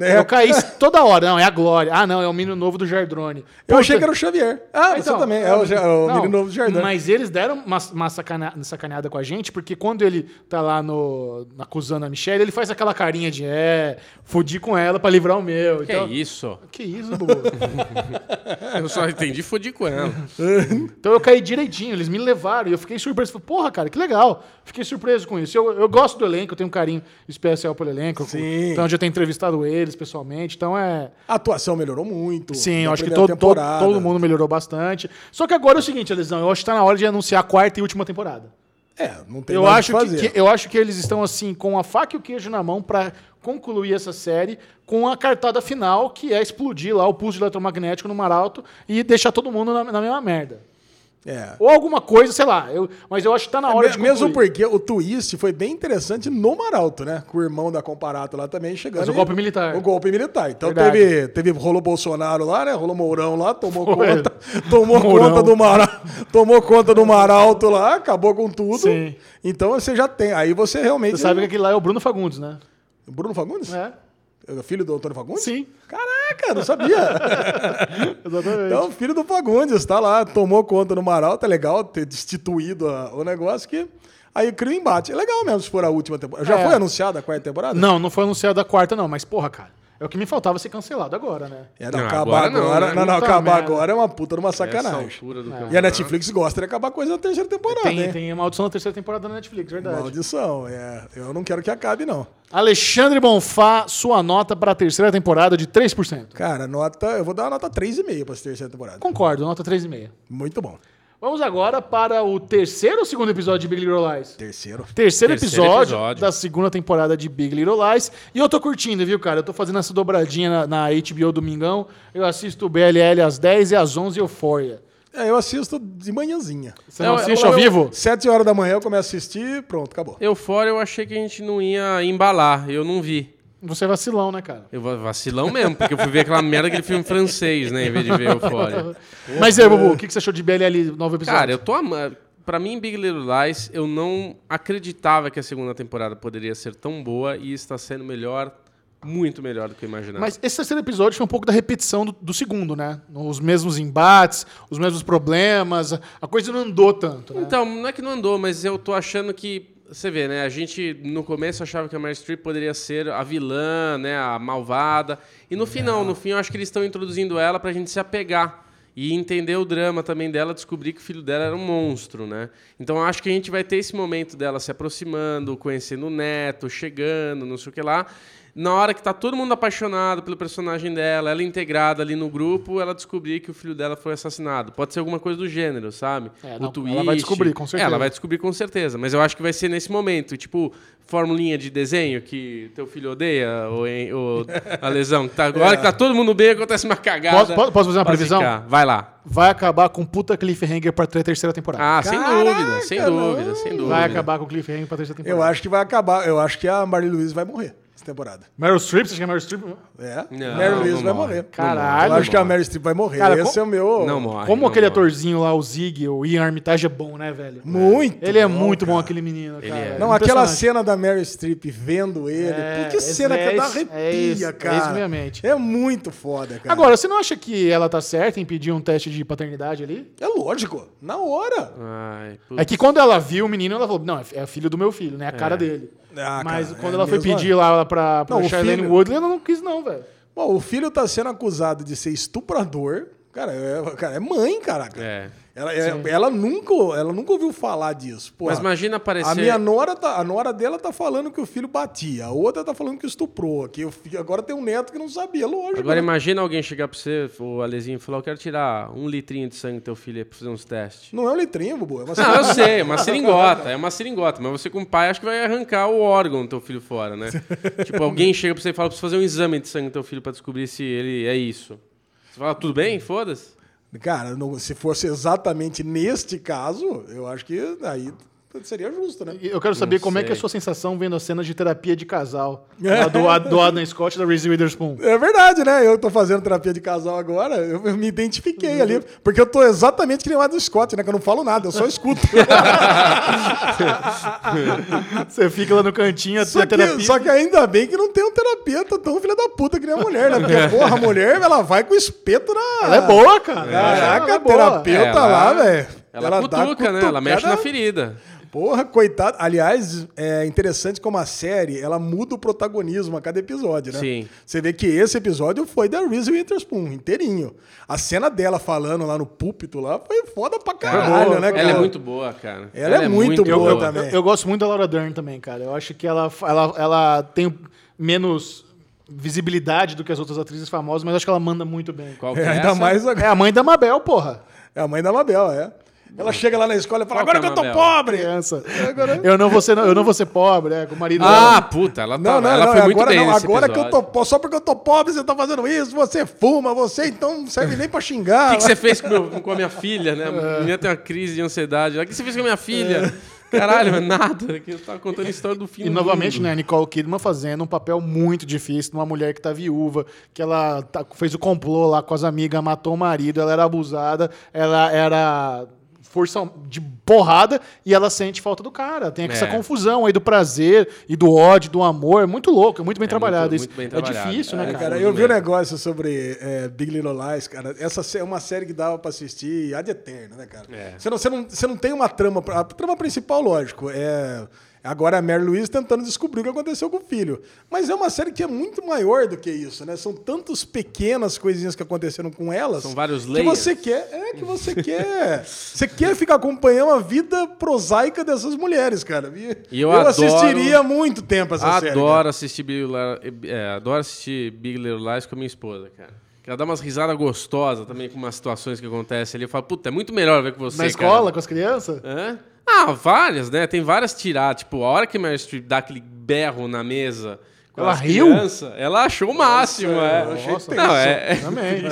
[SPEAKER 3] É.
[SPEAKER 2] Eu
[SPEAKER 3] [laughs]
[SPEAKER 2] caí toda hora. Não, é a Glória. Ah, não, é o menino novo do Jardrone.
[SPEAKER 3] Eu
[SPEAKER 2] Puta-
[SPEAKER 3] achei que era o Xavier. Ah, você
[SPEAKER 2] Então,
[SPEAKER 3] também. É o, Ja- é o
[SPEAKER 2] não,
[SPEAKER 3] menino novo do Jardim.
[SPEAKER 2] Mas eles deram uma, uma sacana- sacaneada com a gente, porque quando ele tá lá no, acusando a Michelle, ele faz aquela carinha de é, fudi com ela pra livrar o meu.
[SPEAKER 1] Que
[SPEAKER 2] então,
[SPEAKER 1] isso?
[SPEAKER 2] Que isso, Bubu? [laughs]
[SPEAKER 1] Eu só entendi foder com ela.
[SPEAKER 2] então eu caí direitinho, eles me levaram e eu fiquei surpreso. Falei, Porra, cara, que legal. Fiquei surpreso com isso. Eu, eu gosto do elenco, eu tenho um carinho especial pelo elenco.
[SPEAKER 3] Sim.
[SPEAKER 2] Então eu já tenho entrevistado eles pessoalmente. Então é,
[SPEAKER 3] [laughs] A atuação melhorou muito.
[SPEAKER 2] Sim, eu
[SPEAKER 3] da
[SPEAKER 2] acho que
[SPEAKER 3] primeira
[SPEAKER 2] todo, todo,
[SPEAKER 3] temporada.
[SPEAKER 2] todo mundo melhorou bastante. Só que agora é o seguinte, Alisson, eu acho que tá na hora de anunciar a quarta e última temporada.
[SPEAKER 3] É, não tem
[SPEAKER 2] eu,
[SPEAKER 3] mais o
[SPEAKER 2] acho
[SPEAKER 3] que
[SPEAKER 2] que,
[SPEAKER 3] fazer.
[SPEAKER 2] que- eu acho que eles estão assim, com a faca e o queijo na mão pra concluir essa série com a cartada final, que é explodir lá o pulso eletromagnético no Maralto e deixar todo mundo na, na mesma merda.
[SPEAKER 3] É.
[SPEAKER 2] Ou alguma coisa, sei lá. eu- mas eu acho que tá na hora de
[SPEAKER 3] Me- Mesmo
[SPEAKER 2] concluir.
[SPEAKER 3] porque o twist foi bem interessante no Maralto, né? Com o irmão da Comparato lá também chegando.
[SPEAKER 2] Mas o
[SPEAKER 3] e-
[SPEAKER 2] golpe militar.
[SPEAKER 3] O golpe militar. Então
[SPEAKER 2] Verdade.
[SPEAKER 3] teve, teve rolou Bolsonaro lá, né? Rolou Mourão lá, tomou
[SPEAKER 2] Foi.
[SPEAKER 3] conta, [laughs] tomou
[SPEAKER 2] Mourão.
[SPEAKER 3] conta do Maralto, tomou conta do Maralto lá, acabou com tudo.
[SPEAKER 2] Sim.
[SPEAKER 3] Então você já tem. Aí você realmente
[SPEAKER 2] Você sabe que aquele lá é o Bruno Fagundes, né?
[SPEAKER 3] Bruno Fagundes?
[SPEAKER 2] É.
[SPEAKER 3] É Filho do Antônio Fagundes?
[SPEAKER 2] Sim,
[SPEAKER 3] Caraca, não sabia.
[SPEAKER 2] exatamente.
[SPEAKER 3] Então, filho do Fagundes, tá lá, tomou conta no Maralto, tá legal ter destituído a- o negócio que. Aí cria o embate. É legal mesmo se for a última temporada. Já
[SPEAKER 2] É.
[SPEAKER 3] foi anunciada a quarta temporada?
[SPEAKER 2] Não, não foi anunciada a quarta, não, mas porra, cara. É o que me faltava ser cancelado agora, né?
[SPEAKER 3] É, não,
[SPEAKER 1] Não,
[SPEAKER 3] acabar agora.
[SPEAKER 1] agora não,
[SPEAKER 3] Não,
[SPEAKER 1] né? um
[SPEAKER 3] não,
[SPEAKER 2] Puta
[SPEAKER 3] acabar
[SPEAKER 2] merda.
[SPEAKER 3] agora é uma puta de uma
[SPEAKER 1] Essa
[SPEAKER 3] [laughs] sacanagem. É.
[SPEAKER 1] altura do
[SPEAKER 3] E a
[SPEAKER 1] campeonato.
[SPEAKER 3] Netflix gosta de acabar coisa na terceira temporada,
[SPEAKER 2] Tem,
[SPEAKER 3] hein?
[SPEAKER 2] tem a maldição da terceira temporada da Netflix, verdade.
[SPEAKER 3] Maldição, é. Eu não quero que acabe, não.
[SPEAKER 2] Alexandre Bonfá, sua nota para a terceira temporada de 3%.
[SPEAKER 3] Cara, nota. Eu vou dar uma nota 3,5 pra essa terceira temporada.
[SPEAKER 2] Concordo, nota 3,5.
[SPEAKER 3] Muito bom.
[SPEAKER 2] Vamos agora para o terceiro ou segundo episódio de Big Little Lies?
[SPEAKER 3] Terceiro.
[SPEAKER 2] Terceiro,
[SPEAKER 1] Terceiro
[SPEAKER 2] episódio,
[SPEAKER 1] episódio.
[SPEAKER 2] da segunda temporada de Big Little Lies. E eu tô curtindo, viu, cara? Eu tô fazendo essa dobradinha na, na HBO Domingão. Eu assisto o BLL às 10 e às 11 Euforia.
[SPEAKER 3] É, eu assisto de manhãzinha.
[SPEAKER 2] Você não
[SPEAKER 1] Eu-
[SPEAKER 2] assiste
[SPEAKER 1] eu-
[SPEAKER 2] ao
[SPEAKER 1] eu-
[SPEAKER 2] vivo?
[SPEAKER 3] Sete horas da manhã eu começo a assistir pronto, acabou.
[SPEAKER 1] Eufória eu achei que a gente não ia embalar, eu não vi.
[SPEAKER 2] Você é vacilão, né, cara?
[SPEAKER 1] Eu va- vacilão mesmo, porque eu fui ver aquela merda, aquele filme francês, né, em vez de ver
[SPEAKER 3] [laughs]
[SPEAKER 1] Eufória.
[SPEAKER 2] Mas e aí, Bubu, o que que você achou de BLL novo episódio?
[SPEAKER 1] Cara, eu tô amando. Pra mim, Big Little Lies, eu não acreditava que a segunda temporada poderia ser tão boa e está sendo melhor, muito melhor do que eu imaginava.
[SPEAKER 2] Mas esse terceiro episódio foi um pouco da repetição do, do segundo, né? Os mesmos embates, os mesmos problemas, a coisa não andou tanto, né?
[SPEAKER 1] Então, não é que não andou, mas eu tô achando que. Você vê, né? A gente no começo achava que a Mary Streep poderia ser a vilã, né? A malvada. E no final, no fim, eu acho que eles estão introduzindo ela pra gente se apegar e entender o drama também dela, descobrir que o filho dela era um monstro, né? Então eu acho que a gente vai ter esse momento dela se aproximando, conhecendo o neto, chegando, não sei o que lá. Na hora que tá todo mundo apaixonado pelo personagem dela, ela integrada ali no grupo, ela descobrir que o filho dela foi assassinado. Pode ser alguma coisa do gênero, sabe?
[SPEAKER 2] É,
[SPEAKER 1] o
[SPEAKER 2] não,
[SPEAKER 1] twist.
[SPEAKER 2] ela vai descobrir, com certeza.
[SPEAKER 1] É, Ela vai descobrir com certeza, mas eu acho que vai ser nesse momento, tipo, formulinha de desenho que teu filho odeia, ou, em- ou a lesão. Que tá, agora que tá todo mundo bem, acontece uma cagada.
[SPEAKER 2] É. Posso- posso- posso fazer uma
[SPEAKER 1] Pra
[SPEAKER 2] previsão?
[SPEAKER 1] zicar. Vai lá.
[SPEAKER 2] Vai acabar com puta cliffhanger pra ter- terceira temporada.
[SPEAKER 1] Ah, sem
[SPEAKER 3] Caraca,
[SPEAKER 1] dúvida, sem
[SPEAKER 3] não.
[SPEAKER 1] dúvida, sem dúvida.
[SPEAKER 2] vai acabar com cliffhanger pra terceira temporada.
[SPEAKER 3] Eu acho que vai acabar, eu acho que a Mary Louise vai morrer essa temporada.
[SPEAKER 2] Meryl Streep, você acha que é Meryl Streep?
[SPEAKER 3] É,
[SPEAKER 1] Não,
[SPEAKER 3] Mary Louise
[SPEAKER 1] não
[SPEAKER 3] vai
[SPEAKER 1] morre.
[SPEAKER 3] morrer.
[SPEAKER 2] Caralho,
[SPEAKER 3] Eu acho que a
[SPEAKER 1] morre.
[SPEAKER 3] Mary Streep vai morrer.
[SPEAKER 2] Cara,
[SPEAKER 3] Esse
[SPEAKER 2] com-
[SPEAKER 3] é o meu...
[SPEAKER 1] Não morre.
[SPEAKER 2] Como
[SPEAKER 1] não
[SPEAKER 2] aquele
[SPEAKER 1] morre.
[SPEAKER 2] atorzinho lá, o Zig, o Ian Armitage é bom, né, velho?
[SPEAKER 3] Muito
[SPEAKER 2] Ele é
[SPEAKER 3] bom,
[SPEAKER 2] muito bom
[SPEAKER 3] cara.
[SPEAKER 2] aquele menino, cara.
[SPEAKER 1] é.
[SPEAKER 3] Não, aquela
[SPEAKER 2] Impressionante.
[SPEAKER 3] cena da Mary Streep vendo ele.
[SPEAKER 2] um É,
[SPEAKER 3] que cena
[SPEAKER 2] é
[SPEAKER 3] que dá
[SPEAKER 2] isso-
[SPEAKER 3] arrepia,
[SPEAKER 2] é isso, é isso
[SPEAKER 3] cara.
[SPEAKER 2] minha mente.
[SPEAKER 3] É muito foda, cara.
[SPEAKER 2] Agora, você não acha que ela tá certa em pedir um teste de paternidade ali?
[SPEAKER 3] É lógico, na hora.
[SPEAKER 1] Ai, putz.
[SPEAKER 2] É que quando ela viu o menino, ela falou: Não, é filho do meu filho, né? A
[SPEAKER 1] É.
[SPEAKER 2] cara dele.
[SPEAKER 3] Ah,
[SPEAKER 2] Mas
[SPEAKER 3] cara,
[SPEAKER 2] quando
[SPEAKER 3] é
[SPEAKER 2] ela foi
[SPEAKER 3] mesmo,
[SPEAKER 2] pedir lá pra, pra
[SPEAKER 3] Não, o
[SPEAKER 2] Charlene
[SPEAKER 3] filho-
[SPEAKER 2] Woodley, ela não quis, não, velho.
[SPEAKER 3] Bom, o filho tá sendo acusado de ser estuprador. Cara, é, cara, é mãe, caraca.
[SPEAKER 1] É.
[SPEAKER 3] Ela, é- ela nunca, ela nunca ouviu falar disso. Pô,
[SPEAKER 1] Mas imagina
[SPEAKER 3] A
[SPEAKER 1] aparecer.
[SPEAKER 3] minha nora, tá, a nora dela tá falando que o filho batia, a outra tá falando que estuprou, que o filho- agora tem um neto que não sabia, lógico.
[SPEAKER 1] Agora
[SPEAKER 3] né?
[SPEAKER 1] imagina alguém chegar pra você, o Alezinho, e falar: Eu quero tirar um litrinho de sangue do teu filho aí pra fazer uns testes.
[SPEAKER 3] Não é um letrinho, Bubu, é uma
[SPEAKER 1] Não, eu sei, é uma seringota, é uma seringota. Mas você, como pai, acho que vai arrancar o órgão do teu filho fora, né? tipo, alguém chega pra você e fala: preciso fazer um exame de sangue do teu filho pra descobrir se ele é isso. Você fala, tudo bem? Foda-se.
[SPEAKER 3] [laughs] Cara, não- se fosse exatamente neste caso, eu acho que aí seria justo, né?
[SPEAKER 2] E Eu quero saber
[SPEAKER 1] Não
[SPEAKER 2] como é que é a
[SPEAKER 1] sei.
[SPEAKER 2] sua sensação vendo a cena de terapia de
[SPEAKER 3] [laughs]
[SPEAKER 2] casal lá do, Ad- do Adam Scott e da Reese Witherspoon.
[SPEAKER 3] É verdade, né? Eu tô fazendo terapia de casal agora, eu, eu me identifiquei
[SPEAKER 2] Uhum.
[SPEAKER 3] ali, porque eu tô exatamente que nem o Adam Scott, né? Que eu não falo nada, eu só
[SPEAKER 2] [laughs]
[SPEAKER 3] escuto.
[SPEAKER 2] É, [laughs] Você fica lá no cantinho, a
[SPEAKER 3] só,
[SPEAKER 2] terapia.
[SPEAKER 3] que, só que ainda bem que não tem um terapeuta tão filha da puta que nem a
[SPEAKER 2] [laughs]
[SPEAKER 3] mulher, né? Porque, porra, a mulher, ela vai com espeto na...
[SPEAKER 2] É. Ela é boa, cara.
[SPEAKER 3] Caraca,
[SPEAKER 2] Ela é boa.
[SPEAKER 3] terapeuta
[SPEAKER 1] Ela-
[SPEAKER 3] lá, velho.
[SPEAKER 1] Ela,
[SPEAKER 3] dá
[SPEAKER 1] cutuca, né? Ela mexe na
[SPEAKER 3] cutucada.
[SPEAKER 1] ferida.
[SPEAKER 3] Porra, coitado. Aliás, é interessante como a série, ela muda o protagonismo a cada episódio, né?
[SPEAKER 1] Sim.
[SPEAKER 3] Você vê que esse episódio foi da Reese Witherspoon, inteirinho. A cena dela falando lá no púlpito lá foi foda pra caralho, né, cara?
[SPEAKER 1] Ela é muito boa, cara.
[SPEAKER 3] Ela é muito boa
[SPEAKER 2] Eu,
[SPEAKER 3] também.
[SPEAKER 2] eu- eu gosto muito da Laura Dern também, cara. Eu acho que ela, ela, ela tem menos visibilidade do que as outras atrizes famosas, mas acho que ela manda muito bem.
[SPEAKER 1] Qual que
[SPEAKER 3] É,
[SPEAKER 1] é
[SPEAKER 3] ainda
[SPEAKER 1] essa?
[SPEAKER 3] mais
[SPEAKER 2] É
[SPEAKER 3] agora.
[SPEAKER 2] a mãe da Mabel, porra.
[SPEAKER 3] É a mãe da Mabel, é. Ela chega lá na escola e fala,
[SPEAKER 1] Qual que
[SPEAKER 3] agora
[SPEAKER 1] é
[SPEAKER 3] que eu tô
[SPEAKER 1] a Mabel?
[SPEAKER 3] pobre.
[SPEAKER 2] Criança. Eu não vou ser, eu não vou ser pobre, é, com o marido
[SPEAKER 1] Ah, puta, ela, tá,
[SPEAKER 3] Não, não,
[SPEAKER 1] ela
[SPEAKER 3] não, é
[SPEAKER 1] foi muito
[SPEAKER 3] agora
[SPEAKER 1] bem
[SPEAKER 3] não.
[SPEAKER 1] nesse
[SPEAKER 3] Agora que eu
[SPEAKER 1] episódio.
[SPEAKER 3] tô po- Só porque eu tô pobre, você tá fazendo isso, você fuma, você então não serve nem pra
[SPEAKER 1] O
[SPEAKER 3] xingar.
[SPEAKER 1] que, que
[SPEAKER 3] [laughs]
[SPEAKER 1] você fez com, meu- com a minha filha, né?
[SPEAKER 3] É.
[SPEAKER 1] A menina tem uma crise de ansiedade. O que você fez com a minha filha? Caralho, mas nada. Que eu tava contando a história do fim
[SPEAKER 2] E
[SPEAKER 1] do
[SPEAKER 2] novamente,
[SPEAKER 1] mundo.
[SPEAKER 2] né, Nicole Kidman fazendo um papel muito difícil numa mulher que tá viúva, que ela tá- fez o complô lá com as amigas, matou o marido, ela era abusada, ela era força de porrada e ela sente falta do cara. Tem essa
[SPEAKER 1] É.
[SPEAKER 2] confusão aí do prazer e do ódio, do amor. É muito louco, é muito bem
[SPEAKER 1] É
[SPEAKER 2] trabalhado
[SPEAKER 1] muito-
[SPEAKER 2] isso.
[SPEAKER 1] muito bem
[SPEAKER 2] É
[SPEAKER 1] trabalhado.
[SPEAKER 2] difícil, né,
[SPEAKER 1] É,
[SPEAKER 2] cara?
[SPEAKER 3] Cara, eu vi um negócio sobre é, Big Little Lies, cara. Essa sé- é uma série que dava pra assistir ad eterno, né, cara?
[SPEAKER 1] É.
[SPEAKER 3] Você, não, você, não, você não tem uma trama. pra- A trama principal, lógico, é. Agora a Mary Louise tentando descobrir o que aconteceu com o filho. Mas é uma série que é muito maior do que isso, né? São tantas pequenas coisinhas que aconteceram com elas.
[SPEAKER 1] São vários
[SPEAKER 3] que
[SPEAKER 1] layers.
[SPEAKER 3] você quer, é que você quer. você quer ficar acompanhando a vida prosaica dessas mulheres, cara. E,
[SPEAKER 1] E eu adoro-
[SPEAKER 3] assistiria há muito tempo essa série. cara. [laughs]
[SPEAKER 1] Adoro assistir, Big Little, é, adoro assistir Big Little Lies com a minha esposa, cara. Que Ela dá umas risadas gostosas também com umas situações que acontecem ali. Eu falo, puta, é muito melhor ver com você,
[SPEAKER 2] Na
[SPEAKER 1] cara."
[SPEAKER 2] escola, com as crianças?
[SPEAKER 1] Hã? Ah, várias, né? Tem várias tiradas. Tipo, a hora que Mary Streep dá aquele berro na mesa com
[SPEAKER 2] Ela
[SPEAKER 1] as
[SPEAKER 2] riu?
[SPEAKER 1] crianças, ela achou o máximo, é.
[SPEAKER 2] Nossa,
[SPEAKER 1] não, é,
[SPEAKER 2] Também.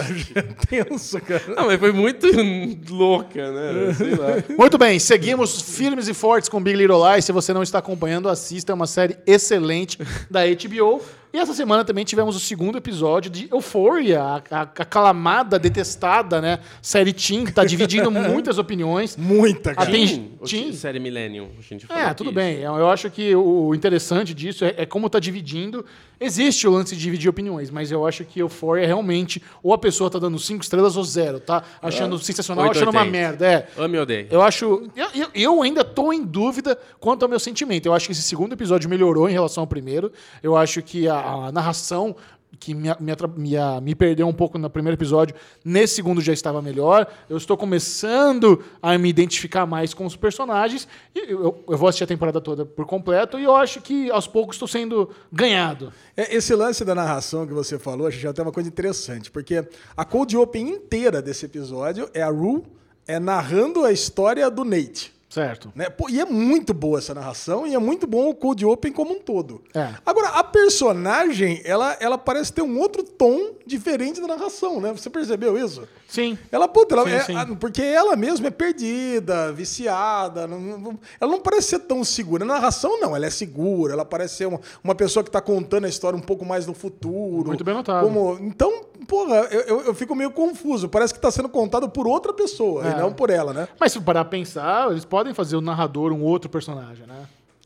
[SPEAKER 3] Tenso, cara.
[SPEAKER 1] não, mas foi muito [laughs] louca, né? Sei lá.
[SPEAKER 2] Muito bem, seguimos firmes e fortes com Big Little Lies. Se você não está acompanhando, assista. É uma série excelente da HBO. E essa semana também tivemos o segundo episódio de Euphoria, a, a- a aclamada, detestada, né? Série Teen, que tá dividindo muitas opiniões.
[SPEAKER 3] Muita, cara.
[SPEAKER 2] Ah, tem-
[SPEAKER 1] Teen, ou
[SPEAKER 2] Teen?
[SPEAKER 1] Série Millennium. A gente falou
[SPEAKER 2] É,
[SPEAKER 1] aqui.
[SPEAKER 2] tudo bem. Eu eu acho que o interessante disso é, é como tá dividindo. Existe o lance de dividir opiniões, mas eu acho que Euphoria realmente, ou a pessoa tá dando cinco estrelas ou zero, tá? Achando sensacional, achando uma
[SPEAKER 1] 880.
[SPEAKER 2] merda. É.
[SPEAKER 1] Ame ou odeio.
[SPEAKER 2] Eu acho. Eu, eu- eu ainda tô em dúvida quanto ao meu sentimento. Eu acho que esse segundo episódio melhorou em relação ao primeiro. Eu acho que a, a narração. Que me, me, atra- me, a- me perdeu um pouco no primeiro episódio, nesse segundo já estava melhor. Eu estou começando a me identificar mais com os personagens. E eu, eu- eu vou assistir a temporada toda por completo e eu acho que aos poucos estou sendo ganhado.
[SPEAKER 3] É, Esse lance da narração que você falou, acho que já tem uma coisa interessante, porque a cold open inteira desse episódio é a Rue é narrando a história do Nate.
[SPEAKER 2] Certo.
[SPEAKER 3] né? Pô, e é muito boa essa narração e é muito bom o Cold Open como um todo.
[SPEAKER 2] É.
[SPEAKER 3] Agora, a personagem, ela, ela parece ter um outro tom diferente da narração, né? Você percebeu isso?
[SPEAKER 2] Sim.
[SPEAKER 3] Ela, puta, ela-
[SPEAKER 2] Sim,
[SPEAKER 3] é-
[SPEAKER 2] sim.
[SPEAKER 3] a- porque ela mesma é perdida, viciada. não- não- ela não parece ser tão segura. Na narração, não, ela é segura. Ela parece ser uma, uma pessoa que tá contando a história um pouco mais no futuro.
[SPEAKER 2] Muito bem notado.
[SPEAKER 3] Como- então, porra, eu, eu- eu fico meio confuso. Parece que tá sendo contado por outra pessoa
[SPEAKER 2] É.
[SPEAKER 3] e não por ela, né?
[SPEAKER 2] Mas se parar a pensar, eles podem fazer o narrador um outro personagem, né?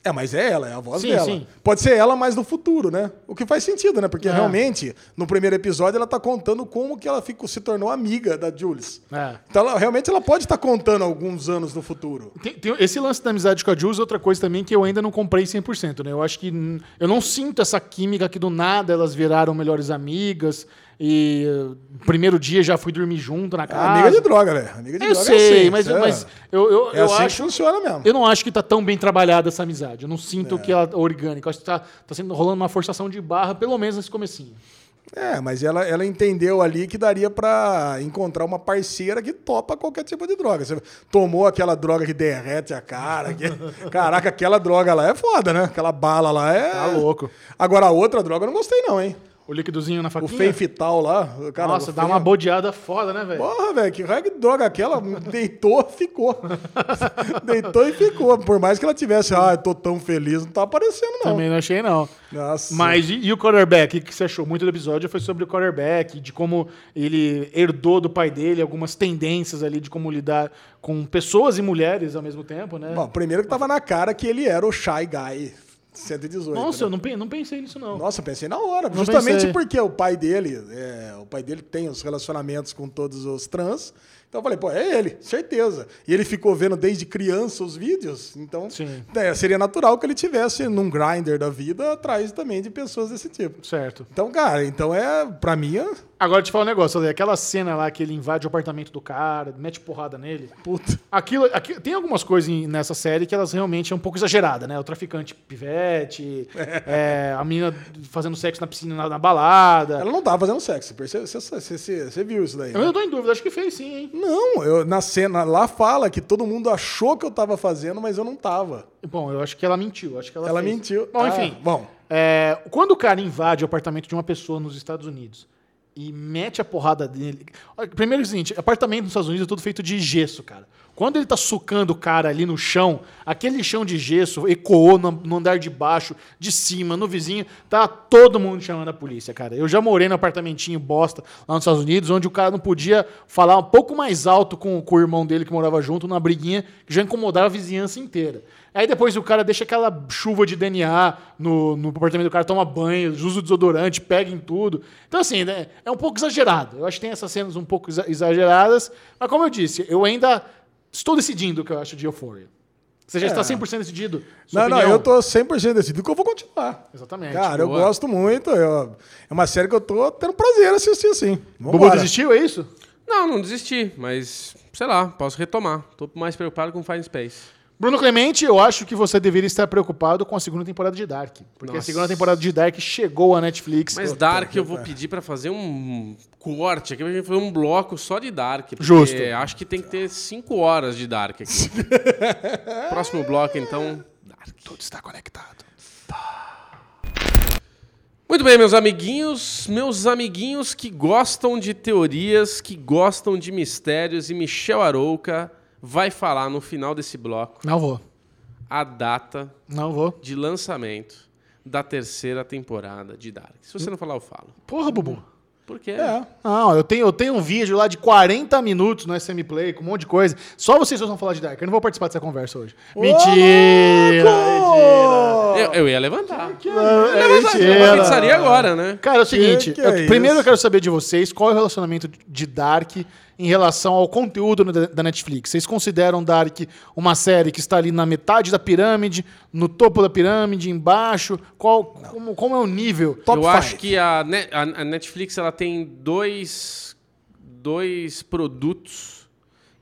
[SPEAKER 3] É, mas é ela, é a voz
[SPEAKER 2] Sim,
[SPEAKER 3] dela.
[SPEAKER 2] sim.
[SPEAKER 3] Pode ser ela, mas no futuro, né? O que faz sentido, né? Porque
[SPEAKER 2] É.
[SPEAKER 3] realmente, no primeiro episódio, ela tá contando como que ela ficou, se tornou amiga da Jules.
[SPEAKER 2] É.
[SPEAKER 3] Então, ela- realmente, ela pode estar contando alguns anos no futuro.
[SPEAKER 2] Tem- tem esse lance da amizade com a Jules é outra coisa também que eu ainda não comprei 100%, né? Eu acho que hum, eu não sinto essa química que do nada elas viraram melhores amigas e eh, primeiro dia já fui dormir junto na
[SPEAKER 3] É
[SPEAKER 2] casa.
[SPEAKER 3] amiga de droga, velho. Amiga de
[SPEAKER 2] Ah, eu
[SPEAKER 3] droga é
[SPEAKER 2] sei,
[SPEAKER 3] assim,
[SPEAKER 2] mas,
[SPEAKER 3] é.
[SPEAKER 2] mas eu, eu,
[SPEAKER 3] É
[SPEAKER 2] eu
[SPEAKER 3] assim
[SPEAKER 2] acho
[SPEAKER 3] que funciona mesmo.
[SPEAKER 2] eu não acho que tá tão bem trabalhada essa amizade. Eu não sinto que ela é orgânica. Eu acho que tá, tá sendo rolando uma forçação de barra, pelo menos nesse comecinho.
[SPEAKER 3] É, mas ela, ela entendeu ali que daria pra encontrar uma parceira que topa qualquer tipo de droga. Você tomou aquela droga que derrete a
[SPEAKER 2] [laughs]
[SPEAKER 3] cara. que- Caraca, aquela droga lá é foda, né? Aquela bala lá é.
[SPEAKER 2] Tá louco.
[SPEAKER 3] Agora a outra droga eu não gostei, não, hein?
[SPEAKER 2] O líquidozinho na
[SPEAKER 3] O
[SPEAKER 2] faquinha.
[SPEAKER 3] fenfital lá. Cara,
[SPEAKER 2] Nossa,
[SPEAKER 3] o
[SPEAKER 2] dá
[SPEAKER 3] fen-
[SPEAKER 2] uma bodeada foda, né, velho?
[SPEAKER 3] Porra, velho, que raio de droga aquela? Deitou,
[SPEAKER 2] [laughs]
[SPEAKER 3] ficou. Deitou e ficou. Por mais que ela tivesse, ah, eu tô tão feliz, não tá aparecendo, não.
[SPEAKER 2] Também não achei, não.
[SPEAKER 3] Nossa.
[SPEAKER 2] Mas e, e o quarterback? O que você achou muito do episódio foi sobre o quarterback, de como ele herdou do pai dele algumas tendências ali de como lidar com pessoas e mulheres ao mesmo tempo, né?
[SPEAKER 3] É. Bom, primeiro que tava na cara que ele era o Shy Guy 118.
[SPEAKER 2] Nossa,
[SPEAKER 3] né?
[SPEAKER 2] eu não, pe- não pensei nisso, não.
[SPEAKER 3] Nossa, eu pensei na hora.
[SPEAKER 2] Não
[SPEAKER 3] justamente
[SPEAKER 2] pensei.
[SPEAKER 3] porque o pai dele, é, o pai dele tem os relacionamentos com todos os trans. Então eu falei, pô, é ele, certeza. E ele ficou vendo desde criança os vídeos, então
[SPEAKER 2] Sim.
[SPEAKER 3] é, seria natural que ele tivesse num grinder da vida atrás também de pessoas desse tipo.
[SPEAKER 2] Certo.
[SPEAKER 3] Então, cara, então é, pra mim, é-
[SPEAKER 2] Agora te falar um negócio, Ale, aquela cena lá que ele invade o apartamento do cara, mete porrada nele.
[SPEAKER 3] puta.
[SPEAKER 2] Aquilo, aqui- tem algumas coisas em- nessa série que elas realmente é um pouco exageradas, né? O traficante
[SPEAKER 3] [laughs]
[SPEAKER 2] pivete, é, a menina fazendo sexo na piscina, na, na balada.
[SPEAKER 3] Ela não tava fazendo sexo, perce- você, você- você- você viu isso daí.
[SPEAKER 2] Eu
[SPEAKER 3] né?
[SPEAKER 2] ainda tô em dúvida, acho que fez sim, hein?
[SPEAKER 3] Não, eu, na cena lá fala que todo mundo achou que eu tava fazendo, mas eu não tava.
[SPEAKER 2] Bom, eu acho que ela mentiu. Acho que ela
[SPEAKER 3] Ela
[SPEAKER 2] fez.
[SPEAKER 3] mentiu.
[SPEAKER 2] Bom,
[SPEAKER 3] Ah,
[SPEAKER 2] enfim.
[SPEAKER 3] bom.
[SPEAKER 2] É, quando o cara invade o apartamento de uma pessoa nos Estados Unidos e mete a porrada dele. Olha, Primeiro é o seguinte: apartamento nos Estados Unidos é tudo feito de gesso, cara. Quando ele tá socando o cara ali no chão, aquele chão de gesso ecoou no, no andar de baixo, de cima, no vizinho, tá todo mundo chamando a polícia, cara. Eu já morei no apartamentinho bosta lá nos Estados Unidos, onde o cara não podia falar um pouco mais alto com, com o irmão dele que morava junto numa briguinha que já incomodava a vizinhança inteira. Aí depois o cara deixa aquela chuva de DNA no, no apartamento do cara, toma banho, usa o desodorante, pega em tudo. Então, assim, né, é um pouco exagerado. Eu acho que tem essas cenas um pouco exa- exageradas, mas como eu disse, eu ainda estou decidindo o que eu acho de Euphoria. Você já
[SPEAKER 3] É.
[SPEAKER 2] está 100% decidido? Sua
[SPEAKER 3] Não, não,
[SPEAKER 2] opinião? É,
[SPEAKER 3] eu tô 100% decidido que eu vou continuar.
[SPEAKER 2] Exatamente.
[SPEAKER 3] Cara, eu
[SPEAKER 1] boa.
[SPEAKER 3] gosto muito. eu- é uma série que eu tô tendo prazer em assistir, assim.
[SPEAKER 2] Bubu
[SPEAKER 3] Vambora.
[SPEAKER 2] desistiu, é isso?
[SPEAKER 1] Não, não desisti, mas sei lá, posso retomar. Tô mais preocupado com Fine Space.
[SPEAKER 2] Bruno Clemente, eu acho que você deveria estar preocupado com a segunda temporada de Dark. Porque a
[SPEAKER 1] Nossa.
[SPEAKER 2] segunda temporada de Dark chegou à Netflix.
[SPEAKER 1] Mas Dark eu vou pedir pra fazer um corte aqui, pra gente fazer um bloco só de Dark. porque
[SPEAKER 2] Justo.
[SPEAKER 1] Acho que tem que ter 5 horas de Dark aqui. Próximo bloco, então. Dark.
[SPEAKER 2] Tudo está conectado.
[SPEAKER 1] Muito bem, meus amiguinhos, meus amiguinhos que gostam de teorias, que gostam de mistérios, e Michel Arouca vai falar no final desse bloco
[SPEAKER 2] Não vou.
[SPEAKER 1] a data
[SPEAKER 2] Não vou.
[SPEAKER 1] de lançamento da terceira temporada de Dark. Se você não falar, eu falo.
[SPEAKER 2] Porra, Bubu.
[SPEAKER 1] Por quê?
[SPEAKER 3] É.
[SPEAKER 2] Não, eu tenho, eu tenho um vídeo lá de 40 minutos no SM Play, com um monte de coisa. Só vocês dois vão falar de Dark. Eu não vou participar dessa conversa hoje. mentira! Mentira!
[SPEAKER 1] Eu, eu ia levantar.
[SPEAKER 2] Não, é
[SPEAKER 1] Eu vou
[SPEAKER 2] mentira.
[SPEAKER 1] na pizzaria agora, né?
[SPEAKER 2] Cara, é o seguinte,
[SPEAKER 3] Que que é
[SPEAKER 2] eu- primeiro
[SPEAKER 3] isso?
[SPEAKER 2] eu quero saber de vocês qual é o relacionamento de Dark em relação ao conteúdo da da Netflix. Vocês consideram Dark uma série que está ali na metade da pirâmide, no topo da pirâmide, embaixo? Qual, como, como é o nível?
[SPEAKER 3] Top
[SPEAKER 1] eu
[SPEAKER 3] five.
[SPEAKER 1] acho que a, Ne- a- a Netflix ela tem dois, dois produtos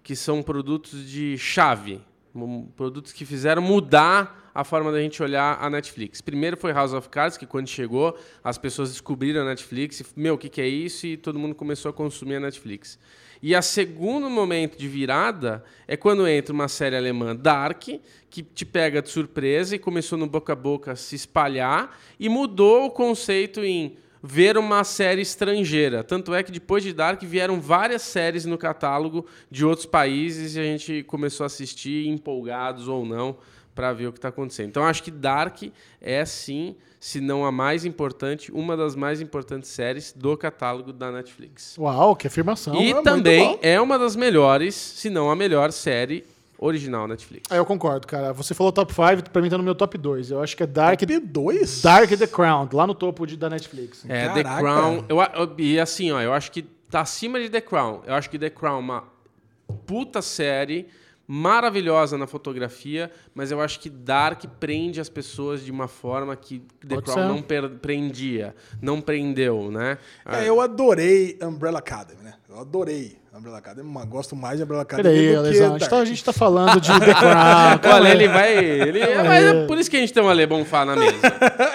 [SPEAKER 1] que são produtos de chave. um- Produtos que fizeram mudar a forma da gente olhar a Netflix. Primeiro foi House of Cards, que quando chegou, as pessoas descobriram a Netflix e, meu, o que, que é isso? E todo mundo começou a consumir a Netflix. E a segundo momento de virada é quando entra uma série alemã Dark, que te pega de surpresa e começou no boca a boca a se espalhar e mudou o conceito em ver uma série estrangeira. Tanto é que depois de Dark vieram várias séries no catálogo de outros países e a gente começou a assistir empolgados ou não para ver o que está acontecendo. Então acho que Dark é sim, se não a mais importante, uma das mais importantes séries do catálogo da Netflix.
[SPEAKER 2] Uau, que afirmação.
[SPEAKER 1] e
[SPEAKER 3] é muito
[SPEAKER 1] também
[SPEAKER 3] bom.
[SPEAKER 1] é uma das melhores, se não a melhor série original Netflix.
[SPEAKER 2] Ah, eu concordo, cara. Você falou top 5, pra mim tá no meu top 2. Eu acho que é Dark,
[SPEAKER 3] P2?
[SPEAKER 2] Dark e The Crown, lá no topo de- da Netflix.
[SPEAKER 1] É, The
[SPEAKER 3] Caraca.
[SPEAKER 1] Crown. Eu, a- eu- e assim, ó, eu acho que tá acima de The Crown. Eu acho que The Crown é uma puta série, maravilhosa na fotografia, mas eu acho que Dark prende as pessoas de uma forma que The
[SPEAKER 2] Pode
[SPEAKER 1] Crown
[SPEAKER 2] ser.
[SPEAKER 1] não per- prendia, não prendeu, né?
[SPEAKER 3] É, eu adorei Umbrella Academy, né? Eu adorei Umbrella Academy. mas Gosto mais de Umbrella Academy
[SPEAKER 2] Peraí,
[SPEAKER 3] do que
[SPEAKER 2] Alessandro, a gente
[SPEAKER 3] Dark.
[SPEAKER 2] tá- a gente tá falando de The Crown.
[SPEAKER 1] [laughs] Olha, Ah, ele vai.
[SPEAKER 3] [laughs]
[SPEAKER 1] Ele, é, mas é por isso que a gente tem um Ale Bonfá na mesa.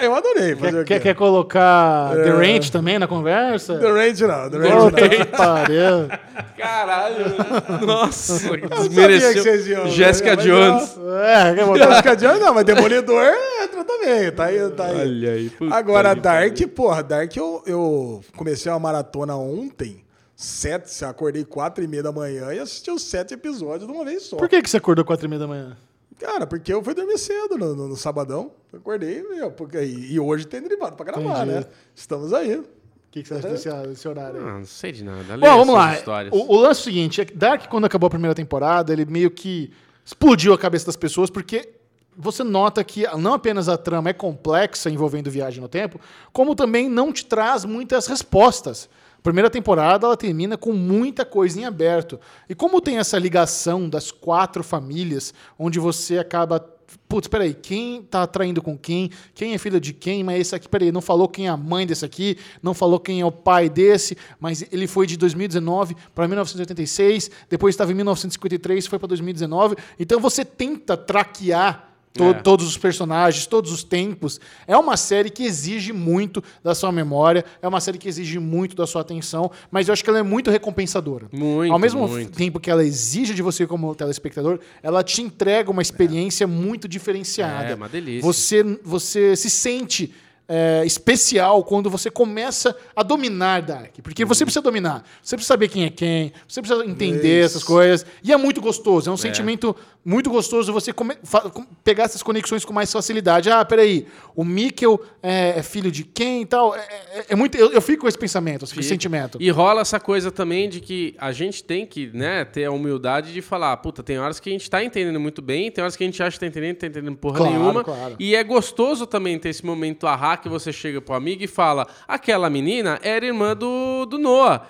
[SPEAKER 3] Eu adorei fazer
[SPEAKER 2] tá Quer,
[SPEAKER 3] o quê? É.
[SPEAKER 2] quer, quer colocar The Ranch também na conversa?
[SPEAKER 3] The Range não, The Range
[SPEAKER 2] Puta
[SPEAKER 3] não.
[SPEAKER 2] que pariu.
[SPEAKER 1] Caralho. [laughs] Nossa, que
[SPEAKER 3] né? sabia que vocês
[SPEAKER 1] desmereceu.
[SPEAKER 3] iam, né?
[SPEAKER 1] Jéssica
[SPEAKER 3] Mas,
[SPEAKER 1] Jones.
[SPEAKER 2] É, quer botar-
[SPEAKER 3] [laughs] Jessica Jones não, mas Demolidor entra também, tá aí, tá aí.
[SPEAKER 1] Olha aí, puta
[SPEAKER 3] Agora,
[SPEAKER 1] que
[SPEAKER 3] Dark, porra, Dark eu, eu comecei uma maratona ontem, sete, acordei quatro e meia da manhã e assisti os sete episódios de uma vez só.
[SPEAKER 2] Por que, que você acordou 4 e meia da manhã?
[SPEAKER 3] Cara, porque eu fui dormir cedo no, no- no sabadão, acordei meu, porque, e, e hoje tem derivado pra gravar,
[SPEAKER 2] Entendi.
[SPEAKER 3] né? Estamos aí.
[SPEAKER 2] O que, que você acha desse, desse horário? aí?
[SPEAKER 1] Ah, não sei de nada. Leia
[SPEAKER 2] Bom, vamos
[SPEAKER 1] essas
[SPEAKER 2] lá.
[SPEAKER 1] histórias.
[SPEAKER 2] O, o lance é o seguinte: é que Dark, quando acabou a primeira temporada, ele meio que explodiu a cabeça das pessoas, porque você nota que não apenas a trama é complexa envolvendo viagem no tempo, como também não te traz muitas respostas. A Primeira temporada ela termina com muita coisa em aberto. E como tem essa ligação das quatro famílias, onde você acaba Putz, peraí, quem tá traindo com quem? Quem é filho de quem? Mas esse aqui, peraí, não falou quem é a mãe desse aqui, não falou quem é o pai desse, mas ele foi de 2019 para 1986, depois estava em 1953, foi para 2019. Então você tenta traquear to-
[SPEAKER 1] É.
[SPEAKER 2] todos os personagens, todos os tempos. É uma série que exige muito da sua memória, é uma série que exige muito da sua atenção, mas eu acho que ela é muito recompensadora.
[SPEAKER 1] Muito,
[SPEAKER 2] Ao mesmo
[SPEAKER 1] muito.
[SPEAKER 2] tempo que ela exige de você como telespectador, ela te entrega uma experiência muito diferenciada.
[SPEAKER 1] É, uma delícia.
[SPEAKER 2] Você, você se sente é, especial quando você começa a dominar Dark. Porque você precisa dominar. Você precisa saber quem é quem, você precisa entender
[SPEAKER 3] Isso.
[SPEAKER 2] essas coisas. E é muito gostoso. É um sentimento muito gostoso você come- fa- com- pegar essas conexões com mais facilidade. Ah, peraí, o Mikkel é, é filho de quem e tal. É, é- é muito, eu, eu fico com esse pensamento, eu fico com esse
[SPEAKER 1] Fica.
[SPEAKER 2] sentimento.
[SPEAKER 1] E rola essa coisa também de que a gente tem que, né, ter a humildade de falar, puta, tem horas que a gente tá entendendo muito bem, tem horas que a gente acha que tá entendendo, tá entendendo porra
[SPEAKER 2] Claro,
[SPEAKER 1] nenhuma.
[SPEAKER 2] claro.
[SPEAKER 1] E é gostoso também ter esse momento ahá que você chega pro amigo e fala, aquela menina era irmã do, do Noah.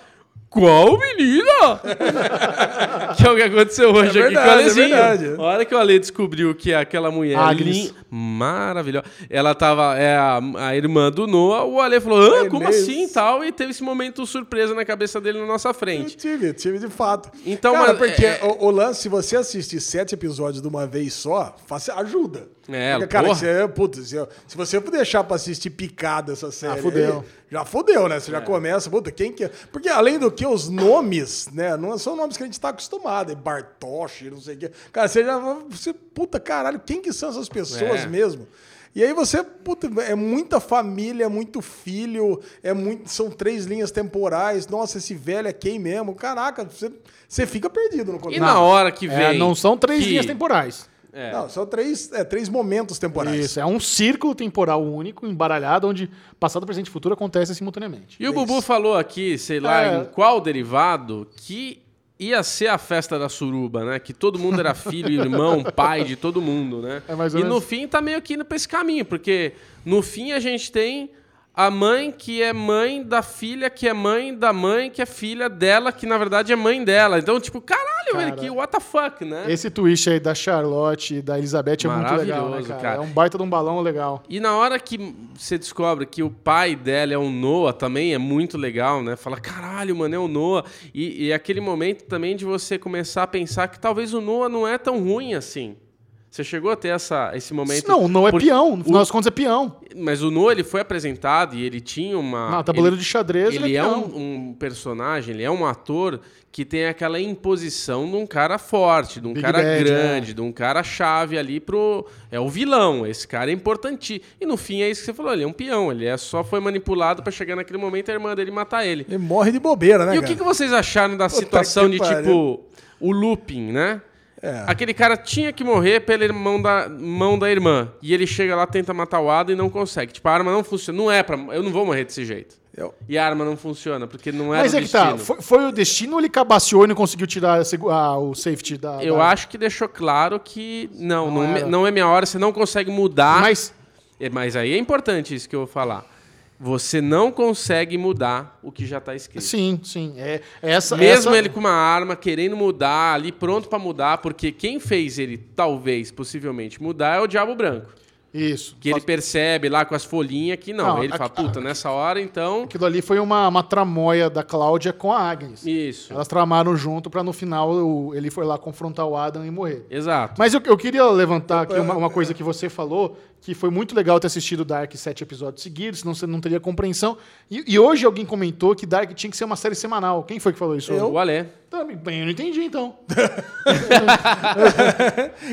[SPEAKER 1] Qual menina? [laughs] que é o que aconteceu hoje
[SPEAKER 3] É
[SPEAKER 1] aqui com o
[SPEAKER 3] verdade, é
[SPEAKER 1] Alezinho.
[SPEAKER 3] verdade.
[SPEAKER 1] A hora que o Ale descobriu que é aquela mulher
[SPEAKER 2] Agnes.
[SPEAKER 1] lin- maravilhosa, ela tava, é a, a irmã do Noah, o Ale falou, ah,
[SPEAKER 3] É
[SPEAKER 1] como
[SPEAKER 3] mesmo?
[SPEAKER 1] assim? tal, e teve esse momento surpresa na cabeça dele na nossa
[SPEAKER 3] Eu
[SPEAKER 1] frente.
[SPEAKER 3] tive, tive de fato.
[SPEAKER 1] Então,
[SPEAKER 3] Cara,
[SPEAKER 1] mas-
[SPEAKER 3] porque
[SPEAKER 1] é-
[SPEAKER 3] o, o lance, se você assistir sete episódios de uma vez só, faça, ajuda.
[SPEAKER 1] É,
[SPEAKER 3] porque, cara,
[SPEAKER 1] porra.
[SPEAKER 3] você, putz, se, se você for deixar pra assistir picada essa série.
[SPEAKER 2] fudeu.
[SPEAKER 3] aí, já fudeu, né? Você já começa, puta, quem que é? Porque além do que, os nomes, né? Não são nomes que a gente tá acostumado. É Bartoshi, não sei o quê. Cara, você já. Você, puta caralho, quem que são essas pessoas
[SPEAKER 1] É.
[SPEAKER 3] mesmo? E aí você, puta, é muita família, é muito filho, é muito, são três linhas temporais. Nossa, esse velho é quem mesmo? Caraca, você, você fica perdido no
[SPEAKER 1] E
[SPEAKER 3] começo.
[SPEAKER 1] na hora que vem.
[SPEAKER 2] É, não são três
[SPEAKER 1] que-
[SPEAKER 2] linhas temporais.
[SPEAKER 1] É.
[SPEAKER 3] Não, são três, é, três momentos temporais.
[SPEAKER 2] Isso, é um círculo temporal único, embaralhado, onde passado, presente e futuro acontecem simultaneamente.
[SPEAKER 1] E o Bubu falou aqui, sei lá
[SPEAKER 2] É.
[SPEAKER 1] em qual derivado, que ia ser a festa da suruba, né? Que todo mundo
[SPEAKER 2] [laughs]
[SPEAKER 1] era filho, irmão, pai de todo mundo, né?
[SPEAKER 2] É mais
[SPEAKER 1] e
[SPEAKER 2] ou menos.
[SPEAKER 1] no fim tá meio que indo pra esse caminho, porque no fim a gente tem a mãe que é mãe da filha, que é mãe da mãe, que é filha dela, que na verdade é mãe dela. Então, tipo, caralho, velho, que what the fuck, né?
[SPEAKER 2] Esse twist aí da Charlotte e da Elizabeth é muito legal, né,
[SPEAKER 1] Maravilhoso,
[SPEAKER 2] cara?
[SPEAKER 1] cara.
[SPEAKER 2] É um baita de um balão legal.
[SPEAKER 1] E na hora que você descobre que o pai dela é o Noah também, é muito legal, né? Fala, caralho, mano, é o Noah. E, e aquele momento também de você começar a pensar que talvez o Noah não é tão ruim assim. Você chegou a ter essa, esse momento.
[SPEAKER 2] Não, não é
[SPEAKER 1] Por-
[SPEAKER 2] peão. No final das contas é peão.
[SPEAKER 1] Mas o Noah, ele foi apresentado e ele tinha uma.
[SPEAKER 2] Não, Ah, tabuleiro
[SPEAKER 1] Ah, ele-
[SPEAKER 2] de xadrez ele,
[SPEAKER 1] ele é
[SPEAKER 2] peão.
[SPEAKER 1] um, um personagem, ele é um ator que tem aquela imposição de um cara forte, de um
[SPEAKER 2] Big
[SPEAKER 1] cara
[SPEAKER 2] Bad,
[SPEAKER 3] né?
[SPEAKER 1] grande, de um cara chave ali pro. É o vilão, esse cara é importante. E no fim é isso que você falou, ele é um peão, ele é só foi manipulado pra chegar naquele momento e a irmã dele matar ele.
[SPEAKER 3] Ele morre de bobeira, né,
[SPEAKER 1] E o
[SPEAKER 3] cara?
[SPEAKER 1] que, que vocês acharam da
[SPEAKER 3] Puta
[SPEAKER 1] situação
[SPEAKER 3] que
[SPEAKER 1] de,
[SPEAKER 3] pariu.
[SPEAKER 1] tipo, o looping, né?
[SPEAKER 3] É.
[SPEAKER 1] Aquele cara tinha que morrer pela irmão da, mão da irmã. E ele chega lá, tenta matar o Ada e não consegue. Tipo, a arma não funciona. Não é pra. Eu não vou morrer desse jeito.
[SPEAKER 3] Eu- [laughs]
[SPEAKER 1] E a arma não funciona, porque não era
[SPEAKER 2] Mas
[SPEAKER 1] o
[SPEAKER 2] é que tá,
[SPEAKER 1] destino.
[SPEAKER 2] foi, foi o destino ou ele cabaceou e não conseguiu tirar a segu- a- o safety da...
[SPEAKER 1] Eu
[SPEAKER 2] da-
[SPEAKER 1] acho que deixou claro que não, não,
[SPEAKER 2] Não
[SPEAKER 1] me-
[SPEAKER 2] era.
[SPEAKER 1] não é minha hora, você não consegue mudar. Mas...
[SPEAKER 2] Mas
[SPEAKER 1] mas aí é importante isso que eu vou falar. Você não consegue mudar o que já tá escrito.
[SPEAKER 2] Sim, sim. É, essa,
[SPEAKER 1] Mesmo
[SPEAKER 2] essa-
[SPEAKER 1] ele com uma arma, querendo mudar, ali pronto pra mudar, porque quem fez ele, talvez, possivelmente, mudar é o Diabo Branco.
[SPEAKER 2] Isso.
[SPEAKER 1] Que ele percebe lá com as folhinhas que não.
[SPEAKER 2] Não,
[SPEAKER 1] ele
[SPEAKER 2] a-
[SPEAKER 1] fala, puta, nessa hora então.
[SPEAKER 2] Aquilo ali foi uma, uma tramóia da Cláudia com a Agnes.
[SPEAKER 1] Isso.
[SPEAKER 2] Elas tramaram junto pra no final o- ele foi lá confrontar o Adam e morrer.
[SPEAKER 1] Exato.
[SPEAKER 2] Mas eu, eu queria levantar aqui uma, uma coisa que você falou, que foi muito legal ter assistido Dark sete episódios seguidos, senão você não teria compreensão. E, e hoje alguém comentou que Dark tinha que ser uma série semanal. Quem foi que falou isso?
[SPEAKER 1] O Alê.
[SPEAKER 2] Tá, bem, eu não entendi, então.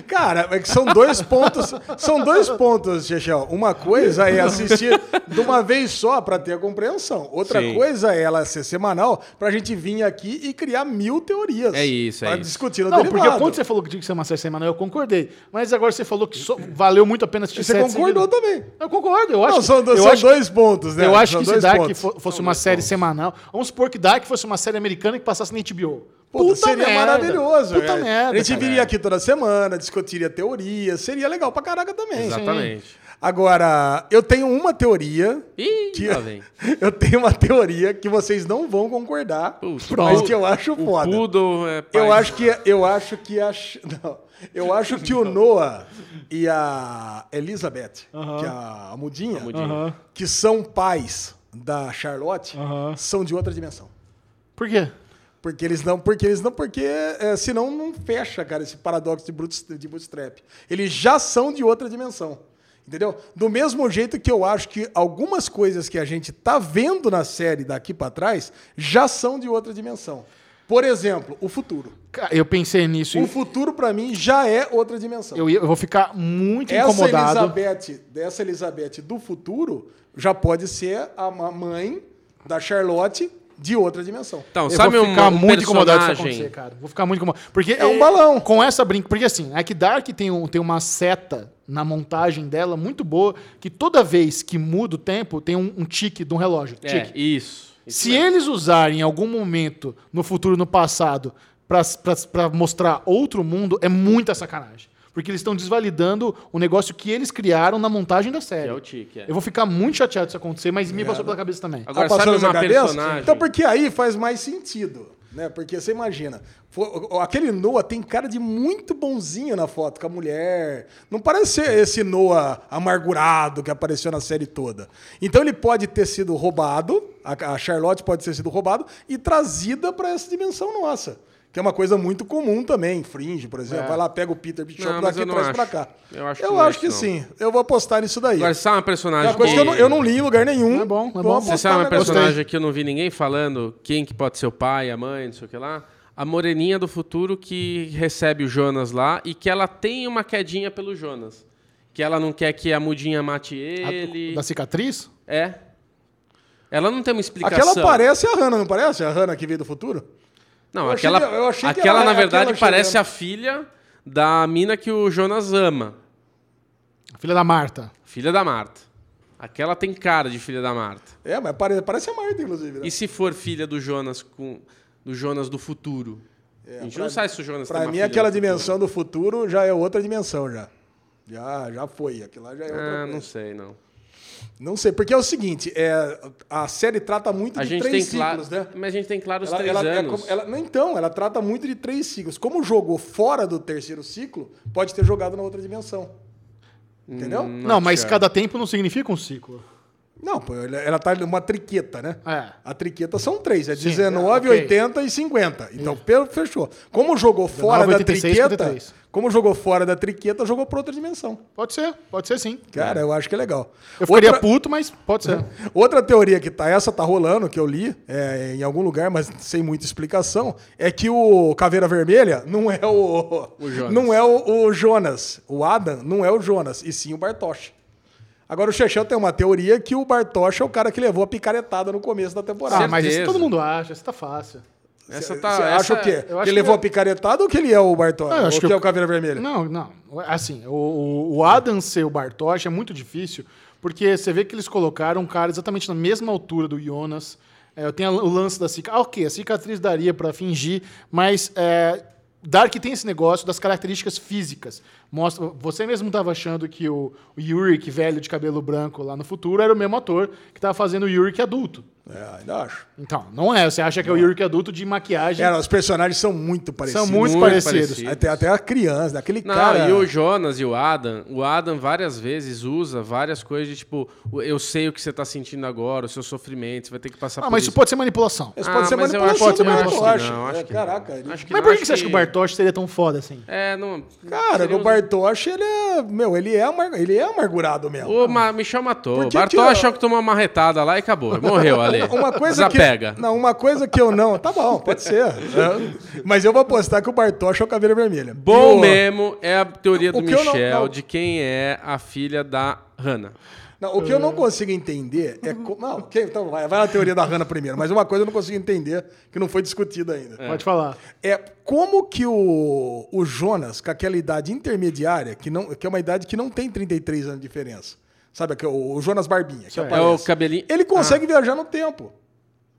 [SPEAKER 3] Cara, é que são dois pontos. São dois pontos, Chechel. Uma coisa é assistir de uma vez só pra ter a compreensão. Outra
[SPEAKER 1] Sim.
[SPEAKER 3] coisa é ela ser semanal pra gente vir aqui e criar mil teorias.
[SPEAKER 1] É isso, é
[SPEAKER 3] pra
[SPEAKER 1] isso.
[SPEAKER 3] discutir o
[SPEAKER 2] Não, porque
[SPEAKER 3] derivado.
[SPEAKER 2] quando você falou que tinha que ser uma série semanal, eu concordei. Mas agora você falou que só- valeu muito a pena assistir
[SPEAKER 3] Você
[SPEAKER 2] sete
[SPEAKER 3] concordou
[SPEAKER 2] seguidos.
[SPEAKER 3] também.
[SPEAKER 2] Eu concordo, eu acho.
[SPEAKER 3] Não, são,
[SPEAKER 2] que- eu
[SPEAKER 3] são
[SPEAKER 2] acho que-
[SPEAKER 3] dois pontos, né?
[SPEAKER 2] Eu acho
[SPEAKER 3] São
[SPEAKER 2] que se
[SPEAKER 3] dois
[SPEAKER 2] Dark
[SPEAKER 3] pontos.
[SPEAKER 2] fo- fosse uma série semanal, vamos supor que Dark fosse uma série americana que passasse na HBO.
[SPEAKER 3] Puta, seria maravilhoso.
[SPEAKER 2] Puta
[SPEAKER 3] é.
[SPEAKER 2] merda.
[SPEAKER 3] A gente
[SPEAKER 2] cara.
[SPEAKER 3] viria aqui toda semana, discutiria teorias, seria legal pra caraca também.
[SPEAKER 1] Exatamente.
[SPEAKER 3] Agora, eu tenho uma teoria.
[SPEAKER 1] Ih,
[SPEAKER 3] Que...
[SPEAKER 1] lá vem.
[SPEAKER 3] [laughs] eu tenho uma teoria que vocês não vão concordar,
[SPEAKER 1] Putz,
[SPEAKER 3] mas
[SPEAKER 1] o-
[SPEAKER 3] que eu acho
[SPEAKER 1] o
[SPEAKER 3] É foda.
[SPEAKER 1] Poodle é pai-
[SPEAKER 3] Eu acho que eu acho que a Ch- [laughs] não, eu acho que o Noah e a Elizabeth, que é a mudinha,
[SPEAKER 1] mudinha.
[SPEAKER 3] que são pais da Charlotte, são de outra dimensão.
[SPEAKER 2] Por quê?
[SPEAKER 3] Porque eles não, porque eles não, porque é, senão não fecha, cara, esse paradoxo de, brut, de bootstrap. Eles já são de outra dimensão. Entendeu? Do mesmo jeito que eu acho que algumas coisas que a gente tá vendo na série daqui pra trás já são de outra dimensão. Por exemplo, o futuro.
[SPEAKER 2] Cara, Eu pensei nisso
[SPEAKER 3] O
[SPEAKER 2] e
[SPEAKER 3] futuro pra mim já é outra dimensão.
[SPEAKER 2] eu, ia- eu vou ficar muito
[SPEAKER 3] essa é
[SPEAKER 2] incomodado.
[SPEAKER 3] Elizabeth, dessa Elizabeth do futuro já pode ser a ma- mãe da Charlotte de outra dimensão.
[SPEAKER 1] Então,
[SPEAKER 2] Eu
[SPEAKER 1] sabe
[SPEAKER 2] vou
[SPEAKER 1] um-
[SPEAKER 2] ficar
[SPEAKER 1] um
[SPEAKER 2] muito incomodado se isso
[SPEAKER 1] personagem-
[SPEAKER 2] acontecer, cara. Vou ficar muito incomodado. Porque
[SPEAKER 3] É um balão.
[SPEAKER 2] Com essa brinca. Porque assim, é que Dark tem, um, tem uma seta na montagem dela muito boa, que toda vez que muda o tempo, tem um, um tique de um relógio.
[SPEAKER 1] É,
[SPEAKER 2] Tique.
[SPEAKER 1] isso. Isso
[SPEAKER 2] Se
[SPEAKER 1] mesmo.
[SPEAKER 2] eles usarem em algum momento, no futuro, no passado, pra- pra pra mostrar outro mundo, é muita sacanagem. Porque eles estão desvalidando o negócio que eles criaram na montagem da
[SPEAKER 1] Que
[SPEAKER 2] série.
[SPEAKER 1] é o Tique. é.
[SPEAKER 2] Eu vou ficar muito chateado se acontecer, mas me passou pela cabeça também.
[SPEAKER 1] Agora,
[SPEAKER 3] Tá
[SPEAKER 1] sabe
[SPEAKER 3] passando
[SPEAKER 1] uma
[SPEAKER 3] na cabeça?
[SPEAKER 1] personagem?
[SPEAKER 3] Então, porque aí faz mais sentido, né? Porque você imagina, fo- o- aquele Noah tem cara de muito bonzinho na foto com a mulher. Não parece ser esse Noah amargurado que apareceu na série toda. Então ele pode ter sido roubado, a a Charlotte pode ter sido roubado e trazida para essa dimensão nossa. Que é uma coisa muito comum também, Fringe, por exemplo. Vai lá, pega o Peter Bishop
[SPEAKER 1] É. Não, mas
[SPEAKER 3] daqui
[SPEAKER 1] eu
[SPEAKER 3] e
[SPEAKER 1] não
[SPEAKER 3] traz pra
[SPEAKER 1] acho.
[SPEAKER 3] cá.
[SPEAKER 1] Eu acho que não é isso, não.
[SPEAKER 3] sim. Eu vou apostar nisso daí.
[SPEAKER 1] Agora,
[SPEAKER 3] É
[SPEAKER 1] sabe uma personagem
[SPEAKER 3] uma coisa que eu não, eu não li em lugar nenhum.
[SPEAKER 2] É bom, é
[SPEAKER 3] Vou
[SPEAKER 2] bom.
[SPEAKER 3] apostar
[SPEAKER 1] Você sabe uma
[SPEAKER 3] no negócio.
[SPEAKER 1] personagem que eu não vi ninguém falando quem que pode ser o pai, a mãe, não sei o que lá? A moreninha do futuro que recebe o Jonas lá e que ela tem uma quedinha pelo Jonas. que ela não quer que a mudinha mate ele.
[SPEAKER 2] Da cicatriz?
[SPEAKER 1] É. Ela não tem uma explicação.
[SPEAKER 3] Aquela parece a Hannah, não parece? A Hannah que veio do futuro?
[SPEAKER 1] Não,
[SPEAKER 3] Eu achei
[SPEAKER 1] aquela,
[SPEAKER 3] que- eu achei que
[SPEAKER 1] aquela
[SPEAKER 3] ela-
[SPEAKER 1] na
[SPEAKER 3] é
[SPEAKER 1] verdade
[SPEAKER 3] aquela
[SPEAKER 1] parece
[SPEAKER 3] chegando.
[SPEAKER 1] a filha da mina que o Jonas ama,
[SPEAKER 2] A filha da Marta.
[SPEAKER 1] filha da Marta. Aquela tem cara de filha da Marta.
[SPEAKER 3] É, mas pare- parece a Marta, inclusive. Né?
[SPEAKER 1] E se for filha do Jonas com do Jonas do futuro? a gente não sabe se o Jonas
[SPEAKER 3] É, Pra
[SPEAKER 1] tem uma
[SPEAKER 3] mim, é
[SPEAKER 1] filha
[SPEAKER 3] aquela
[SPEAKER 1] do futuro.
[SPEAKER 3] dimensão do futuro já é outra dimensão, já. Já, já foi. Aquilo lá já é outra
[SPEAKER 1] Ah,
[SPEAKER 3] coisa.
[SPEAKER 1] não sei não.
[SPEAKER 3] Não sei, porque é o seguinte, é, a série trata muito
[SPEAKER 1] A
[SPEAKER 3] de
[SPEAKER 1] gente
[SPEAKER 3] três
[SPEAKER 1] tem claro,
[SPEAKER 3] ciclos, né?
[SPEAKER 1] mas a gente tem claro os
[SPEAKER 3] Ela-
[SPEAKER 1] três
[SPEAKER 3] ela- é
[SPEAKER 1] anos.
[SPEAKER 3] como- ela- não, então, ela trata muito de três ciclos. Como jogou fora do terceiro ciclo, pode ter jogado na outra dimensão. Entendeu?
[SPEAKER 1] Hum,
[SPEAKER 2] Não, mas cada tempo não significa um ciclo.
[SPEAKER 3] Não, pô, ela, ela tá numa triqueta, né?
[SPEAKER 2] É.
[SPEAKER 3] A triqueta são três, é
[SPEAKER 2] Sim,
[SPEAKER 3] 19,
[SPEAKER 2] ok.
[SPEAKER 3] 80 e 50. Então, pelo fechou. Como jogou fora
[SPEAKER 2] 19,
[SPEAKER 3] da
[SPEAKER 2] 86,
[SPEAKER 3] triqueta,
[SPEAKER 2] 53.
[SPEAKER 3] como jogou fora da triqueta, jogou para outra dimensão.
[SPEAKER 2] Pode ser, pode ser sim.
[SPEAKER 3] Cara, eu acho que é legal.
[SPEAKER 2] Eu ficaria
[SPEAKER 3] Outra-
[SPEAKER 2] puto, mas pode ser.
[SPEAKER 1] Uhum.
[SPEAKER 3] Outra teoria que tá, essa tá rolando, que eu li é, em algum lugar, mas sem muita explicação, é que o Caveira Vermelha não é o.
[SPEAKER 1] O Jonas.
[SPEAKER 3] Não é o, o Jonas. O Adam não é o Jonas, e sim o Bartosz. Agora o Chechel tem uma teoria que o Bartosz é o cara que levou a picaretada no começo da temporada.
[SPEAKER 2] Ah, mas isso
[SPEAKER 1] certeza.
[SPEAKER 2] todo mundo acha, isso tá fácil.
[SPEAKER 1] essa tá,
[SPEAKER 3] Você acha
[SPEAKER 1] essa-
[SPEAKER 3] o quê?
[SPEAKER 2] eu acho
[SPEAKER 3] que ele levou
[SPEAKER 2] que-
[SPEAKER 3] a picaretada ou que ele é o Bartosz?
[SPEAKER 2] Ah, eu acho
[SPEAKER 3] ou
[SPEAKER 2] que
[SPEAKER 3] que,
[SPEAKER 2] eu-
[SPEAKER 3] é o Caveira Vermelha?
[SPEAKER 2] Não, não. Assim, o- o, o Adam ser o Bartosz é muito difícil, porque você vê que eles colocaram um cara exatamente na mesma altura do Jonas. É, eu tenho a- o lance da cicatriz. Ah, ok, a cicatriz daria pra fingir, mas é, Dark tem esse negócio das características físicas. Mostra, você mesmo estava achando que o, o Yurik, velho de cabelo branco lá no futuro, era o mesmo ator que estava fazendo o Yurik adulto.
[SPEAKER 3] É, ainda acho.
[SPEAKER 2] Então, não é. Você acha que é o Yurik adulto de maquiagem.
[SPEAKER 3] Cara, os personagens são muito parecidos.
[SPEAKER 2] são muito,
[SPEAKER 1] muito
[SPEAKER 2] parecidos.
[SPEAKER 1] parecido.
[SPEAKER 3] Até, até a criança, daquele
[SPEAKER 1] Não,
[SPEAKER 3] cara.
[SPEAKER 1] e o Jonas e o Adam, o Adam várias vezes usa várias coisas de tipo, o- eu sei o que você tá sentindo agora, o seu sofrimento, você vai ter que passar
[SPEAKER 2] Ah,
[SPEAKER 1] por
[SPEAKER 2] mas
[SPEAKER 1] isso.
[SPEAKER 2] isso pode ser manipulação.
[SPEAKER 3] Mas
[SPEAKER 1] Ah,
[SPEAKER 3] pode ser
[SPEAKER 1] mas eu
[SPEAKER 3] manipulação,
[SPEAKER 2] acho que-
[SPEAKER 3] né?
[SPEAKER 2] eu acho
[SPEAKER 3] Eu
[SPEAKER 2] que
[SPEAKER 3] acho.
[SPEAKER 1] não, acho
[SPEAKER 3] É,
[SPEAKER 1] que não.
[SPEAKER 3] Caraca, ele-
[SPEAKER 1] Acho
[SPEAKER 2] Mas por
[SPEAKER 1] não,
[SPEAKER 2] que,
[SPEAKER 1] acho
[SPEAKER 2] que você acha que o Bartosz seria tão foda assim?
[SPEAKER 1] É, não.
[SPEAKER 3] Cara,
[SPEAKER 1] seria
[SPEAKER 3] o
[SPEAKER 1] um-
[SPEAKER 3] Bartosz, ele é. Meu, ele é, amar... ele é amargurado mesmo.
[SPEAKER 1] O Ma- Michel matou.
[SPEAKER 3] Por
[SPEAKER 1] O
[SPEAKER 3] que que
[SPEAKER 1] Bartosz
[SPEAKER 3] eu-
[SPEAKER 1] achou que tomou uma marretada lá e acabou. Morreu ali.
[SPEAKER 3] [laughs] Uma coisa
[SPEAKER 1] Desapega.
[SPEAKER 3] que. Não, uma coisa que eu não. Tá bom, pode ser. É. Mas eu vou apostar que o Bartosz é o Caveira Vermelha.
[SPEAKER 1] Bom
[SPEAKER 3] E o...
[SPEAKER 1] mesmo é a teoria do
[SPEAKER 3] O que eu não-
[SPEAKER 1] Michel
[SPEAKER 3] não.
[SPEAKER 1] de quem é a filha da Hannah.
[SPEAKER 3] Não, o que eu não consigo entender é. co- Não, ok, então vai, vai na teoria da Hannah primeiro. Mas uma coisa eu não consigo entender, que não foi discutida ainda.
[SPEAKER 2] Pode falar.
[SPEAKER 3] É, como que o, o Jonas, com aquela idade intermediária, que, não, que é uma idade que não tem 33 anos de diferença. Sabe, que é o, o Jonas Barbinha, que
[SPEAKER 1] É o
[SPEAKER 3] aparece.
[SPEAKER 1] cabelinho.
[SPEAKER 3] Ele consegue viajar no tempo.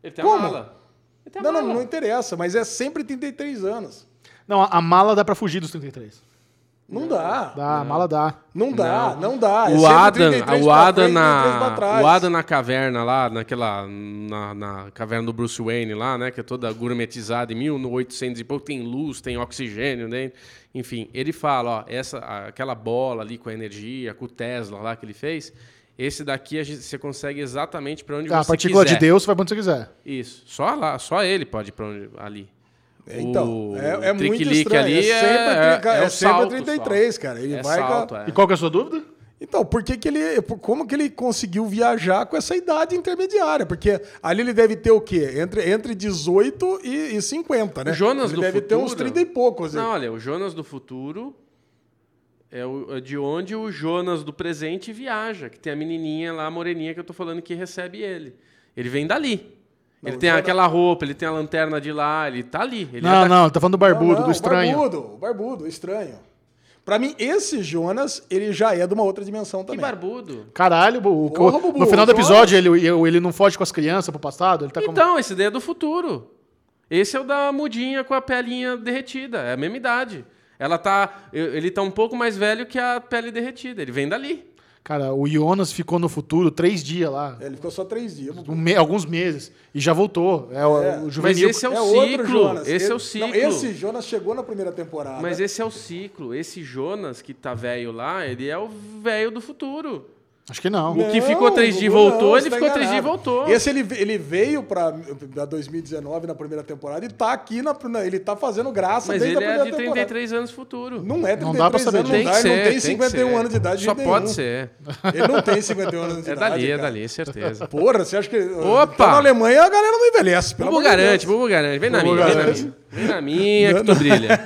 [SPEAKER 1] Ele tem
[SPEAKER 3] Como?
[SPEAKER 1] a mala. Ele tem a
[SPEAKER 3] Não, não,
[SPEAKER 1] mala.
[SPEAKER 3] não interessa, mas é sempre 33 anos.
[SPEAKER 2] Não, a, a mala dá pra fugir dos 33.
[SPEAKER 3] Não dá.
[SPEAKER 2] Dá, a mala dá.
[SPEAKER 3] Não dá, não, dá. é
[SPEAKER 1] O
[SPEAKER 3] sempre
[SPEAKER 1] Adam,
[SPEAKER 3] 33
[SPEAKER 1] o
[SPEAKER 3] pra
[SPEAKER 1] Adam
[SPEAKER 3] frente, 33 pra
[SPEAKER 1] na,
[SPEAKER 3] trás.
[SPEAKER 1] o Adam na caverna lá, naquela na, na caverna do Bruce Wayne lá, né, que é toda gourmetizada em 1800 e pouco, tem luz, tem oxigênio, né? Enfim, ele fala, ó, essa aquela bola ali com a energia, com o Tesla lá que ele fez, esse daqui a gente, você consegue exatamente para onde
[SPEAKER 2] A
[SPEAKER 1] você
[SPEAKER 2] partícula
[SPEAKER 1] quiser.
[SPEAKER 2] Ah, Tá, de Deus vai pra onde você quiser.
[SPEAKER 1] Isso. Só lá, só ele pode ir para onde ali.
[SPEAKER 3] Então,
[SPEAKER 1] O
[SPEAKER 3] é, é muito
[SPEAKER 1] triquilique
[SPEAKER 3] estranho.
[SPEAKER 1] ali
[SPEAKER 3] é sempre,
[SPEAKER 1] é-
[SPEAKER 3] trinca- é
[SPEAKER 1] é o
[SPEAKER 3] sempre
[SPEAKER 1] salto
[SPEAKER 3] 33,
[SPEAKER 1] só.
[SPEAKER 3] cara. Ele
[SPEAKER 1] É
[SPEAKER 3] vai com a-
[SPEAKER 1] salto, é.
[SPEAKER 2] E qual que é a sua dúvida?
[SPEAKER 3] Então, por que, que ele. por- Como que ele conseguiu viajar com essa idade intermediária? Porque ali ele deve ter o quê? Entre, entre 18 e, e 50, né?
[SPEAKER 1] O Jonas
[SPEAKER 3] ele
[SPEAKER 1] do
[SPEAKER 3] deve ter uns
[SPEAKER 1] futuro-
[SPEAKER 3] 30 e poucos. né?
[SPEAKER 1] Não, olha, o Jonas do futuro é, o- é de onde o Jonas do presente viaja, que tem a menininha lá, a moreninha que eu tô falando que recebe ele. Ele vem dali. ele tem aquela roupa, ele tem a lanterna de lá, ele tá ali. Ele
[SPEAKER 2] não,
[SPEAKER 1] é da-
[SPEAKER 2] não, ele tá falando do barbudo,
[SPEAKER 3] Não, não,
[SPEAKER 2] do estranho.
[SPEAKER 3] Barbudo, barbudo, estranho. Pra mim, esse Jonas, ele já é de uma outra dimensão
[SPEAKER 1] Que
[SPEAKER 3] também.
[SPEAKER 1] barbudo.
[SPEAKER 2] Caralho, o- o-
[SPEAKER 3] Porra, Bubu,
[SPEAKER 2] no final do
[SPEAKER 3] o Jonas-
[SPEAKER 2] episódio ele, ele não foge com as crianças pro passado? Ele tá como...
[SPEAKER 1] Então, esse daí é do futuro. Esse é o da mudinha com a pelinha derretida. É a mesma idade. Ela tá. eu- Ele tá um pouco mais velho que a pele derretida. Ele vem dali.
[SPEAKER 2] Cara, o Jonas ficou no futuro três dias lá.
[SPEAKER 3] Ele ficou só três dias.
[SPEAKER 2] um me- alguns meses. E já voltou. É, o-
[SPEAKER 3] É.
[SPEAKER 2] o
[SPEAKER 3] Mas
[SPEAKER 2] juvenil.
[SPEAKER 1] esse é o
[SPEAKER 3] outro
[SPEAKER 1] ciclo,
[SPEAKER 3] Jonas.
[SPEAKER 1] esse é o
[SPEAKER 3] Não,
[SPEAKER 1] ciclo.
[SPEAKER 3] esse Jonas chegou na primeira temporada.
[SPEAKER 1] tá Mas esse é o ciclo. Esse Jonas que tá velho lá, ele é o velho do futuro.
[SPEAKER 2] Acho que não.
[SPEAKER 1] que ficou três dias e voltou, ele
[SPEAKER 3] você tá
[SPEAKER 1] ficou três dias e
[SPEAKER 3] enganado.
[SPEAKER 1] voltou.
[SPEAKER 3] Esse ele, ele veio pra, pra 2019 na primeira temporada e tá aqui na. na- Ele tá fazendo graça
[SPEAKER 1] Mas ele
[SPEAKER 3] desde a
[SPEAKER 1] é
[SPEAKER 3] primeira
[SPEAKER 1] de
[SPEAKER 3] temporada.
[SPEAKER 1] 33 anos futuro.
[SPEAKER 3] Não é 33
[SPEAKER 2] Não dá pra saber.
[SPEAKER 3] anos,
[SPEAKER 2] Tem
[SPEAKER 3] não, dá, ele não tem
[SPEAKER 1] que
[SPEAKER 3] 51
[SPEAKER 1] ser.
[SPEAKER 3] anos de idade. de
[SPEAKER 1] Só
[SPEAKER 3] jeito
[SPEAKER 1] pode
[SPEAKER 3] nenhum.
[SPEAKER 1] ser.
[SPEAKER 3] Ele não tem 51 anos
[SPEAKER 1] [laughs]
[SPEAKER 3] de
[SPEAKER 1] É
[SPEAKER 3] idade.
[SPEAKER 1] dali, é
[SPEAKER 3] cara.
[SPEAKER 1] dali, certeza.
[SPEAKER 3] Porra, você acha que.
[SPEAKER 1] Opa!
[SPEAKER 3] Então, na Alemanha a galera não envelhece, [laughs] pelo
[SPEAKER 1] Bubu
[SPEAKER 3] amor de
[SPEAKER 1] garante, Bubu garante. Vem na
[SPEAKER 3] Bubu
[SPEAKER 1] minha, vem na
[SPEAKER 3] garante.
[SPEAKER 1] minha. Vem na minha que tu brilha.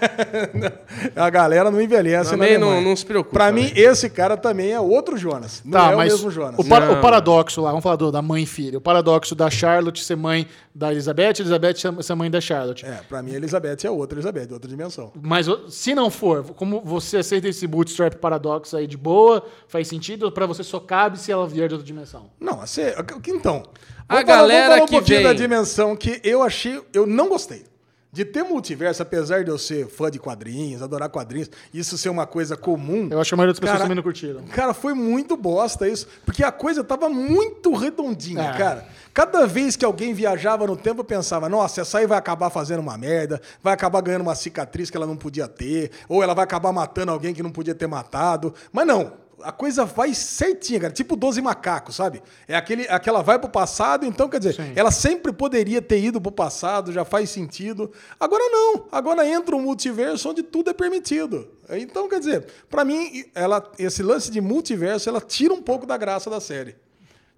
[SPEAKER 3] Deus. A galera não envelhece
[SPEAKER 1] Também
[SPEAKER 3] na
[SPEAKER 1] não,
[SPEAKER 3] Alemanha.
[SPEAKER 1] não se preocupa. né?
[SPEAKER 3] Pra mim, esse cara também é outro Jonas. Não
[SPEAKER 2] Tá,
[SPEAKER 3] é
[SPEAKER 2] mas
[SPEAKER 3] o mesmo Jonas.
[SPEAKER 2] o, par-
[SPEAKER 1] Não.
[SPEAKER 2] o paradoxo lá, vamos falar do- da mãe e filha. O paradoxo da Charlotte ser mãe da Elizabeth, Elizabeth ser- ser mãe da Charlotte.
[SPEAKER 3] É, pra mim, a Elizabeth é outra Elizabeth, outra dimensão.
[SPEAKER 2] Mas o- se não for, como você aceita esse bootstrap paradoxo aí de boa, faz sentido? ou Pra você só cabe se ela vier de outra dimensão?
[SPEAKER 3] Não, assim, então.
[SPEAKER 1] A
[SPEAKER 3] vamos falar- vamos
[SPEAKER 1] galera
[SPEAKER 3] falar um
[SPEAKER 1] que
[SPEAKER 3] pouquinho
[SPEAKER 1] vem.
[SPEAKER 3] da dimensão que eu achei, eu não gostei. De ter multiverso, apesar de eu ser fã de quadrinhos, adorar quadrinhos, isso ser uma coisa comum.
[SPEAKER 2] Eu acho que a maioria das pessoas
[SPEAKER 3] Cara,
[SPEAKER 2] também não curtiram.
[SPEAKER 3] Cara, foi muito bosta isso, porque a coisa tava muito redondinha,
[SPEAKER 2] É.
[SPEAKER 3] cara. Cada vez que alguém viajava no tempo, eu pensava, nossa, essa aí vai acabar fazendo uma merda, vai acabar ganhando uma cicatriz que ela não podia ter, ou ela vai acabar matando alguém que não podia ter matado. Mas não, a coisa vai certinha, cara. Tipo 12 macacos, sabe? É aquele, aquela vai pro passado, então, quer dizer,
[SPEAKER 2] Sim.
[SPEAKER 3] ela sempre poderia ter ido pro passado, já faz sentido. Agora não. Agora entra um multiverso onde tudo é permitido. Então, quer dizer, pra mim, ela, esse lance de multiverso, ela tira um pouco da graça da série.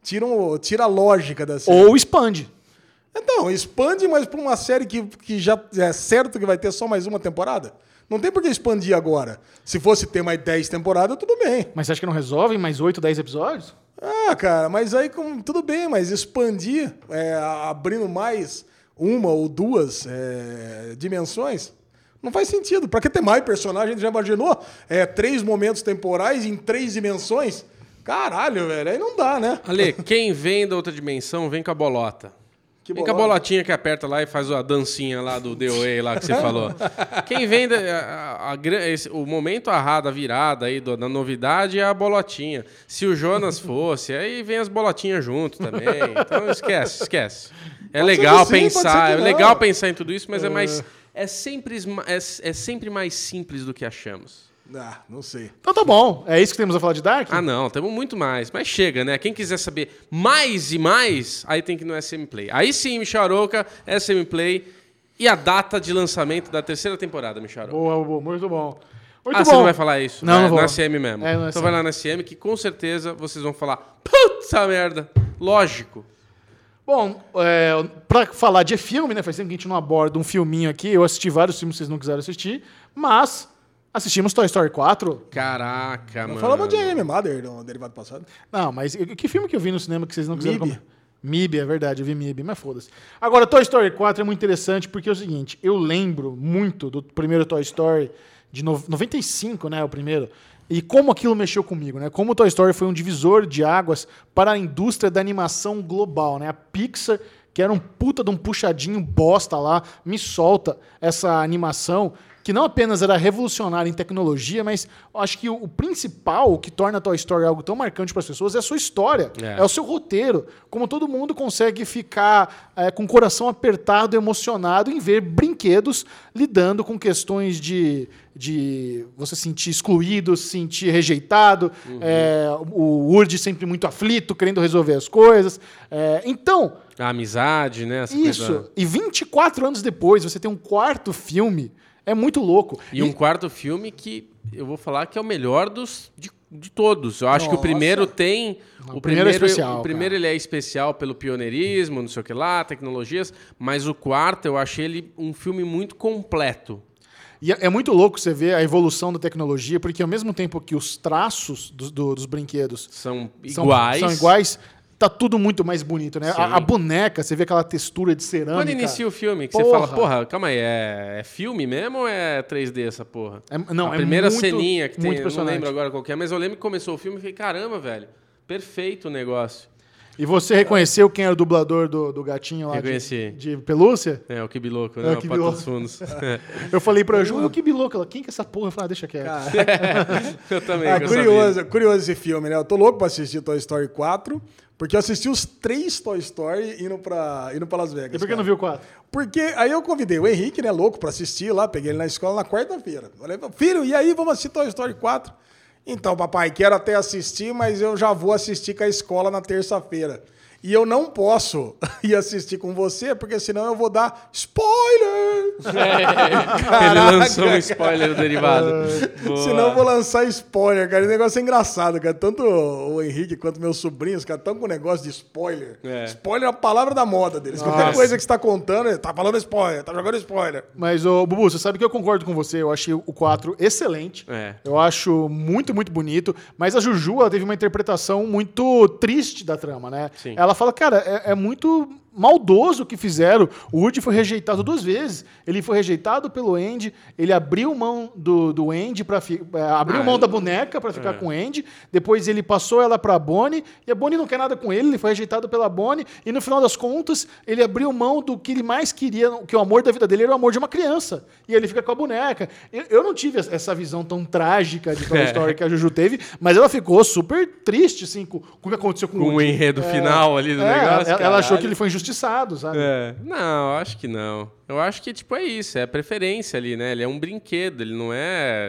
[SPEAKER 3] Tira, um- tira a lógica da série.
[SPEAKER 2] Ou expande.
[SPEAKER 3] Então, expande, mas pra uma série que, que já é certo que vai ter só mais uma temporada. Não tem por que expandir agora. Se fosse ter mais 10 temporadas, tudo bem.
[SPEAKER 2] Mas você acha que não resolve em mais 8, 10 episódios?
[SPEAKER 3] Ah, cara, mas aí com- tudo bem, mas expandir, é, a- abrindo mais uma ou duas é, dimensões, não faz sentido. Pra que ter mais personagem? Já imaginou? É, três momentos temporais em três dimensões? Caralho, velho, aí não dá, né?
[SPEAKER 1] Ale, quem vem da outra dimensão, vem com a bolota.
[SPEAKER 3] Que
[SPEAKER 1] vem com a
[SPEAKER 3] bolota?
[SPEAKER 1] bolotinha que aperta lá e faz a dancinha lá do DOE lá que você falou. Quem vem da, a- a- a gran- esse- o momento arrado, a virada aí do- da novidade é a bolotinha. Se o Jonas fosse, aí vem as bolotinhas junto também. Então esquece, esquece. É
[SPEAKER 3] Pode ser
[SPEAKER 1] legal
[SPEAKER 3] que sim, pode
[SPEAKER 1] pensar,
[SPEAKER 3] ser
[SPEAKER 1] é
[SPEAKER 3] que
[SPEAKER 1] legal
[SPEAKER 3] não.
[SPEAKER 1] pensar em tudo isso, mas é mais é sempre esma- é, é sempre mais simples do que achamos.
[SPEAKER 3] Ah, não sei.
[SPEAKER 2] Então tá bom. É isso que temos a falar de Dark?
[SPEAKER 1] Ah, não, temos muito mais. Mas chega, né? Quem quiser saber mais e mais, aí tem que ir no SM Play. Aí sim, Micharoca, SM Play e a data de lançamento da terceira temporada, Micharoca.
[SPEAKER 2] Boa, boa, muito bom. Muito
[SPEAKER 1] Ah,
[SPEAKER 2] bom.
[SPEAKER 1] você não vai falar isso?
[SPEAKER 2] Não,
[SPEAKER 1] vai,
[SPEAKER 2] não vou.
[SPEAKER 1] Na SM mesmo.
[SPEAKER 2] É, no SM.
[SPEAKER 1] então vai lá na SM que com certeza vocês vão falar, puta merda, lógico.
[SPEAKER 2] Bom, é, pra falar de filme, né? Faz tempo que a gente não aborda um filminho aqui. Eu assisti vários filmes que vocês não quiseram assistir, mas assistimos Toy Story 4.
[SPEAKER 1] Caraca, mano.
[SPEAKER 3] Falamos de AM Mother, no derivado passado.
[SPEAKER 2] Não, mas e- que filme que eu vi no cinema que vocês não quiseram
[SPEAKER 3] Mib.
[SPEAKER 2] comentar? Mib, é verdade, eu vi Mib, mas foda-se. Agora, Toy Story 4 é muito interessante porque é o seguinte, eu lembro muito do primeiro Toy Story de no- 95, né, o primeiro, e como aquilo mexeu comigo, né? Como o Toy Story foi um divisor de águas para a indústria da animação global, né? A Pixar, que era um puta de um puxadinho bosta lá, me solta essa animação que não apenas era revolucionária em tecnologia, mas eu acho que o, o principal que torna a Toy Story algo tão marcante para as pessoas é a sua história,
[SPEAKER 1] É.
[SPEAKER 2] é o seu roteiro. Como todo mundo consegue ficar é, com o coração apertado, emocionado em ver brinquedos lidando com questões de, de você sentir excluído, se sentir rejeitado,
[SPEAKER 1] Uhum.
[SPEAKER 2] é, o Urd sempre muito aflito, querendo resolver as coisas. É, então,
[SPEAKER 1] A amizade, né? Essa
[SPEAKER 2] isso.
[SPEAKER 1] coisa-
[SPEAKER 2] E 24 anos depois, você tem um quarto filme. É muito louco.
[SPEAKER 1] E um quarto filme que eu vou falar que é o melhor dos de, de todos. Eu acho que o primeiro tem.
[SPEAKER 2] o primeiro é especial,
[SPEAKER 1] O primeiro ele é especial pelo pioneirismo, não sei o que lá, tecnologias. Mas o quarto eu achei ele um filme muito completo.
[SPEAKER 2] E é é muito louco você ver a evolução da tecnologia, porque ao mesmo tempo que os traços dos- do- dos brinquedos
[SPEAKER 1] São
[SPEAKER 2] são-
[SPEAKER 1] iguais.
[SPEAKER 2] São, iguais. Tá tudo muito mais bonito, né?
[SPEAKER 1] Sim.
[SPEAKER 2] A, a boneca, você vê aquela textura de cerâmica.
[SPEAKER 1] Quando inicia o filme, que você
[SPEAKER 2] Porra.
[SPEAKER 1] fala, porra, calma aí, é, é filme mesmo ou é 3D essa porra?
[SPEAKER 2] É- não,
[SPEAKER 1] A
[SPEAKER 2] é
[SPEAKER 1] primeira
[SPEAKER 2] muito-
[SPEAKER 1] ceninha que tem,
[SPEAKER 2] muito
[SPEAKER 1] eu não
[SPEAKER 2] impressionante.
[SPEAKER 1] lembro agora qual que é, mas eu lembro que começou o filme e fiquei, caramba, velho, perfeito o negócio.
[SPEAKER 2] E você reconheceu quem era o dublador do, do gatinho lá de-
[SPEAKER 1] Reconheci.
[SPEAKER 2] De, pelúcia?
[SPEAKER 1] É, o Kibiloco,
[SPEAKER 2] É,
[SPEAKER 1] né?
[SPEAKER 2] o
[SPEAKER 1] o
[SPEAKER 2] Kibi
[SPEAKER 1] Pato
[SPEAKER 2] Louco.
[SPEAKER 1] dos Fundos.
[SPEAKER 2] [laughs] Eu falei pra
[SPEAKER 1] Uhum.
[SPEAKER 2] Ju, eu que biloco. Ela, quem que é essa porra? Eu falei, ah, deixa quieto.
[SPEAKER 1] eu também,
[SPEAKER 3] Ah,
[SPEAKER 1] que eu
[SPEAKER 3] curioso, curioso esse filme, né? Eu tô louco pra assistir Toy Story 4, porque eu assisti os três Toy Story indo pra, indo pra Las Vegas.
[SPEAKER 2] e por que
[SPEAKER 3] cara.
[SPEAKER 2] não viu o
[SPEAKER 1] [laughs]
[SPEAKER 2] 4?
[SPEAKER 3] Porque aí eu convidei o Henrique, né, louco, pra assistir lá, peguei ele na escola na quarta-feira. Falei, filho, e aí vamos assistir Toy Story 4? Então, papai, quero até assistir, mas eu já vou assistir com a escola na terça-feira. E eu não posso [laughs] ir assistir com você, porque senão eu vou dar spoiler!
[SPEAKER 1] Ele lançou um spoiler do derivado. Boa.
[SPEAKER 3] Senão eu vou lançar spoiler, cara. O negócio é engraçado, cara. Tanto o Henrique quanto meus sobrinhos, cara, estão com o negócio de spoiler.
[SPEAKER 1] É.
[SPEAKER 3] Spoiler é a palavra da moda deles. Qualquer
[SPEAKER 1] Nossa.
[SPEAKER 3] coisa que você tá contando, tá falando spoiler, tá jogando spoiler.
[SPEAKER 2] Mas, ô, Bubu, você sabe que eu concordo com você. Eu achei o 4 excelente.
[SPEAKER 1] É.
[SPEAKER 2] Eu acho muito, muito bonito. Mas a Juju, ela teve uma interpretação muito triste da trama, né?
[SPEAKER 1] Sim.
[SPEAKER 2] Ela fala, cara, é, é muito maldoso o que fizeram. O Woody foi rejeitado duas vezes. Ele foi rejeitado pelo Andy. Ele abriu mão do, do Andy para abriu
[SPEAKER 1] Ah,
[SPEAKER 2] mão
[SPEAKER 1] ele-
[SPEAKER 2] da boneca pra ficar
[SPEAKER 1] É.
[SPEAKER 2] com o Andy. Depois ele passou ela pra Bonnie e a Bonnie não quer nada com ele. Ele foi rejeitado pela Bonnie e no final das contas ele abriu mão do que ele mais queria, que o amor da vida dele era o amor de uma criança. E ele fica com a boneca. Eu, eu não tive es- essa visão tão trágica de Toy
[SPEAKER 1] [laughs]
[SPEAKER 2] Story que a Juju teve, mas ela ficou super triste assim com, com o que aconteceu com, o
[SPEAKER 1] Com o
[SPEAKER 2] Woody.
[SPEAKER 1] enredo final ali do
[SPEAKER 2] É,
[SPEAKER 1] negócio.
[SPEAKER 2] ela, ela achou
[SPEAKER 1] caralho.
[SPEAKER 2] que ele foi injustiçado, sabe?
[SPEAKER 1] É. Não, acho que não. Eu acho que, tipo, é isso. É preferência ali, né? Ele é um brinquedo. Ele não é...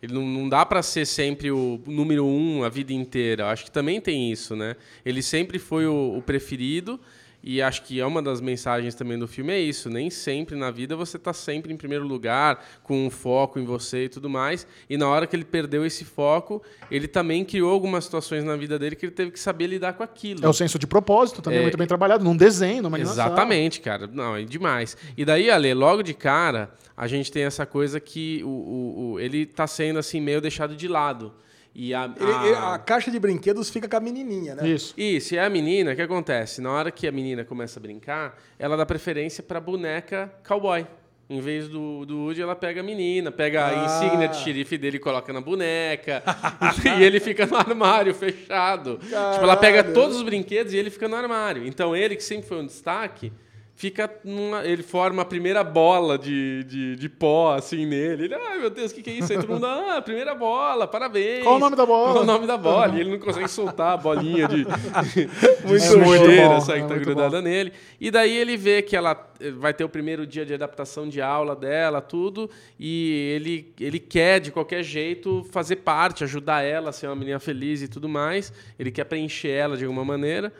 [SPEAKER 1] Ele não, não dá pra ser sempre o número um a vida inteira. Eu Acho que também tem isso, né? Ele sempre foi o, o preferido. E acho que é uma das mensagens também do filme é isso. Nem sempre na vida você tá sempre em primeiro lugar, com um foco em você e tudo mais. E na hora que ele perdeu esse foco, ele também criou algumas situações na vida dele que ele teve que saber lidar com aquilo.
[SPEAKER 2] É o senso de propósito também,
[SPEAKER 1] É.
[SPEAKER 2] muito bem trabalhado, num desenho, numa animação.
[SPEAKER 1] Exatamente, cara. Não, é demais. E daí, Ale, logo de cara, a gente tem essa coisa que o, o- o- ele tá sendo assim meio deixado de lado. E a,
[SPEAKER 3] Ele-
[SPEAKER 1] a-
[SPEAKER 3] ele- a caixa de brinquedos fica com a menininha, né? [laughs]
[SPEAKER 2] Isso.
[SPEAKER 1] Ah. Isso, e a menina, o que acontece? Na hora que a menina começa a brincar, ela dá preferência pra boneca cowboy. Em vez do, do Woody, ela pega a menina, pega a
[SPEAKER 3] Ah.
[SPEAKER 1] insígnia de xerife dele e coloca na
[SPEAKER 3] [laughs]
[SPEAKER 1] boneca. [laughs] e ele fica no armário, fechado. Tipo, ela pega
[SPEAKER 3] Caralho.
[SPEAKER 1] todos os brinquedos e ele fica no armário. Então ele, que sempre foi um destaque, fica numa- ele forma a primeira bola de, de, de pó, assim, nele. Ele, ai meu Deus, o que, que é isso? Aí todo mundo, ah, primeira bola, parabéns.
[SPEAKER 2] Qual o nome da bola?
[SPEAKER 1] Qual o nome da bola?
[SPEAKER 2] [laughs]
[SPEAKER 1] E ele não consegue soltar a bolinha de, de
[SPEAKER 2] Muito
[SPEAKER 1] sujeira,
[SPEAKER 2] bom,
[SPEAKER 1] sabe,
[SPEAKER 2] é
[SPEAKER 1] que tá
[SPEAKER 2] muito
[SPEAKER 1] grudada nele. E daí ele vê que ela eh, vai ter o primeiro dia de adaptação de aula dela, tudo, e ele, ele quer, de qualquer jeito, fazer parte, ajudar ela a ser uma menina feliz e tudo mais. Ele quer preencher ela de alguma maneira.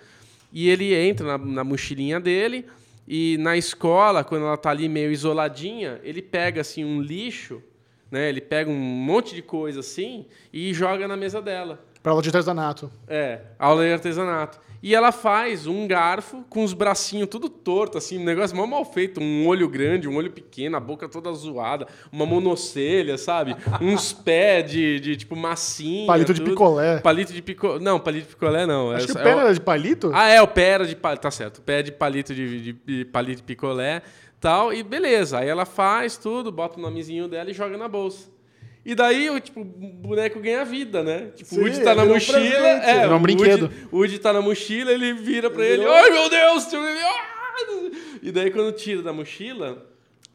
[SPEAKER 1] E ele entra na, na mochilinha dele, e na escola, quando ela tá ali meio isoladinha, ele pega, assim, um lixo, né? Ele pega um monte de coisa, assim, e joga na mesa dela.
[SPEAKER 2] Pra aula de artesanato.
[SPEAKER 1] É, aula de artesanato. E ela faz um garfo com os bracinhos tudo torto, assim, um negócio mó mal feito. Um olho grande, um olho pequeno, a boca toda zoada, uma monocelha, sabe? Uns pés de, de, tipo, massinha.
[SPEAKER 2] Palito de
[SPEAKER 1] tudo.
[SPEAKER 2] picolé.
[SPEAKER 1] Palito de picolé. Não, palito de picolé não.
[SPEAKER 2] Acho
[SPEAKER 1] É-
[SPEAKER 2] que o
[SPEAKER 1] é
[SPEAKER 2] pé era de palito?
[SPEAKER 1] ah, é, o pé era de palito, tá certo. O pé de palito de, de- de palito de picolé tal, e beleza. Aí ela faz tudo, bota o nomezinho dela e joga na bolsa. E daí, o, tipo, o boneco ganha vida, né? Tipo,
[SPEAKER 3] Sim,
[SPEAKER 1] o Woody tá na
[SPEAKER 3] virou um
[SPEAKER 1] mochila.
[SPEAKER 3] presente,
[SPEAKER 2] virou
[SPEAKER 1] é,
[SPEAKER 2] um
[SPEAKER 1] o Woody-
[SPEAKER 2] brinquedo.
[SPEAKER 1] O Woody tá na mochila, ele vira pra ele,
[SPEAKER 3] Virou.
[SPEAKER 1] ai meu Deus! Tipo, ele, "Ah!" E daí, quando tira da mochila,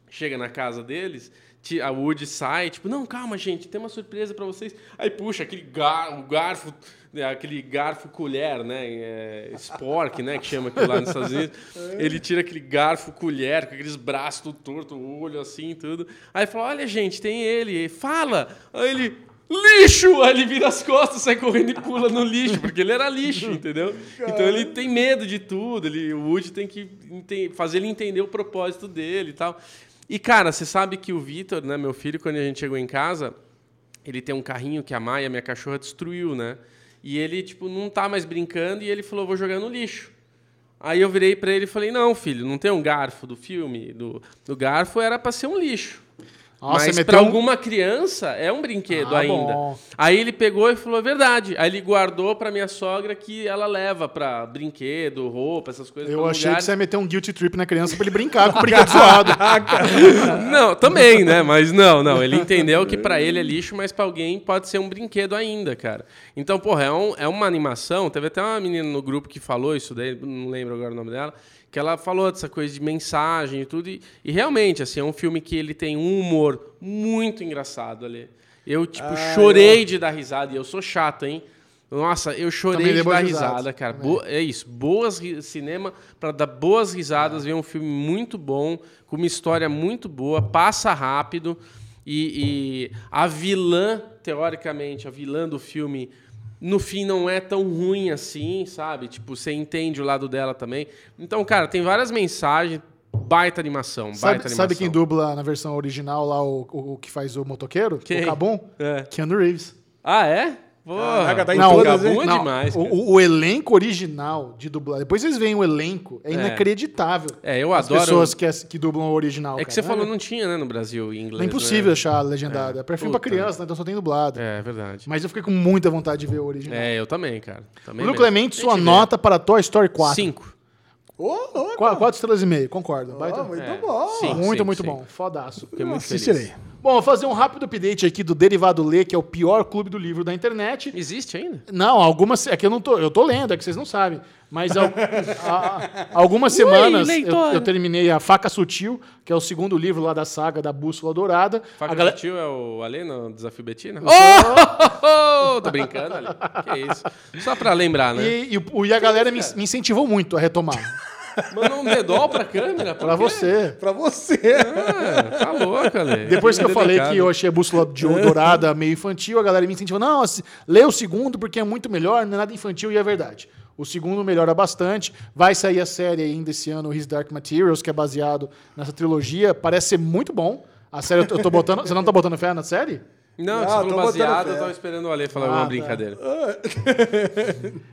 [SPEAKER 1] chega na casa deles, ti- a Woody sai, tipo, não, calma, gente, tem uma surpresa pra vocês. Aí puxa aquele gar, o garfo, né, aquele garfo colher, né? É, spork, né? Que chama aquilo lá nos Estados Unidos.
[SPEAKER 3] É.
[SPEAKER 1] Ele tira aquele garfo colher, com aqueles braços tudo torto, o olho assim e tudo. Aí fala, olha, gente, tem ele, fala! Aí ele. Lixo! Aí ele vira as costas, sai correndo e pula no lixo, porque ele era lixo, entendeu? Então ele tem medo de tudo, ele, o Woody tem que ente- fazer ele entender o propósito dele e tal. E, cara, você sabe que o Vitor, né, meu filho, quando a gente chegou em casa, ele tem um carrinho que a Maia, minha cachorra, destruiu, né? E ele, tipo, não tá mais brincando e ele falou, vou jogar no lixo. Aí eu virei pra ele e falei, não, filho, não tem um garfo do filme? Do, do garfo era pra ser um lixo.
[SPEAKER 2] Nossa,
[SPEAKER 1] Mas
[SPEAKER 2] meteu
[SPEAKER 1] pra
[SPEAKER 2] um-
[SPEAKER 1] alguma criança é um brinquedo
[SPEAKER 2] Ah,
[SPEAKER 1] ainda.
[SPEAKER 2] bom.
[SPEAKER 1] Aí ele pegou e falou, é verdade. Aí ele guardou pra minha sogra que ela leva pra brinquedo, roupa, essas coisas.
[SPEAKER 2] Eu
[SPEAKER 1] pra
[SPEAKER 2] achei
[SPEAKER 1] lugares.
[SPEAKER 2] que você ia meter um guilty trip na criança pra ele brincar com o
[SPEAKER 1] [laughs]
[SPEAKER 2] brinquedo zoado.
[SPEAKER 1] Não, também, né? Mas não, não. Ele entendeu que pra ele é lixo, mas pra alguém pode ser um brinquedo ainda, cara. Então, porra, é, um- é uma animação. Teve até uma menina no grupo que falou isso daí, não lembro agora o nome dela, que ela falou dessa coisa de mensagem e tudo. E, e realmente, assim, é um filme que ele tem um humor muito engraçado ali. Eu, tipo,
[SPEAKER 2] Ah,
[SPEAKER 1] chorei de dar risada. E eu sou chato, hein? Nossa, eu chorei
[SPEAKER 2] Também dei
[SPEAKER 1] de
[SPEAKER 2] boas
[SPEAKER 1] dar
[SPEAKER 2] risadas.
[SPEAKER 1] risada, cara. Bo- é isso, boas ri- cinema para dar boas risadas, ver um filme muito bom, com uma história muito boa, passa rápido. E, e a vilã, teoricamente, a vilã do filme, no fim não é tão ruim assim, sabe? Tipo, você entende o lado dela também. Então, cara, tem várias mensagens. Baita animação, baita
[SPEAKER 2] Sabe,
[SPEAKER 1] animação.
[SPEAKER 2] sabe quem dubla na versão original lá, o, o, o que faz o motoqueiro?
[SPEAKER 1] Quem?
[SPEAKER 2] O Cabum?
[SPEAKER 1] É.
[SPEAKER 2] Keanu Reeves.
[SPEAKER 1] Ah, é? Porra,
[SPEAKER 3] Caraca, tá em
[SPEAKER 1] não,
[SPEAKER 3] todas, hein?
[SPEAKER 1] Gabum é
[SPEAKER 2] Não,
[SPEAKER 1] demais.
[SPEAKER 2] o,
[SPEAKER 1] cara.
[SPEAKER 2] o- o elenco original de dublar. Depois vocês veem o elenco. É, inacreditável.
[SPEAKER 1] É, eu
[SPEAKER 2] As
[SPEAKER 1] adoro.
[SPEAKER 2] pessoas que, as- que dublam o original.
[SPEAKER 1] É
[SPEAKER 2] cara.
[SPEAKER 1] que você falou, não tinha, né, no Brasil, em inglês.
[SPEAKER 2] É impossível
[SPEAKER 1] né?
[SPEAKER 2] achar legendado. É, perfil pra
[SPEAKER 1] Puta.
[SPEAKER 2] criança, né? Então só tem dublado.
[SPEAKER 1] É, é verdade.
[SPEAKER 2] Mas eu fiquei com muita vontade de ver o original.
[SPEAKER 1] É, eu também, cara. Também
[SPEAKER 2] Bruno
[SPEAKER 1] mesmo.
[SPEAKER 2] Clemente, sua
[SPEAKER 1] Tem que ver.
[SPEAKER 2] nota para Toy Story 4.
[SPEAKER 1] Cinco.
[SPEAKER 3] Ô, louco!
[SPEAKER 2] Qua- Quatro estrelas e meio, concordo. Baita-
[SPEAKER 3] Ó, muito
[SPEAKER 1] É,
[SPEAKER 3] bom.
[SPEAKER 1] sim,
[SPEAKER 2] muito,
[SPEAKER 1] sim,
[SPEAKER 2] muito
[SPEAKER 1] sim.
[SPEAKER 2] bom. Fodaço.
[SPEAKER 1] Fiquei muito feliz.
[SPEAKER 3] Assistirei.
[SPEAKER 2] Bom, vou fazer um rápido update aqui do Derivado Lê, que é o pior clube do livro da internet.
[SPEAKER 1] Existe ainda?
[SPEAKER 2] Não, algumas. É que eu não tô. Eu tô lendo, é que vocês não sabem. Mas al- a- algumas semanas eu- eu,
[SPEAKER 1] leitora.
[SPEAKER 2] terminei a Faca Sutil, que é o segundo livro lá da saga da Bússola Dourada.
[SPEAKER 1] Fábio
[SPEAKER 2] a galera,
[SPEAKER 1] Sutil é o Alê no Desafio Betina? Oh! [laughs] Tô brincando, Alê. Que isso. Só pra lembrar, né?
[SPEAKER 2] e, e o- e a galera me, me incentivou muito a retomar.
[SPEAKER 1] Mandou um dedol pra câmera? por
[SPEAKER 2] Pra
[SPEAKER 1] quê?
[SPEAKER 2] você.
[SPEAKER 3] Pra você. [laughs]
[SPEAKER 1] Ah, tá louco, Alê.
[SPEAKER 2] Depois que eu falei
[SPEAKER 1] é Delicado.
[SPEAKER 2] que eu achei a bússola de ouro dourada meio infantil, a galera me incentivou. Não, assi- lê o segundo porque é muito melhor, não é nada infantil e é verdade. O segundo melhora bastante. Vai sair a série ainda esse ano, His Dark Materials, que é baseado nessa trilogia. Parece ser muito bom. A série eu tô- eu tô botando. Você não tá botando fé na série?
[SPEAKER 1] Não,
[SPEAKER 3] Ah,
[SPEAKER 1] você falou
[SPEAKER 3] tô botando
[SPEAKER 1] baseado,
[SPEAKER 3] fé.
[SPEAKER 1] eu tava esperando o Alê falar
[SPEAKER 2] Ah,
[SPEAKER 1] uma
[SPEAKER 2] tá.
[SPEAKER 1] brincadeira.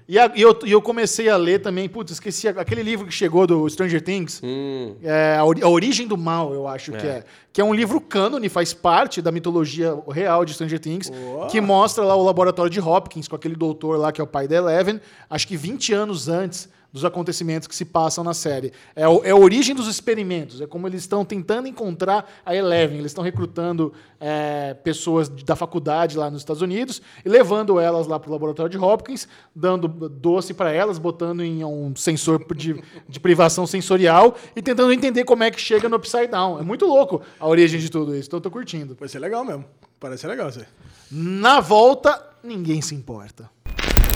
[SPEAKER 2] E, a- e eu, e eu comecei a ler também, putz, esqueci a- aquele livro que chegou do Stranger Things.
[SPEAKER 1] Hum,
[SPEAKER 2] É, a, Ori- A Origem do Mal, eu acho que é. Que é um livro cânone, faz parte da mitologia real de Stranger Things, que mostra lá o laboratório de Hopkins, com aquele doutor lá que é o pai da Eleven, acho que 20 anos antes dos acontecimentos que se passam na série. É, o- é a origem dos experimentos, é como eles estão tentando encontrar a Eleven, eles estão recrutando é, pessoas de- da faculdade lá nos Estados Unidos e levando elas lá para o laboratório de Hopkins, dando doce para elas, botando em um sensor de, de privação sensorial e tentando entender como é que chega no Upside Down. É muito louco a origem de tudo isso, então eu tô curtindo.
[SPEAKER 3] Vai ser legal mesmo. Parece ser legal isso aí.
[SPEAKER 2] Na volta, ninguém se importa.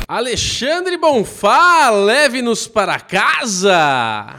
[SPEAKER 1] Alexandre Bonfá, leve-nos para casa!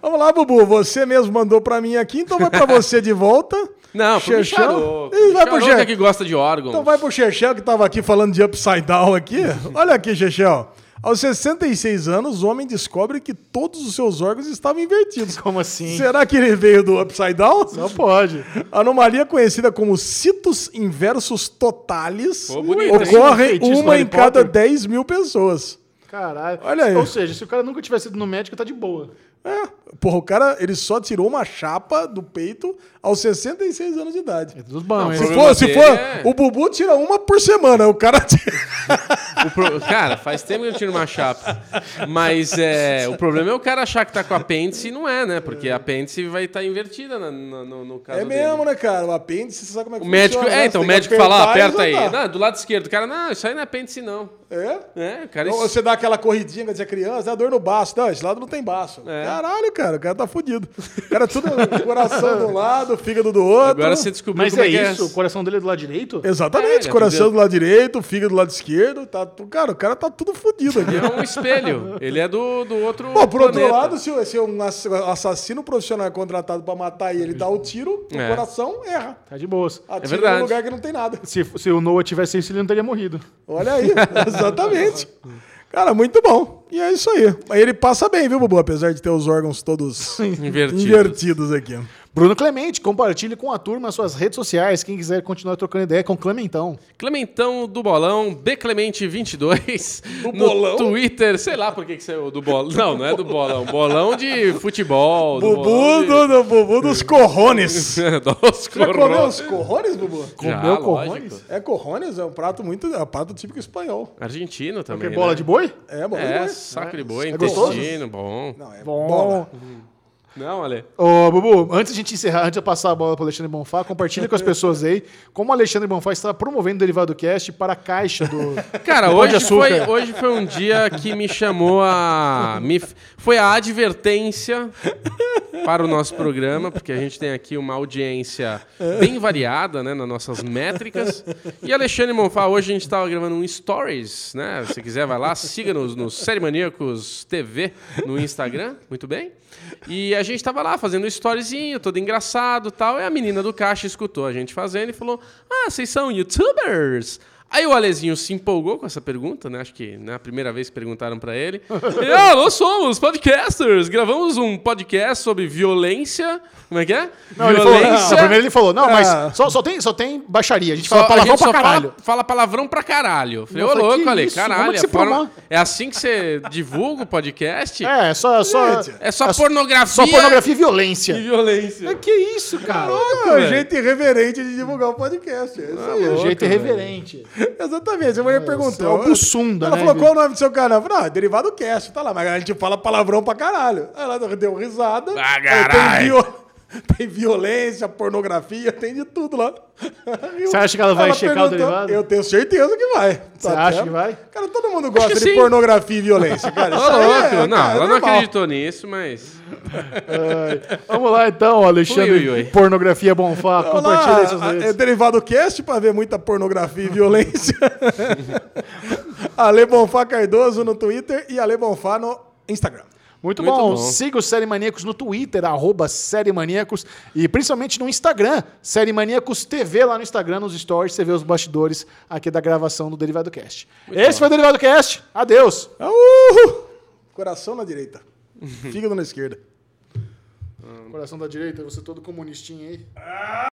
[SPEAKER 3] Vamos lá, Bubu. Você mesmo mandou pra mim aqui, então vai pra você de volta.
[SPEAKER 1] Não, pro
[SPEAKER 3] Xerxão.
[SPEAKER 1] Micharoco.
[SPEAKER 3] Ih, vai pro
[SPEAKER 1] Micharoco é
[SPEAKER 3] Xer...
[SPEAKER 1] que gosta de órgãos.
[SPEAKER 3] Então vai pro Chechel que tava aqui falando de Upside Down
[SPEAKER 1] [laughs]
[SPEAKER 3] aqui. Olha aqui, Chechel. Aos 66 anos, o homem descobre que todos os seus órgãos estavam invertidos.
[SPEAKER 2] Como assim?
[SPEAKER 3] Será que ele veio do Upside Down?
[SPEAKER 2] Não pode.
[SPEAKER 3] Anomalia conhecida como citos inversos totalis
[SPEAKER 1] Pô, bonito, hein?
[SPEAKER 3] ocorre
[SPEAKER 2] Feitiço do
[SPEAKER 3] uma
[SPEAKER 2] Harry
[SPEAKER 3] em cada
[SPEAKER 2] Potter.
[SPEAKER 3] 10 mil pessoas.
[SPEAKER 2] Caralho.
[SPEAKER 3] Olha aí.
[SPEAKER 2] Ou seja, se o cara nunca tivesse ido no médico, tá de boa.
[SPEAKER 3] É, porra, o cara ele só tirou uma chapa do peito aos 66 anos de idade.
[SPEAKER 2] É dos bons,
[SPEAKER 3] Se
[SPEAKER 2] hein?
[SPEAKER 1] problema
[SPEAKER 3] for, se
[SPEAKER 1] dele
[SPEAKER 3] for,
[SPEAKER 1] é-
[SPEAKER 3] o Bubu tira uma por semana, o cara tira.
[SPEAKER 1] [laughs] O pro- Cara, faz tempo que eu tiro uma chapa. Mas é, o problema é o cara achar que tá com apêndice e não é, né? Porque a apêndice vai estar invertida na- na- no, no caso
[SPEAKER 3] É mesmo,
[SPEAKER 1] dele.
[SPEAKER 3] né, cara? O apêndice, você sabe como é que
[SPEAKER 1] O médico,
[SPEAKER 3] funciona, né?
[SPEAKER 1] é, então, o
[SPEAKER 3] Você tem que
[SPEAKER 1] médico fala, "Ah,
[SPEAKER 3] apertar
[SPEAKER 1] aperta
[SPEAKER 3] e
[SPEAKER 1] aí.
[SPEAKER 3] soltar.
[SPEAKER 1] Não, do lado esquerdo, o cara, não, isso aí não é apêndice, não.
[SPEAKER 3] É?
[SPEAKER 1] É, o cara...
[SPEAKER 3] Ou
[SPEAKER 1] isso-
[SPEAKER 3] você dá aquela corridinha quando você é criança, dá dor no baço. Não, esse lado não tem baço.
[SPEAKER 1] É.
[SPEAKER 3] Caralho, cara, o cara tá fudido. O cara tudo [laughs] coração de um lado, fígado do outro.
[SPEAKER 1] Agora você descobriu
[SPEAKER 2] Mas
[SPEAKER 1] como
[SPEAKER 2] é
[SPEAKER 1] é, que
[SPEAKER 2] isso, o
[SPEAKER 1] é.
[SPEAKER 2] coração dele é do lado direito?
[SPEAKER 3] Exatamente,
[SPEAKER 1] É,
[SPEAKER 3] coração
[SPEAKER 1] entendeu?
[SPEAKER 3] do lado direito, fígado do lado esquerdo. Tá, tu- cara, o cara tá tudo
[SPEAKER 1] [laughs]
[SPEAKER 3] fudido aqui.
[SPEAKER 1] É um espelho. Ele é do, do outro
[SPEAKER 3] Pô, por outro
[SPEAKER 1] planeta.
[SPEAKER 3] lado, se, o- se um ass- assassino profissional é contratado pra matar e ele dá o tiro, o
[SPEAKER 1] É.
[SPEAKER 3] coração erra.
[SPEAKER 2] Tá de boas.
[SPEAKER 3] Atira
[SPEAKER 1] verdade.
[SPEAKER 3] num lugar que não tem nada.
[SPEAKER 2] Se, se o Noah tivesse isso, ele não teria morrido.
[SPEAKER 3] Olha aí, [laughs] exatamente. Cara, muito bom. E é isso aí. Mas ele passa bem, viu, Bubu? Apesar de ter os órgãos todos
[SPEAKER 1] [laughs] Invertidos.
[SPEAKER 3] invertidos aqui.
[SPEAKER 2] Bruno Clemente, compartilhe com a turma as suas redes sociais. Quem quiser continuar trocando ideia com o Clementão.
[SPEAKER 1] Clementão do Bolão, B Clemente 22
[SPEAKER 3] [laughs] Do
[SPEAKER 1] no
[SPEAKER 3] Bolão?
[SPEAKER 1] Twitter, sei lá por que que saiu do Bolão. Não, não é do Bolão, Bolão de futebol, do
[SPEAKER 3] Bubu,
[SPEAKER 1] Bolão
[SPEAKER 3] do, do- bubu dos
[SPEAKER 1] [laughs]
[SPEAKER 3] corrones. Você
[SPEAKER 1] de... [laughs] dos
[SPEAKER 3] já comeu
[SPEAKER 1] corro-
[SPEAKER 3] os corrones, Bubu?
[SPEAKER 1] Já,
[SPEAKER 2] Comeu
[SPEAKER 1] lógico.
[SPEAKER 2] corrones?
[SPEAKER 3] É, corrones é um prato muito. É um prato típico espanhol.
[SPEAKER 1] Argentino também.
[SPEAKER 2] Porque bola
[SPEAKER 1] né?
[SPEAKER 2] de boi?
[SPEAKER 3] É, bom.
[SPEAKER 1] É,
[SPEAKER 3] né?
[SPEAKER 1] saco de boi,
[SPEAKER 2] É gostoso?
[SPEAKER 1] intestino, bom.
[SPEAKER 3] Não, é
[SPEAKER 2] Bom.
[SPEAKER 3] bola.
[SPEAKER 1] Não, Ale.
[SPEAKER 2] Ô, Bubu, antes de a gente encerrar, antes de eu passar a bola para Alexandre Bonfá, compartilha com as pessoas aí como o Alexandre Bonfá está promovendo o Derivado Cast para a caixa do...
[SPEAKER 1] Cara,
[SPEAKER 2] do Pão de
[SPEAKER 1] hoje
[SPEAKER 2] Açúcar.
[SPEAKER 1] foi, hoje foi um dia que me chamou a. me f- foi a advertência para o nosso programa, porque a gente tem aqui uma audiência bem variada, né, nas nossas métricas. E Alexandre Monfá, hoje a gente estava gravando um Stories, né? Se quiser, vai lá, siga-nos no Série Maníacos TV no Instagram, muito bem. E a gente estava lá fazendo um storyzinho, todo engraçado tal. E a menina do caixa escutou a gente fazendo e falou: Ah, vocês são youtubers? Aí o Alezinho se empolgou com essa pergunta, né? Acho que na primeira vez que perguntaram pra
[SPEAKER 2] [laughs]
[SPEAKER 1] ele. Ele, ah, nós somos podcasters, gravamos um podcast sobre violência. Como é que é?
[SPEAKER 2] [laughs] Não, ele falou, não, primeiro ele falou, não, mas só, só tem, só tem baixaria. A gente fala
[SPEAKER 1] Só-
[SPEAKER 2] palavrão
[SPEAKER 1] a gente
[SPEAKER 2] pra
[SPEAKER 1] só fala-
[SPEAKER 2] caralho.
[SPEAKER 1] Fala, palavrão pra caralho. Eu Falei,
[SPEAKER 2] Eu
[SPEAKER 1] ô
[SPEAKER 2] falei,
[SPEAKER 1] louco,
[SPEAKER 2] que
[SPEAKER 1] Ale,
[SPEAKER 2] isso? Como
[SPEAKER 1] caralho.
[SPEAKER 2] é que
[SPEAKER 1] é
[SPEAKER 2] você
[SPEAKER 1] forma-
[SPEAKER 2] promove?
[SPEAKER 1] é assim que você divulga o podcast? É,
[SPEAKER 2] É, só, só,
[SPEAKER 3] Gente,
[SPEAKER 1] só pornografia.
[SPEAKER 2] só pornografia e
[SPEAKER 1] e
[SPEAKER 2] violência.
[SPEAKER 1] violência.
[SPEAKER 2] Que isso, cara?
[SPEAKER 3] É o jeito irreverente de divulgar o podcast. É isso aí.
[SPEAKER 2] É um jeito irreverente.
[SPEAKER 3] [laughs] Exatamente, a mulher
[SPEAKER 2] Você
[SPEAKER 3] perguntou.
[SPEAKER 2] é o Bussunda,
[SPEAKER 3] Ela
[SPEAKER 2] né?
[SPEAKER 3] falou qual o nome do seu canal. Eu falei, ah, Derivado Cast, tá lá, mas a gente fala palavrão pra caralho. Aí Ela deu risada.
[SPEAKER 1] Ah,
[SPEAKER 3] Aí
[SPEAKER 1] caralho.
[SPEAKER 3] tem, viol- [laughs] tem violência, pornografia, tem de tudo lá. [laughs]
[SPEAKER 2] Você acha que ela vai checar o
[SPEAKER 3] perguntou-
[SPEAKER 2] Derivado?
[SPEAKER 3] Eu tenho certeza que vai. Você
[SPEAKER 2] acha que vai?
[SPEAKER 3] Cara, todo mundo gosta
[SPEAKER 1] que
[SPEAKER 3] de
[SPEAKER 1] sim.
[SPEAKER 3] pornografia e violência,
[SPEAKER 1] Ô
[SPEAKER 3] cara. Isso aí
[SPEAKER 1] louco.
[SPEAKER 3] é-
[SPEAKER 1] não,
[SPEAKER 3] cara, é
[SPEAKER 2] tá
[SPEAKER 1] ela não
[SPEAKER 3] normal.
[SPEAKER 1] acreditou nisso, mas.
[SPEAKER 2] Ai, Vamos lá então, Alexandre.
[SPEAKER 1] Ui, ui, ui.
[SPEAKER 2] Pornografia Bonfá,
[SPEAKER 3] Olha lá,
[SPEAKER 2] compartilha essas
[SPEAKER 3] a-
[SPEAKER 2] redes.
[SPEAKER 3] É derivado cast pra ver muita pornografia e violência. [laughs] Ale Bonfá Cardoso no Twitter e Ale Bonfá no Instagram.
[SPEAKER 2] Muito,
[SPEAKER 1] Muito
[SPEAKER 2] bom.
[SPEAKER 1] bom.
[SPEAKER 2] Siga o Série Maníacos no Twitter, arroba Série Maníacos, e principalmente no Instagram, Série Maníacos TV lá no Instagram, nos stories, você vê os bastidores aqui da gravação do Derivado Cast. Esse foi o Derivado Cast. Adeus.
[SPEAKER 3] Uhul! Coração na direita, fígado na esquerda.
[SPEAKER 2] Coração da direita, você todo comunistinho aí.